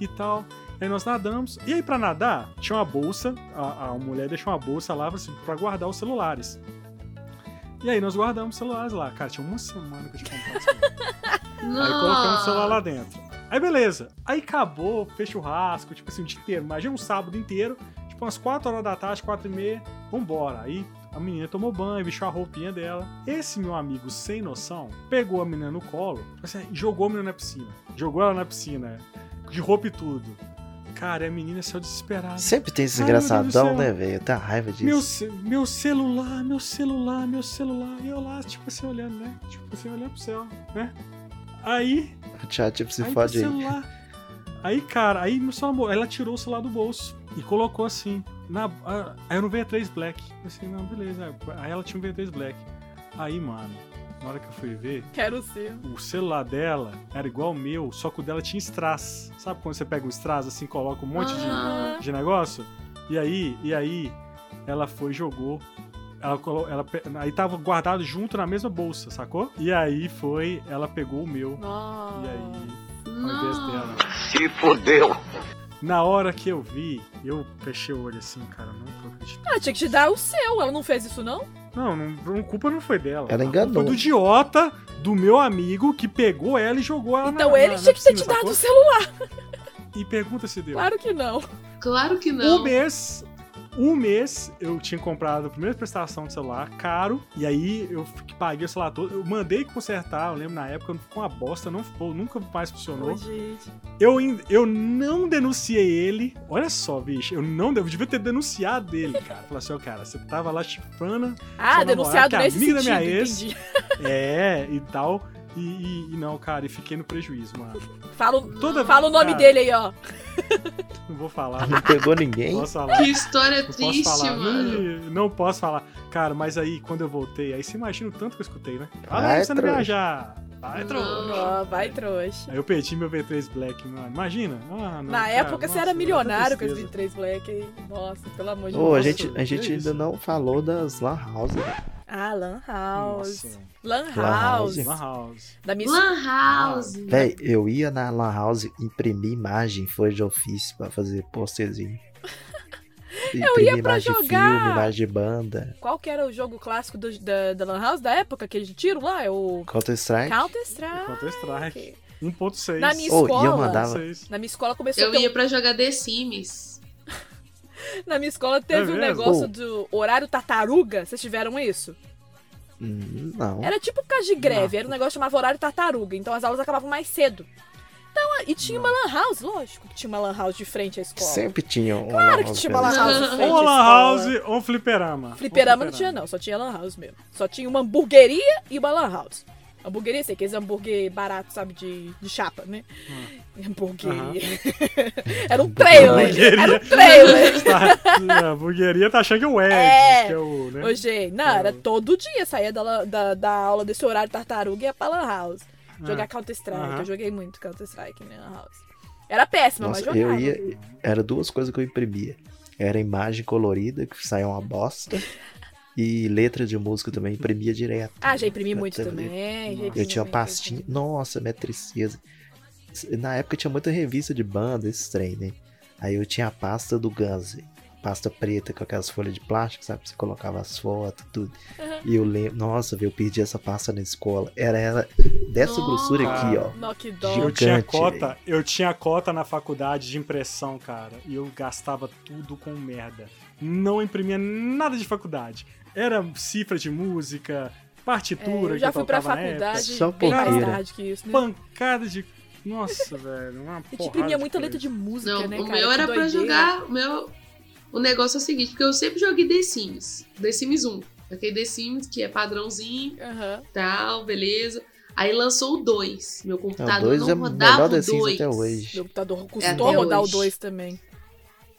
Speaker 1: e tal. Aí nós nadamos. E aí, pra nadar, tinha uma bolsa. A, a mulher deixou uma bolsa lá assim, pra guardar os celulares. E aí nós guardamos os celulares lá. Cara, tinha uma semana que eu tinha comprado o celular. Aí colocamos o celular lá dentro. Aí beleza. Aí acabou, fez churrasco, tipo assim, o dia inteiro. Imagina um sábado inteiro, tipo umas 4 horas da tarde, 4 e meia, vambora. Aí a menina tomou banho, vestiu a roupinha dela. Esse meu amigo sem noção pegou a menina no colo assim, e jogou a menina na piscina. Jogou ela na piscina, é, de roupa e tudo. Cara, e a menina saiu desesperada.
Speaker 2: Sempre tem esse
Speaker 1: Ai, meu Deus do
Speaker 2: engraçadão,
Speaker 1: céu.
Speaker 2: né, velho? Eu tenho raiva disso.
Speaker 1: Meu, ce- meu celular, meu celular, meu celular. E eu lá, tipo assim, olhando, né? Tipo assim, olhando pro céu, né? Aí
Speaker 2: O tchau, tipo, se
Speaker 1: aí
Speaker 2: fode
Speaker 1: pro
Speaker 2: aí.
Speaker 1: celular. Aí, cara, aí meu só amor, ela tirou o celular do bolso e colocou assim. Na, a- aí era um V3 Black. Eu assim, não, beleza. Aí ela tinha um V3 Black. Aí, mano, na hora que eu fui ver,
Speaker 3: Quero ser.
Speaker 1: o celular dela era igual o meu, só que o dela tinha strass. Sabe quando você pega um strass assim, coloca um monte de
Speaker 4: Ah,
Speaker 1: de negócio. E aí, e aí, ela foi e jogou. Ela, colo- ela pe- aí tava guardado junto na mesma bolsa, sacou? E aí foi, ela pegou o meu. E
Speaker 3: Nossa.
Speaker 1: aí, ao invés
Speaker 4: não.
Speaker 1: dela.
Speaker 5: Se fudeu.
Speaker 1: Na hora que eu vi, eu fechei o olho assim, cara, não tô acreditando.
Speaker 3: Ah, tinha que te dar o seu. Ela não fez isso, não?
Speaker 1: Não, não, a culpa não foi dela.
Speaker 2: Ela
Speaker 1: A
Speaker 2: enganou.
Speaker 1: culpa Foi do idiota, do meu amigo, que pegou ela e jogou ela na
Speaker 3: Então
Speaker 1: na-
Speaker 3: ele
Speaker 1: na
Speaker 3: tinha que ter
Speaker 1: piscina,
Speaker 3: te dado
Speaker 1: é sacou?
Speaker 3: o celular.
Speaker 1: E pergunta se deu.
Speaker 3: Claro que não.
Speaker 4: Claro que
Speaker 1: Um
Speaker 4: não.
Speaker 1: mês. Um mês eu tinha comprado a primeira prestação de celular, caro, e aí eu f- paguei o celular todo. Eu mandei consertar, eu lembro na época, ficou uma bosta, não ficou, nunca mais funcionou.
Speaker 3: Ô, gente.
Speaker 1: Eu, in- eu não denunciei ele. Olha só, bicho, eu não de- eu devia ter denunciado ele, cara. Falar assim, ó, cara, você tava lá chifrando,
Speaker 3: Ah,
Speaker 1: Sua namorada, que
Speaker 3: denunciado
Speaker 1: é
Speaker 3: nesse
Speaker 1: amiga
Speaker 3: sentido,
Speaker 1: da minha ex.
Speaker 3: entendi.
Speaker 1: é, e tal. E, e- e não, cara, e fiquei no prejuízo, mano.
Speaker 3: Fala, o-
Speaker 1: Toda
Speaker 3: fala o nome
Speaker 1: cara,
Speaker 3: dele aí, ó.
Speaker 1: Não vou falar, não
Speaker 2: Não pegou ninguém?
Speaker 1: posso falar.
Speaker 4: Que história
Speaker 1: Não
Speaker 4: triste,
Speaker 1: posso falar. Hum.
Speaker 4: mano.
Speaker 1: Ih, Não posso falar. Cara, mas aí, quando eu voltei, aí você imagina o tanto que eu escutei, né? Ah,
Speaker 2: Vai,
Speaker 1: vai, você não
Speaker 2: trouxa.
Speaker 1: viajar. Vai,
Speaker 4: Não.
Speaker 1: trouxa.
Speaker 3: Ó, vai, trouxa.
Speaker 1: Aí eu perdi meu V3 Black, mano. Imagina. Ah, não,
Speaker 3: Na
Speaker 1: cara,
Speaker 3: época você
Speaker 1: nossa,
Speaker 3: era
Speaker 1: dá
Speaker 3: milionário com
Speaker 1: tanta
Speaker 3: esse
Speaker 1: tristeza.
Speaker 3: 23 Black. aí. Nossa, pelo amor de
Speaker 2: Ô, a
Speaker 3: Deus.
Speaker 2: gente, a
Speaker 1: que é
Speaker 2: gente
Speaker 1: isso?
Speaker 2: ainda não falou das lan houses. né?
Speaker 3: Ah, Lan House.
Speaker 1: Nossa.
Speaker 3: Lan
Speaker 2: Lan
Speaker 3: House.
Speaker 2: House.
Speaker 1: Lan House.
Speaker 3: Da minha
Speaker 4: Lan House.
Speaker 2: Véi, eu ia na lan house imprimir imagem, folha de ofício pra fazer
Speaker 1: [LAUGHS]
Speaker 2: posterzinho.
Speaker 3: Eu ia pra
Speaker 2: imagem de
Speaker 3: jogar.
Speaker 2: filme, imagem de banda.
Speaker 3: Qual que era o jogo clássico do- da, da Lan House da época, aquele de tiro lá? É o
Speaker 2: Counter-Strike.
Speaker 3: Counter-Strike. Ah,
Speaker 1: Counter-Strike. 1.6.
Speaker 3: Na minha
Speaker 2: Ô, e
Speaker 3: escola.
Speaker 2: eu mandava.
Speaker 1: 1.6.
Speaker 3: Na minha escola começou a
Speaker 4: Eu
Speaker 3: ter um-
Speaker 4: ia pra jogar The Sims.
Speaker 3: Na minha escola teve um
Speaker 1: É mesmo?
Speaker 3: negócio
Speaker 2: Oh.
Speaker 3: do horário tartaruga. Vocês tiveram isso?
Speaker 2: Hum, Não.
Speaker 1: É
Speaker 3: Era tipo por causa de greve, era um negócio chamado horário tartaruga, então as aulas acabavam mais cedo. Então, e tinha uma lan house, lógico que tinha uma lan house de frente à escola.
Speaker 2: Sempre tinha um
Speaker 3: Claro que
Speaker 2: House
Speaker 3: tinha uma lan
Speaker 2: mesmo.
Speaker 3: house é de frente à
Speaker 1: Ou Lan
Speaker 3: escola.
Speaker 1: Um House ou Fliperama. Um Ou
Speaker 3: Fliperama não tinha, não. Só tinha Lan House mesmo. Só tinha uma hamburgueria e uma Lan House. Hamburgueria, sei que aqueles hambúrguer barato, sabe, de, de chapa, né? Hambúrgueria.
Speaker 1: Ah. Aham.
Speaker 3: [LAUGHS] era um trailer. Era um
Speaker 1: [LAUGHS]
Speaker 3: trailer.
Speaker 1: Tá, a hamburgueria tá achando que é o Ed,
Speaker 3: É.
Speaker 1: que é o. Né?
Speaker 3: Hoje, não, era todo dia. Saía da, lan- da, da aula desse horário tartaruga e ia pra Lan House. Jogar
Speaker 1: Ah.
Speaker 3: Counter-Strike.
Speaker 1: Aham.
Speaker 3: Eu joguei muito Counter-Strike na Lan House. Era péssima, mas
Speaker 2: Nossa,
Speaker 3: jogava.
Speaker 2: eu ia. Era duas coisas que eu imprimia. Era imagem colorida, que saía uma
Speaker 3: [LAUGHS]
Speaker 2: bosta. E letra de música também imprimia direto.
Speaker 3: Ah, já imprimi muito
Speaker 2: Eu
Speaker 3: também.
Speaker 2: também.
Speaker 3: já
Speaker 1: Eu
Speaker 2: Eu
Speaker 3: imprimi
Speaker 2: tinha uma
Speaker 3: muito.
Speaker 2: pastinha. Nossa, minha tristeza. Na época tinha muita revista de banda, esse trem, né? Aí eu tinha a pasta do Guns. Pasta preta com aquelas folhas de plástico, sabe? Você colocava as fotos e tudo. E eu lembro. Nossa, velho, eu perdi essa pasta na escola. Era ela dessa grossura aqui, ó.
Speaker 3: Nó, que
Speaker 2: Gigante,
Speaker 1: Eu
Speaker 3: dó.
Speaker 1: tinha
Speaker 2: né?
Speaker 1: cota, eu tinha cota na faculdade de impressão, cara, e eu gastava tudo com merda. Não imprimia nada de faculdade. Era cifra de música, partitura
Speaker 3: É, eu
Speaker 1: que
Speaker 3: já fui pra
Speaker 1: tocava na época,
Speaker 3: faculdade
Speaker 2: Só
Speaker 3: bem mais
Speaker 2: porqueira.
Speaker 3: tarde que isso, né?
Speaker 1: Pancada de Nossa, velho, uma
Speaker 3: [LAUGHS] A
Speaker 1: porrada.
Speaker 3: gente imprimia
Speaker 1: de
Speaker 3: muita
Speaker 1: coisa.
Speaker 3: letra de música,
Speaker 4: Não,
Speaker 3: né,
Speaker 4: o
Speaker 3: cara?
Speaker 4: meu
Speaker 3: Que
Speaker 4: era pra
Speaker 3: doideira.
Speaker 4: jogar. O meu. O negócio é o seguinte, porque eu sempre joguei The Sims. The Sims 1. Joguei The Sims, que é padrãozinho,
Speaker 3: Aham.
Speaker 4: tal, beleza. Aí lançou o 2. Meu
Speaker 2: Não,
Speaker 4: computador
Speaker 2: dois é
Speaker 4: Tá, não,
Speaker 2: o
Speaker 4: rodava
Speaker 2: melhor
Speaker 4: o
Speaker 2: The Sims
Speaker 4: 2.
Speaker 2: até hoje.
Speaker 3: Meu computador
Speaker 4: É,
Speaker 3: custou
Speaker 4: até
Speaker 3: rodar o
Speaker 4: hoje.
Speaker 3: 2 também.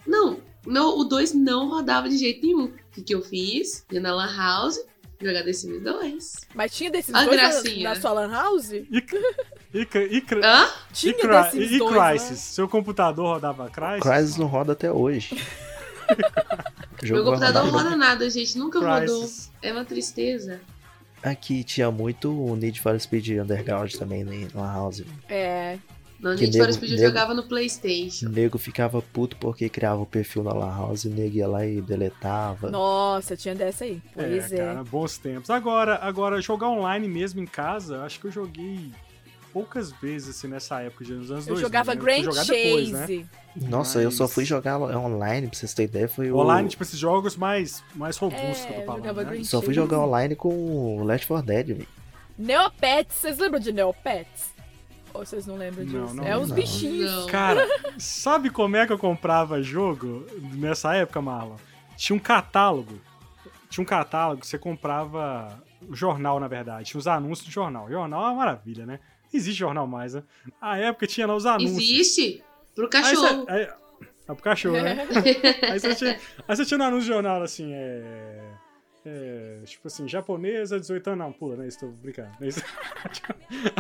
Speaker 4: Não, não, o 2 não rodava de jeito nenhum. O que, que eu fiz? Ia na Lan House, é jogar The Sims 2.
Speaker 3: Mas tinha desses
Speaker 4: A
Speaker 3: dois na,
Speaker 4: gracinha.
Speaker 3: na sua lan house?
Speaker 1: E, e, e, e,
Speaker 4: Hã?
Speaker 1: e,
Speaker 3: Tinha
Speaker 1: cri-
Speaker 3: desses
Speaker 1: e
Speaker 3: dois,
Speaker 1: Crisis?
Speaker 3: né?
Speaker 1: Seu computador rodava [LAUGHS] Crisis?
Speaker 2: Crysis não roda até hoje.
Speaker 4: Meu
Speaker 2: Jogo
Speaker 4: computador não
Speaker 2: rodava.
Speaker 4: roda nada, gente. Nunca rodou.
Speaker 1: Crisis.
Speaker 4: É uma tristeza.
Speaker 2: Aqui tinha muito o Need for Speed Underground também né, na House.
Speaker 3: É.
Speaker 4: Não,
Speaker 2: Que
Speaker 4: gente, para
Speaker 2: nego-
Speaker 4: os vídeos
Speaker 2: nego-
Speaker 4: jogava no
Speaker 2: O
Speaker 4: Playstation.
Speaker 2: nego ficava puto porque criava o perfil na La House e o nego ia lá e deletava.
Speaker 3: Nossa, tinha dessa aí. Pois
Speaker 1: é,
Speaker 3: é.
Speaker 1: cara, bons tempos. Agora, agora jogar online mesmo em casa, acho que eu joguei poucas vezes assim, nessa época, nos anos
Speaker 3: Eu
Speaker 1: 2000,
Speaker 3: jogava
Speaker 1: né? Eu fui
Speaker 3: Grand
Speaker 1: jogar
Speaker 3: Chase.
Speaker 1: depois, né?
Speaker 2: Nossa, eu só fui jogar online, pra vocês terem ideia, foi o...
Speaker 1: Online, tipo, esses jogos mais, mais robustos
Speaker 3: É,
Speaker 1: que eu tô
Speaker 3: eu
Speaker 1: falando,
Speaker 3: jogava
Speaker 1: né?
Speaker 3: Grand
Speaker 2: Só fui
Speaker 3: Chase.
Speaker 2: jogar online com o Left 4 Dead, velho.
Speaker 3: Neopets. Vocês lembram de Neopets? Ou vocês não lembram
Speaker 1: Não,
Speaker 3: disso?
Speaker 1: não
Speaker 3: é uns
Speaker 2: lembro.
Speaker 3: bichinhos.
Speaker 4: Não.
Speaker 1: Cara, sabe como é que eu comprava jogo nessa época, Marlon? Tinha um catálogo. Tinha um catálogo, você comprava o jornal, na verdade. Tinha os anúncios do jornal. Jornal é uma maravilha, né? Não Existe jornal mais, né? A época tinha lá os anúncios.
Speaker 4: Existe? Pro
Speaker 3: Ah,
Speaker 1: Aí você-
Speaker 4: cachorro.
Speaker 1: aí- é pro cachorro,
Speaker 3: [LAUGHS]
Speaker 1: né? Aí você tinha, aí você tinha no anúncio de jornal assim, é. é, tipo assim, japonesa, 18 anos. Não, pula, não é isso, tô brincando. não é isso.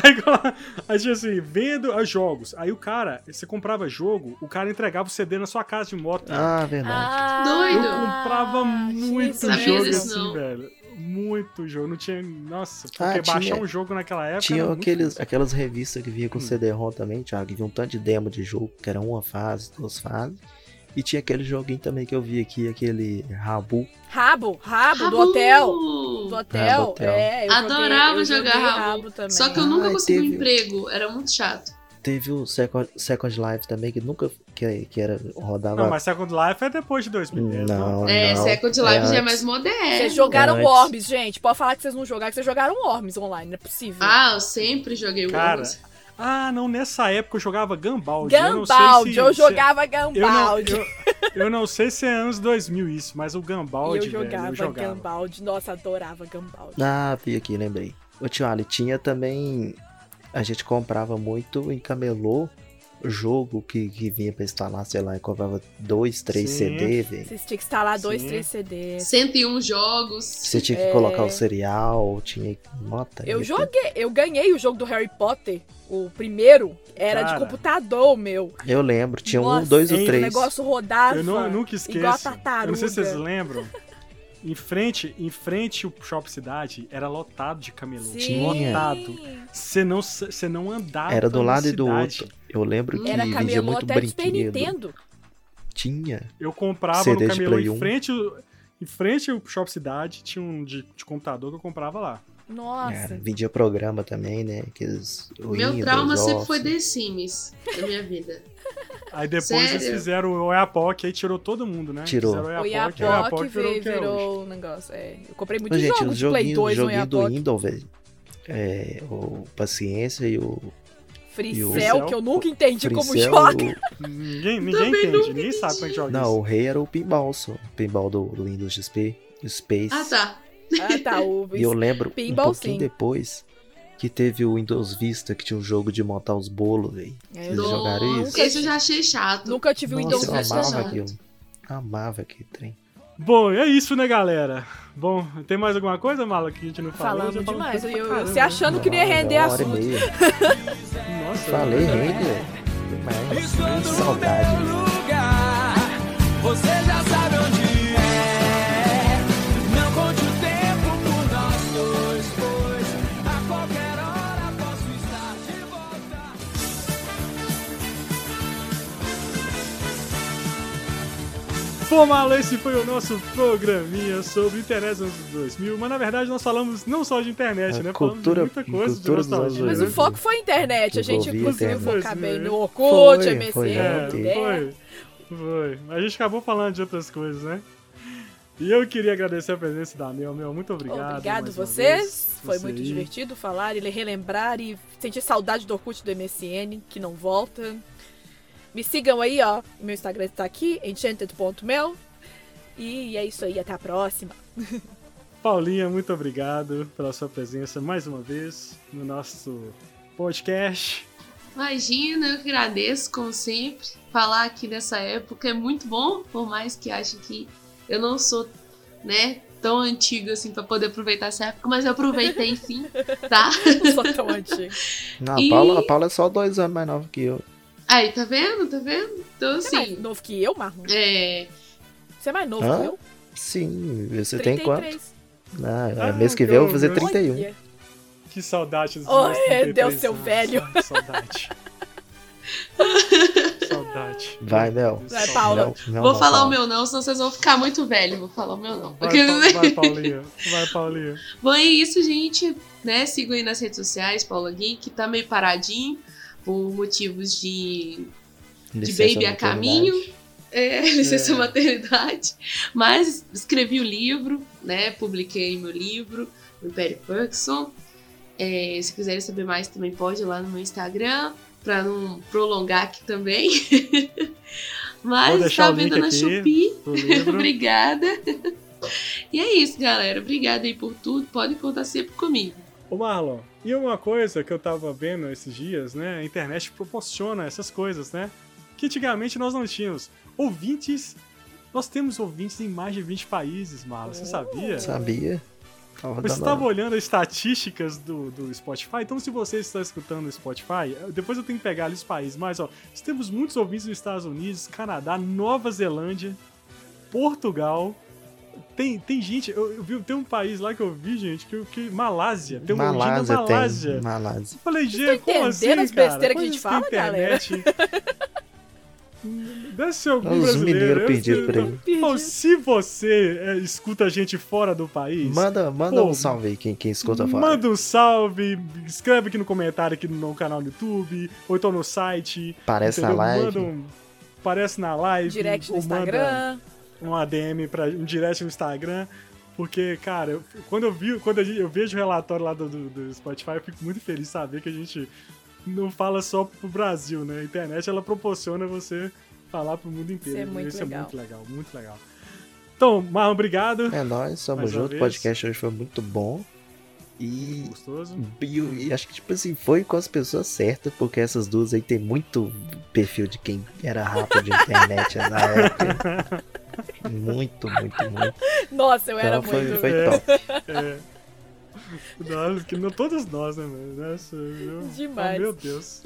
Speaker 1: aí, cola- aí tinha assim, vendo a jogos. Aí o cara, você comprava jogo, o cara entregava o CD na sua casa de moto.
Speaker 2: Ah, verdade.
Speaker 3: Ah,
Speaker 1: Eu
Speaker 4: Doido.
Speaker 1: comprava muito
Speaker 4: Sabia
Speaker 1: jogo
Speaker 4: disso,
Speaker 1: assim,
Speaker 4: não.
Speaker 1: velho. Muito jogo. Não tinha. Nossa, porque
Speaker 2: Ah, tinha.
Speaker 1: baixar um jogo naquela época. era
Speaker 2: tinha
Speaker 1: muito
Speaker 2: aqueles,
Speaker 1: difícil.
Speaker 2: aquelas revistas que vinha com CD-ROM também, Thiago, que vinha um tanto de demo de jogo, que era uma fase, duas fases. E tinha aquele joguinho também que eu vi aqui, aquele Rabu.
Speaker 3: Rabo, rabo, do hotel. Do
Speaker 2: Ah,
Speaker 3: hotel.
Speaker 2: do hotel.
Speaker 3: É, eu joguei-
Speaker 4: Adorava
Speaker 3: eu
Speaker 4: jogar
Speaker 3: joguei
Speaker 4: rabo.
Speaker 3: também.
Speaker 4: Só que eu nunca
Speaker 2: Ai,
Speaker 4: consegui um
Speaker 2: teve-
Speaker 4: emprego. Era muito chato.
Speaker 2: Teve o Second, Second Life também, que nunca que, que era, rodava
Speaker 1: Não, mas Second Life é depois de 2010.
Speaker 2: Não,
Speaker 1: né?
Speaker 4: É,
Speaker 2: não.
Speaker 4: Second Life já é
Speaker 2: antes.
Speaker 4: mais
Speaker 3: Vocês
Speaker 4: moderno.
Speaker 3: jogaram
Speaker 2: Antes.
Speaker 3: Worms, gente. Pode falar que vocês não jogaram, que vocês jogaram Worms online. Não é possível.
Speaker 4: Ah, eu sempre joguei o
Speaker 1: Cara,
Speaker 4: Worms.
Speaker 1: Ah, não, nessa época eu jogava Gambaldi.
Speaker 3: Gambaldi.
Speaker 1: eu,
Speaker 3: Eu
Speaker 1: não sei se- se-
Speaker 3: jogava
Speaker 1: Eu não,
Speaker 3: Gambaldi.
Speaker 1: eu, eu não sei se é anos 2000 isso, mas o
Speaker 3: Eu
Speaker 1: Gambaldi, velho,
Speaker 3: jogava então,
Speaker 1: eu jogava.
Speaker 3: Gambaldi. Nossa, adorava Gambaldi.
Speaker 2: Ah, vi aqui, lembrei. Ô tio Ali, tinha também. A gente comprava muito em camelô jogo que, que vinha pra instalar, sei lá, e comprava dois, três
Speaker 1: Sim.
Speaker 2: CD, velho.
Speaker 3: Vocês tinham que instalar dois,
Speaker 1: Sim.
Speaker 3: três CDs.
Speaker 4: 101 jogos.
Speaker 2: Você tinha que
Speaker 3: É.
Speaker 2: colocar o serial, tinha que. Nota.
Speaker 3: Eu
Speaker 2: aí,
Speaker 3: joguei, eu ganhei o jogo do Harry Potter, o primeiro, era
Speaker 1: Cara.
Speaker 3: de computador, meu.
Speaker 2: Eu lembro, tinha
Speaker 3: Nossa,
Speaker 2: um, dois
Speaker 1: hein,
Speaker 2: ou
Speaker 1: o
Speaker 3: O
Speaker 2: três.
Speaker 3: negócio rodava.
Speaker 1: Eu não, eu nunca
Speaker 3: Igual a
Speaker 1: esqueço.
Speaker 3: tartaruga.
Speaker 1: Eu não sei se vocês lembram. Em frente, em frente o Shop Cidade era lotado de camelô.
Speaker 3: Sim.
Speaker 1: Lotado. Você não, você não andava.
Speaker 2: Era do
Speaker 1: na
Speaker 2: lado e do
Speaker 1: cidade.
Speaker 2: outro. Eu lembro que
Speaker 3: Hum. Era
Speaker 2: vendia
Speaker 3: camelô
Speaker 2: muito
Speaker 3: até de Super
Speaker 2: brinquedo.
Speaker 3: Nintendo.
Speaker 2: Tinha.
Speaker 1: Eu comprava
Speaker 2: CD
Speaker 1: no
Speaker 2: de
Speaker 1: camelô
Speaker 2: Play
Speaker 1: em
Speaker 2: um.
Speaker 1: frente, o- em frente o Shop Cidade tinha um de, de computador que eu comprava lá.
Speaker 3: Nossa.
Speaker 2: Era, vendia programa também, né? Aqueles
Speaker 4: Meu
Speaker 2: Windows,
Speaker 4: trauma sempre
Speaker 2: Office.
Speaker 4: foi The Sims da minha vida.
Speaker 1: Aí depois eles
Speaker 4: Sério?
Speaker 1: fizeram o Oiapoque, aí tirou todo mundo, né?
Speaker 2: Tirou.
Speaker 1: Fizeram
Speaker 3: O
Speaker 1: o Oiapoque,
Speaker 3: Iapoc virou,
Speaker 1: que é hoje.
Speaker 3: virou um negócio. É. Eu comprei
Speaker 2: Mas,
Speaker 3: muitos
Speaker 2: gente,
Speaker 3: jogos
Speaker 2: os
Speaker 3: de Play é
Speaker 2: joguinhos,
Speaker 3: 2 no
Speaker 2: joguinho do
Speaker 3: Iapoc.
Speaker 2: Windows, velho. É, o Paciência e o e o-
Speaker 3: Fricel, que eu nunca entendi como
Speaker 2: Princel.
Speaker 3: joga.
Speaker 2: o-
Speaker 1: Ninguém, ninguém
Speaker 4: Também
Speaker 1: entende,
Speaker 4: nunca
Speaker 1: ninguém sabe como é que joga
Speaker 2: Não,
Speaker 1: isso.
Speaker 2: o rei era o pinball só. O pinball do, do Windows XP, o Space.
Speaker 4: Ah, tá.
Speaker 3: Ah, tá. O
Speaker 2: E eu lembro
Speaker 3: Pinball,
Speaker 2: um pouquinho
Speaker 3: sim.
Speaker 2: depois que teve o Windows Vista, que tinha um jogo de montar os bolos, velho.
Speaker 3: É,
Speaker 2: Vocês
Speaker 4: Nossa.
Speaker 2: jogaram isso?
Speaker 3: Nunca
Speaker 4: Esse eu já achei chato.
Speaker 3: Nunca tive o
Speaker 2: Nossa,
Speaker 3: Windows
Speaker 2: eu
Speaker 4: Vista,
Speaker 2: amava
Speaker 4: não.
Speaker 2: aquilo. Amava aquele trem.
Speaker 1: Bom, é isso, né, galera? Bom, tem mais alguma coisa, Mala, que a gente não falou?
Speaker 3: falando
Speaker 1: Já falamos
Speaker 3: demais.
Speaker 1: coisa pra
Speaker 3: Eu, eu,
Speaker 1: caramba,
Speaker 3: se
Speaker 1: né?
Speaker 3: achando que não ia
Speaker 2: Nossa,
Speaker 3: render
Speaker 2: uma hora e
Speaker 3: assunto.
Speaker 2: meia.
Speaker 1: Nossa,
Speaker 2: Falei, rende, velho. Demais. Que saudade.
Speaker 6: lugar. Você já sabe onde é. Não conte o tempo por nós dois, pois a qualquer hora posso estar de volta.
Speaker 1: Bom, Mala, esse foi o nosso programinha sobre internet dos anos 2000. Mas, na verdade, nós falamos não só de internet,
Speaker 2: A
Speaker 1: né?
Speaker 2: cultura-
Speaker 1: falamos de muita coisa,
Speaker 2: cultura
Speaker 1: de
Speaker 2: dos anos
Speaker 1: nostalgia.
Speaker 3: Mas o
Speaker 2: dois.
Speaker 3: foco foi a internet. A gente,
Speaker 2: Envolvia
Speaker 3: inclusive,
Speaker 2: a
Speaker 1: internet.
Speaker 3: focar bem no
Speaker 2: Foi,
Speaker 3: Orkut,
Speaker 2: foi,
Speaker 3: MSN.
Speaker 1: É,
Speaker 2: É,
Speaker 3: né?
Speaker 1: foi. Foi. A gente acabou falando de outras coisas, né? E eu queria agradecer a presença da Mel. Mel, muito obrigado.
Speaker 3: Obrigado
Speaker 1: mais uma
Speaker 3: vocês.
Speaker 1: vez.
Speaker 3: Foi
Speaker 1: Você
Speaker 3: muito
Speaker 1: aí.
Speaker 3: divertido falar e relembrar e sentir saudade do Orkut do MSN, que não volta. Me sigam aí, ó. Meu Instagram tá aqui, enchanted.mel. E é isso aí, até a próxima. [LAUGHS]
Speaker 1: Paulinha, muito obrigado pela sua presença mais uma vez no nosso podcast.
Speaker 4: Imagina, eu que agradeço, como sempre. Falar aqui nessa época é muito bom, por mais que ache que eu não sou, né, tão antiga assim pra poder aproveitar essa época, mas eu aproveitei [LAUGHS] sim, tá?
Speaker 3: Não sou tão antigo.
Speaker 2: Não, a,
Speaker 4: E-
Speaker 2: Paula, a Paula é só dois anos mais nova que eu.
Speaker 4: Aí, tá vendo? Tá vendo? Então,
Speaker 3: Você é mais
Speaker 1: Tá
Speaker 4: assim,
Speaker 3: novo que eu, Marlon?
Speaker 4: é.
Speaker 3: Você é mais novo
Speaker 2: Hã?
Speaker 3: que eu?
Speaker 2: Sim, você tem quanto?
Speaker 3: 33.
Speaker 2: Ah,
Speaker 1: Ah,
Speaker 2: mês que
Speaker 1: que
Speaker 2: vem eu vou fazer
Speaker 1: horror.
Speaker 2: 31.
Speaker 3: Olha.
Speaker 1: Que saudade dos
Speaker 3: Oh,
Speaker 1: meus
Speaker 3: meu
Speaker 1: 33
Speaker 3: Deus, seu
Speaker 1: anos.
Speaker 3: velho.
Speaker 1: Ai, que né? saudade.
Speaker 3: [LAUGHS]
Speaker 1: saudade.
Speaker 2: Vai, Mel.
Speaker 3: Vai, Paula.
Speaker 2: Não, não,
Speaker 4: Vou
Speaker 2: não,
Speaker 4: falar
Speaker 2: Paula.
Speaker 4: o meu não, senão vocês vão ficar muito velhos. Vou falar o meu não.
Speaker 1: Vai,
Speaker 4: Porque-
Speaker 1: Pa- vai, Paulinha. Vai, Paulinha.
Speaker 4: Bom, é isso, gente. Né? Sigam aí nas redes sociais, Paula Gui, que tá meio paradinho por motivos de
Speaker 2: Licença
Speaker 4: baby a
Speaker 2: maternidade.
Speaker 4: caminho. é, [LAUGHS] licença
Speaker 1: É.
Speaker 4: maternidade. Mas escrevi o livro, né? Publiquei meu livro, o Império Ferguson. É, se quiserem saber mais, também pode ir lá no meu Instagram, pra não prolongar aqui também. [LAUGHS]
Speaker 1: Vou
Speaker 4: Mas
Speaker 1: deixar
Speaker 4: tá
Speaker 1: o link
Speaker 4: vendo na
Speaker 1: aqui. Uhum.
Speaker 4: Shopee.
Speaker 1: Do livro.
Speaker 4: Obrigada. [LAUGHS] E é isso, galera. Obrigada aí por tudo. Podem contar sempre comigo.
Speaker 1: Ô Marlon, e uma coisa que eu tava vendo esses dias, né? A internet proporciona essas coisas, né? Que antigamente nós não tínhamos. Ouvintes. Nós temos ouvintes em mais de 20 países, Marlon. Você sabia?
Speaker 2: Sabia?
Speaker 1: Mas tá
Speaker 2: Tava dando
Speaker 1: você estava olhando as estatísticas do, do Spotify, então se você está escutando o Spotify, eh, depois eu tenho que pegar ali os países, mas ó, nós temos muitos ouvintes dos Estados Unidos, Canadá, Nova Zelândia, Portugal. Tem, tem gente, eu, eu vi, tem um país lá que eu vi, gente, que, que Malásia. Tem um ouvinte na
Speaker 2: Malásia,
Speaker 1: Malásia.
Speaker 2: tem. Malásia.
Speaker 1: Eu falei, gente, como
Speaker 3: entendendo
Speaker 1: assim,
Speaker 3: as
Speaker 1: cara?
Speaker 3: besteiras que a
Speaker 1: Coisas
Speaker 3: gente fala, galera?
Speaker 1: internet. [LAUGHS] Deve ser algum
Speaker 2: Olha os
Speaker 1: brasileiro.
Speaker 2: mineiros
Speaker 1: eu
Speaker 2: perdidos
Speaker 1: sei,
Speaker 2: por aí.
Speaker 1: Bom, se você é, escuta a gente fora do país,
Speaker 2: Manda, manda
Speaker 1: Pô,
Speaker 2: um salve aí, quem, quem escuta fora.
Speaker 1: Manda um salve, escreve aqui no comentário aqui no canal do YouTube, ou então no site.
Speaker 2: Parece na
Speaker 1: entendeu?
Speaker 2: live.
Speaker 1: Manda um, parece na live.
Speaker 3: Direct no
Speaker 1: ou Manda
Speaker 3: Instagram.
Speaker 1: um ADM, pra, um direct no Instagram. Porque, cara, eu- quando eu vi, quando a gente- eu vejo o relatório lá do, do- do Spotify, eu fico muito feliz de saber que a gente não fala só pro Brasil, né? A internet ela proporciona você falar pro mundo inteiro.
Speaker 3: é muito
Speaker 1: Isso é
Speaker 3: legal.
Speaker 1: muito legal, muito legal. Então, Marlon, obrigado.
Speaker 2: É nóis, tamo
Speaker 1: Mais uma
Speaker 2: junto. O
Speaker 1: vez.
Speaker 2: podcast hoje foi muito bom. E,
Speaker 1: Gostoso.
Speaker 2: e eu- e acho que, tipo assim, foi com as pessoas certas, porque essas duas aí tem muito perfil de quem era rápido de
Speaker 1: [LAUGHS]
Speaker 2: internet na época. Muito, muito, muito.
Speaker 3: Nossa, eu era
Speaker 2: Então foi,
Speaker 3: muito.
Speaker 2: foi
Speaker 1: É.
Speaker 2: top.
Speaker 1: É. Nós, que não, todos nós, né, mano? Nossa, eu-
Speaker 3: Demais.
Speaker 1: Oh, meu Deus.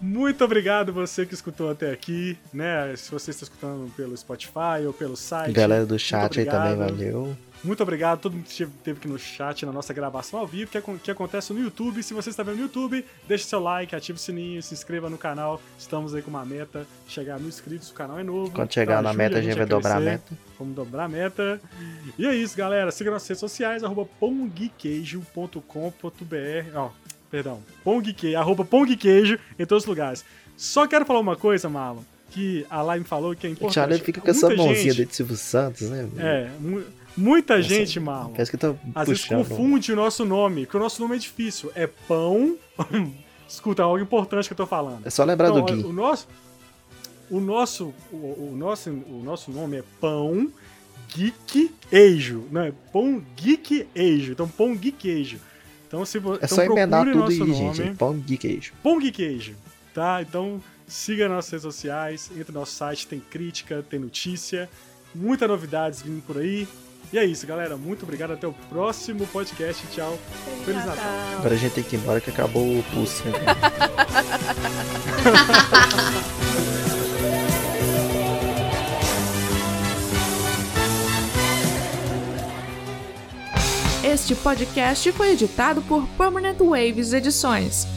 Speaker 1: Muito obrigado você que escutou até aqui, né? Se você está escutando pelo Spotify ou pelo site.
Speaker 2: Galera do chat aí
Speaker 1: Muito
Speaker 2: também,
Speaker 1: obrigado.
Speaker 2: valeu.
Speaker 1: Muito obrigado a todo mundo que esteve- teve aqui no chat, na nossa gravação ao vivo, que, acon- que acontece no YouTube. Se você está vendo no YouTube, deixe seu like, ative o sininho, se inscreva no canal. Estamos aí com uma meta, chegar a mil inscritos, o canal é novo.
Speaker 2: Quando chegar
Speaker 1: Então,
Speaker 2: na
Speaker 1: ajude
Speaker 2: meta, a gente vai dobrar a
Speaker 1: crescer.
Speaker 2: meta.
Speaker 1: Vamos dobrar a meta. E é isso, galera. Siga nossas redes sociais, arroba pongqueijo.com.br. Ó, perdão, Pong Queijo, arroba Pong Queijo em todos os lugares. Só quero falar uma coisa, Marlon, que a Lai me falou que é
Speaker 2: O
Speaker 1: importante.
Speaker 2: Charlie fica com essa
Speaker 1: Muita
Speaker 2: mãozinha
Speaker 1: gente-
Speaker 2: do Silvio Santos, né? velho?
Speaker 1: É, mu- muita
Speaker 2: Nossa,
Speaker 1: gente, Marlon.
Speaker 2: Parece que tá
Speaker 1: Às vezes
Speaker 2: puxando.
Speaker 1: confunde o nosso nome, porque o nosso nome é difícil. É pão. [LAUGHS] Escuta, é algo importante que eu tô falando.
Speaker 2: É só lembrar
Speaker 1: Não,
Speaker 2: do Gui.
Speaker 1: O nosso, o nosso, o, o nosso, o nosso nome é Pão Geek Eijo, né? Pão Geek Eijo, então Pão Geek Eijo. Então se vo-
Speaker 2: É
Speaker 1: então
Speaker 2: só emendar
Speaker 1: procure
Speaker 2: tudo
Speaker 1: nosso
Speaker 2: aí,
Speaker 1: nome,
Speaker 2: gente. Pão de queijo.
Speaker 1: Pão Geek Eijo, tá? Então siga nossas redes sociais, entre no nosso site, tem crítica, tem notícia, muitas novidades vindo por aí. E é isso, galera. Muito obrigado. Até o próximo podcast. Tchau. Feliz Natal.
Speaker 2: Agora a gente tem que ir embora que acabou o pulso. né?
Speaker 7: Este podcast foi editado por Permanent Waves Edições.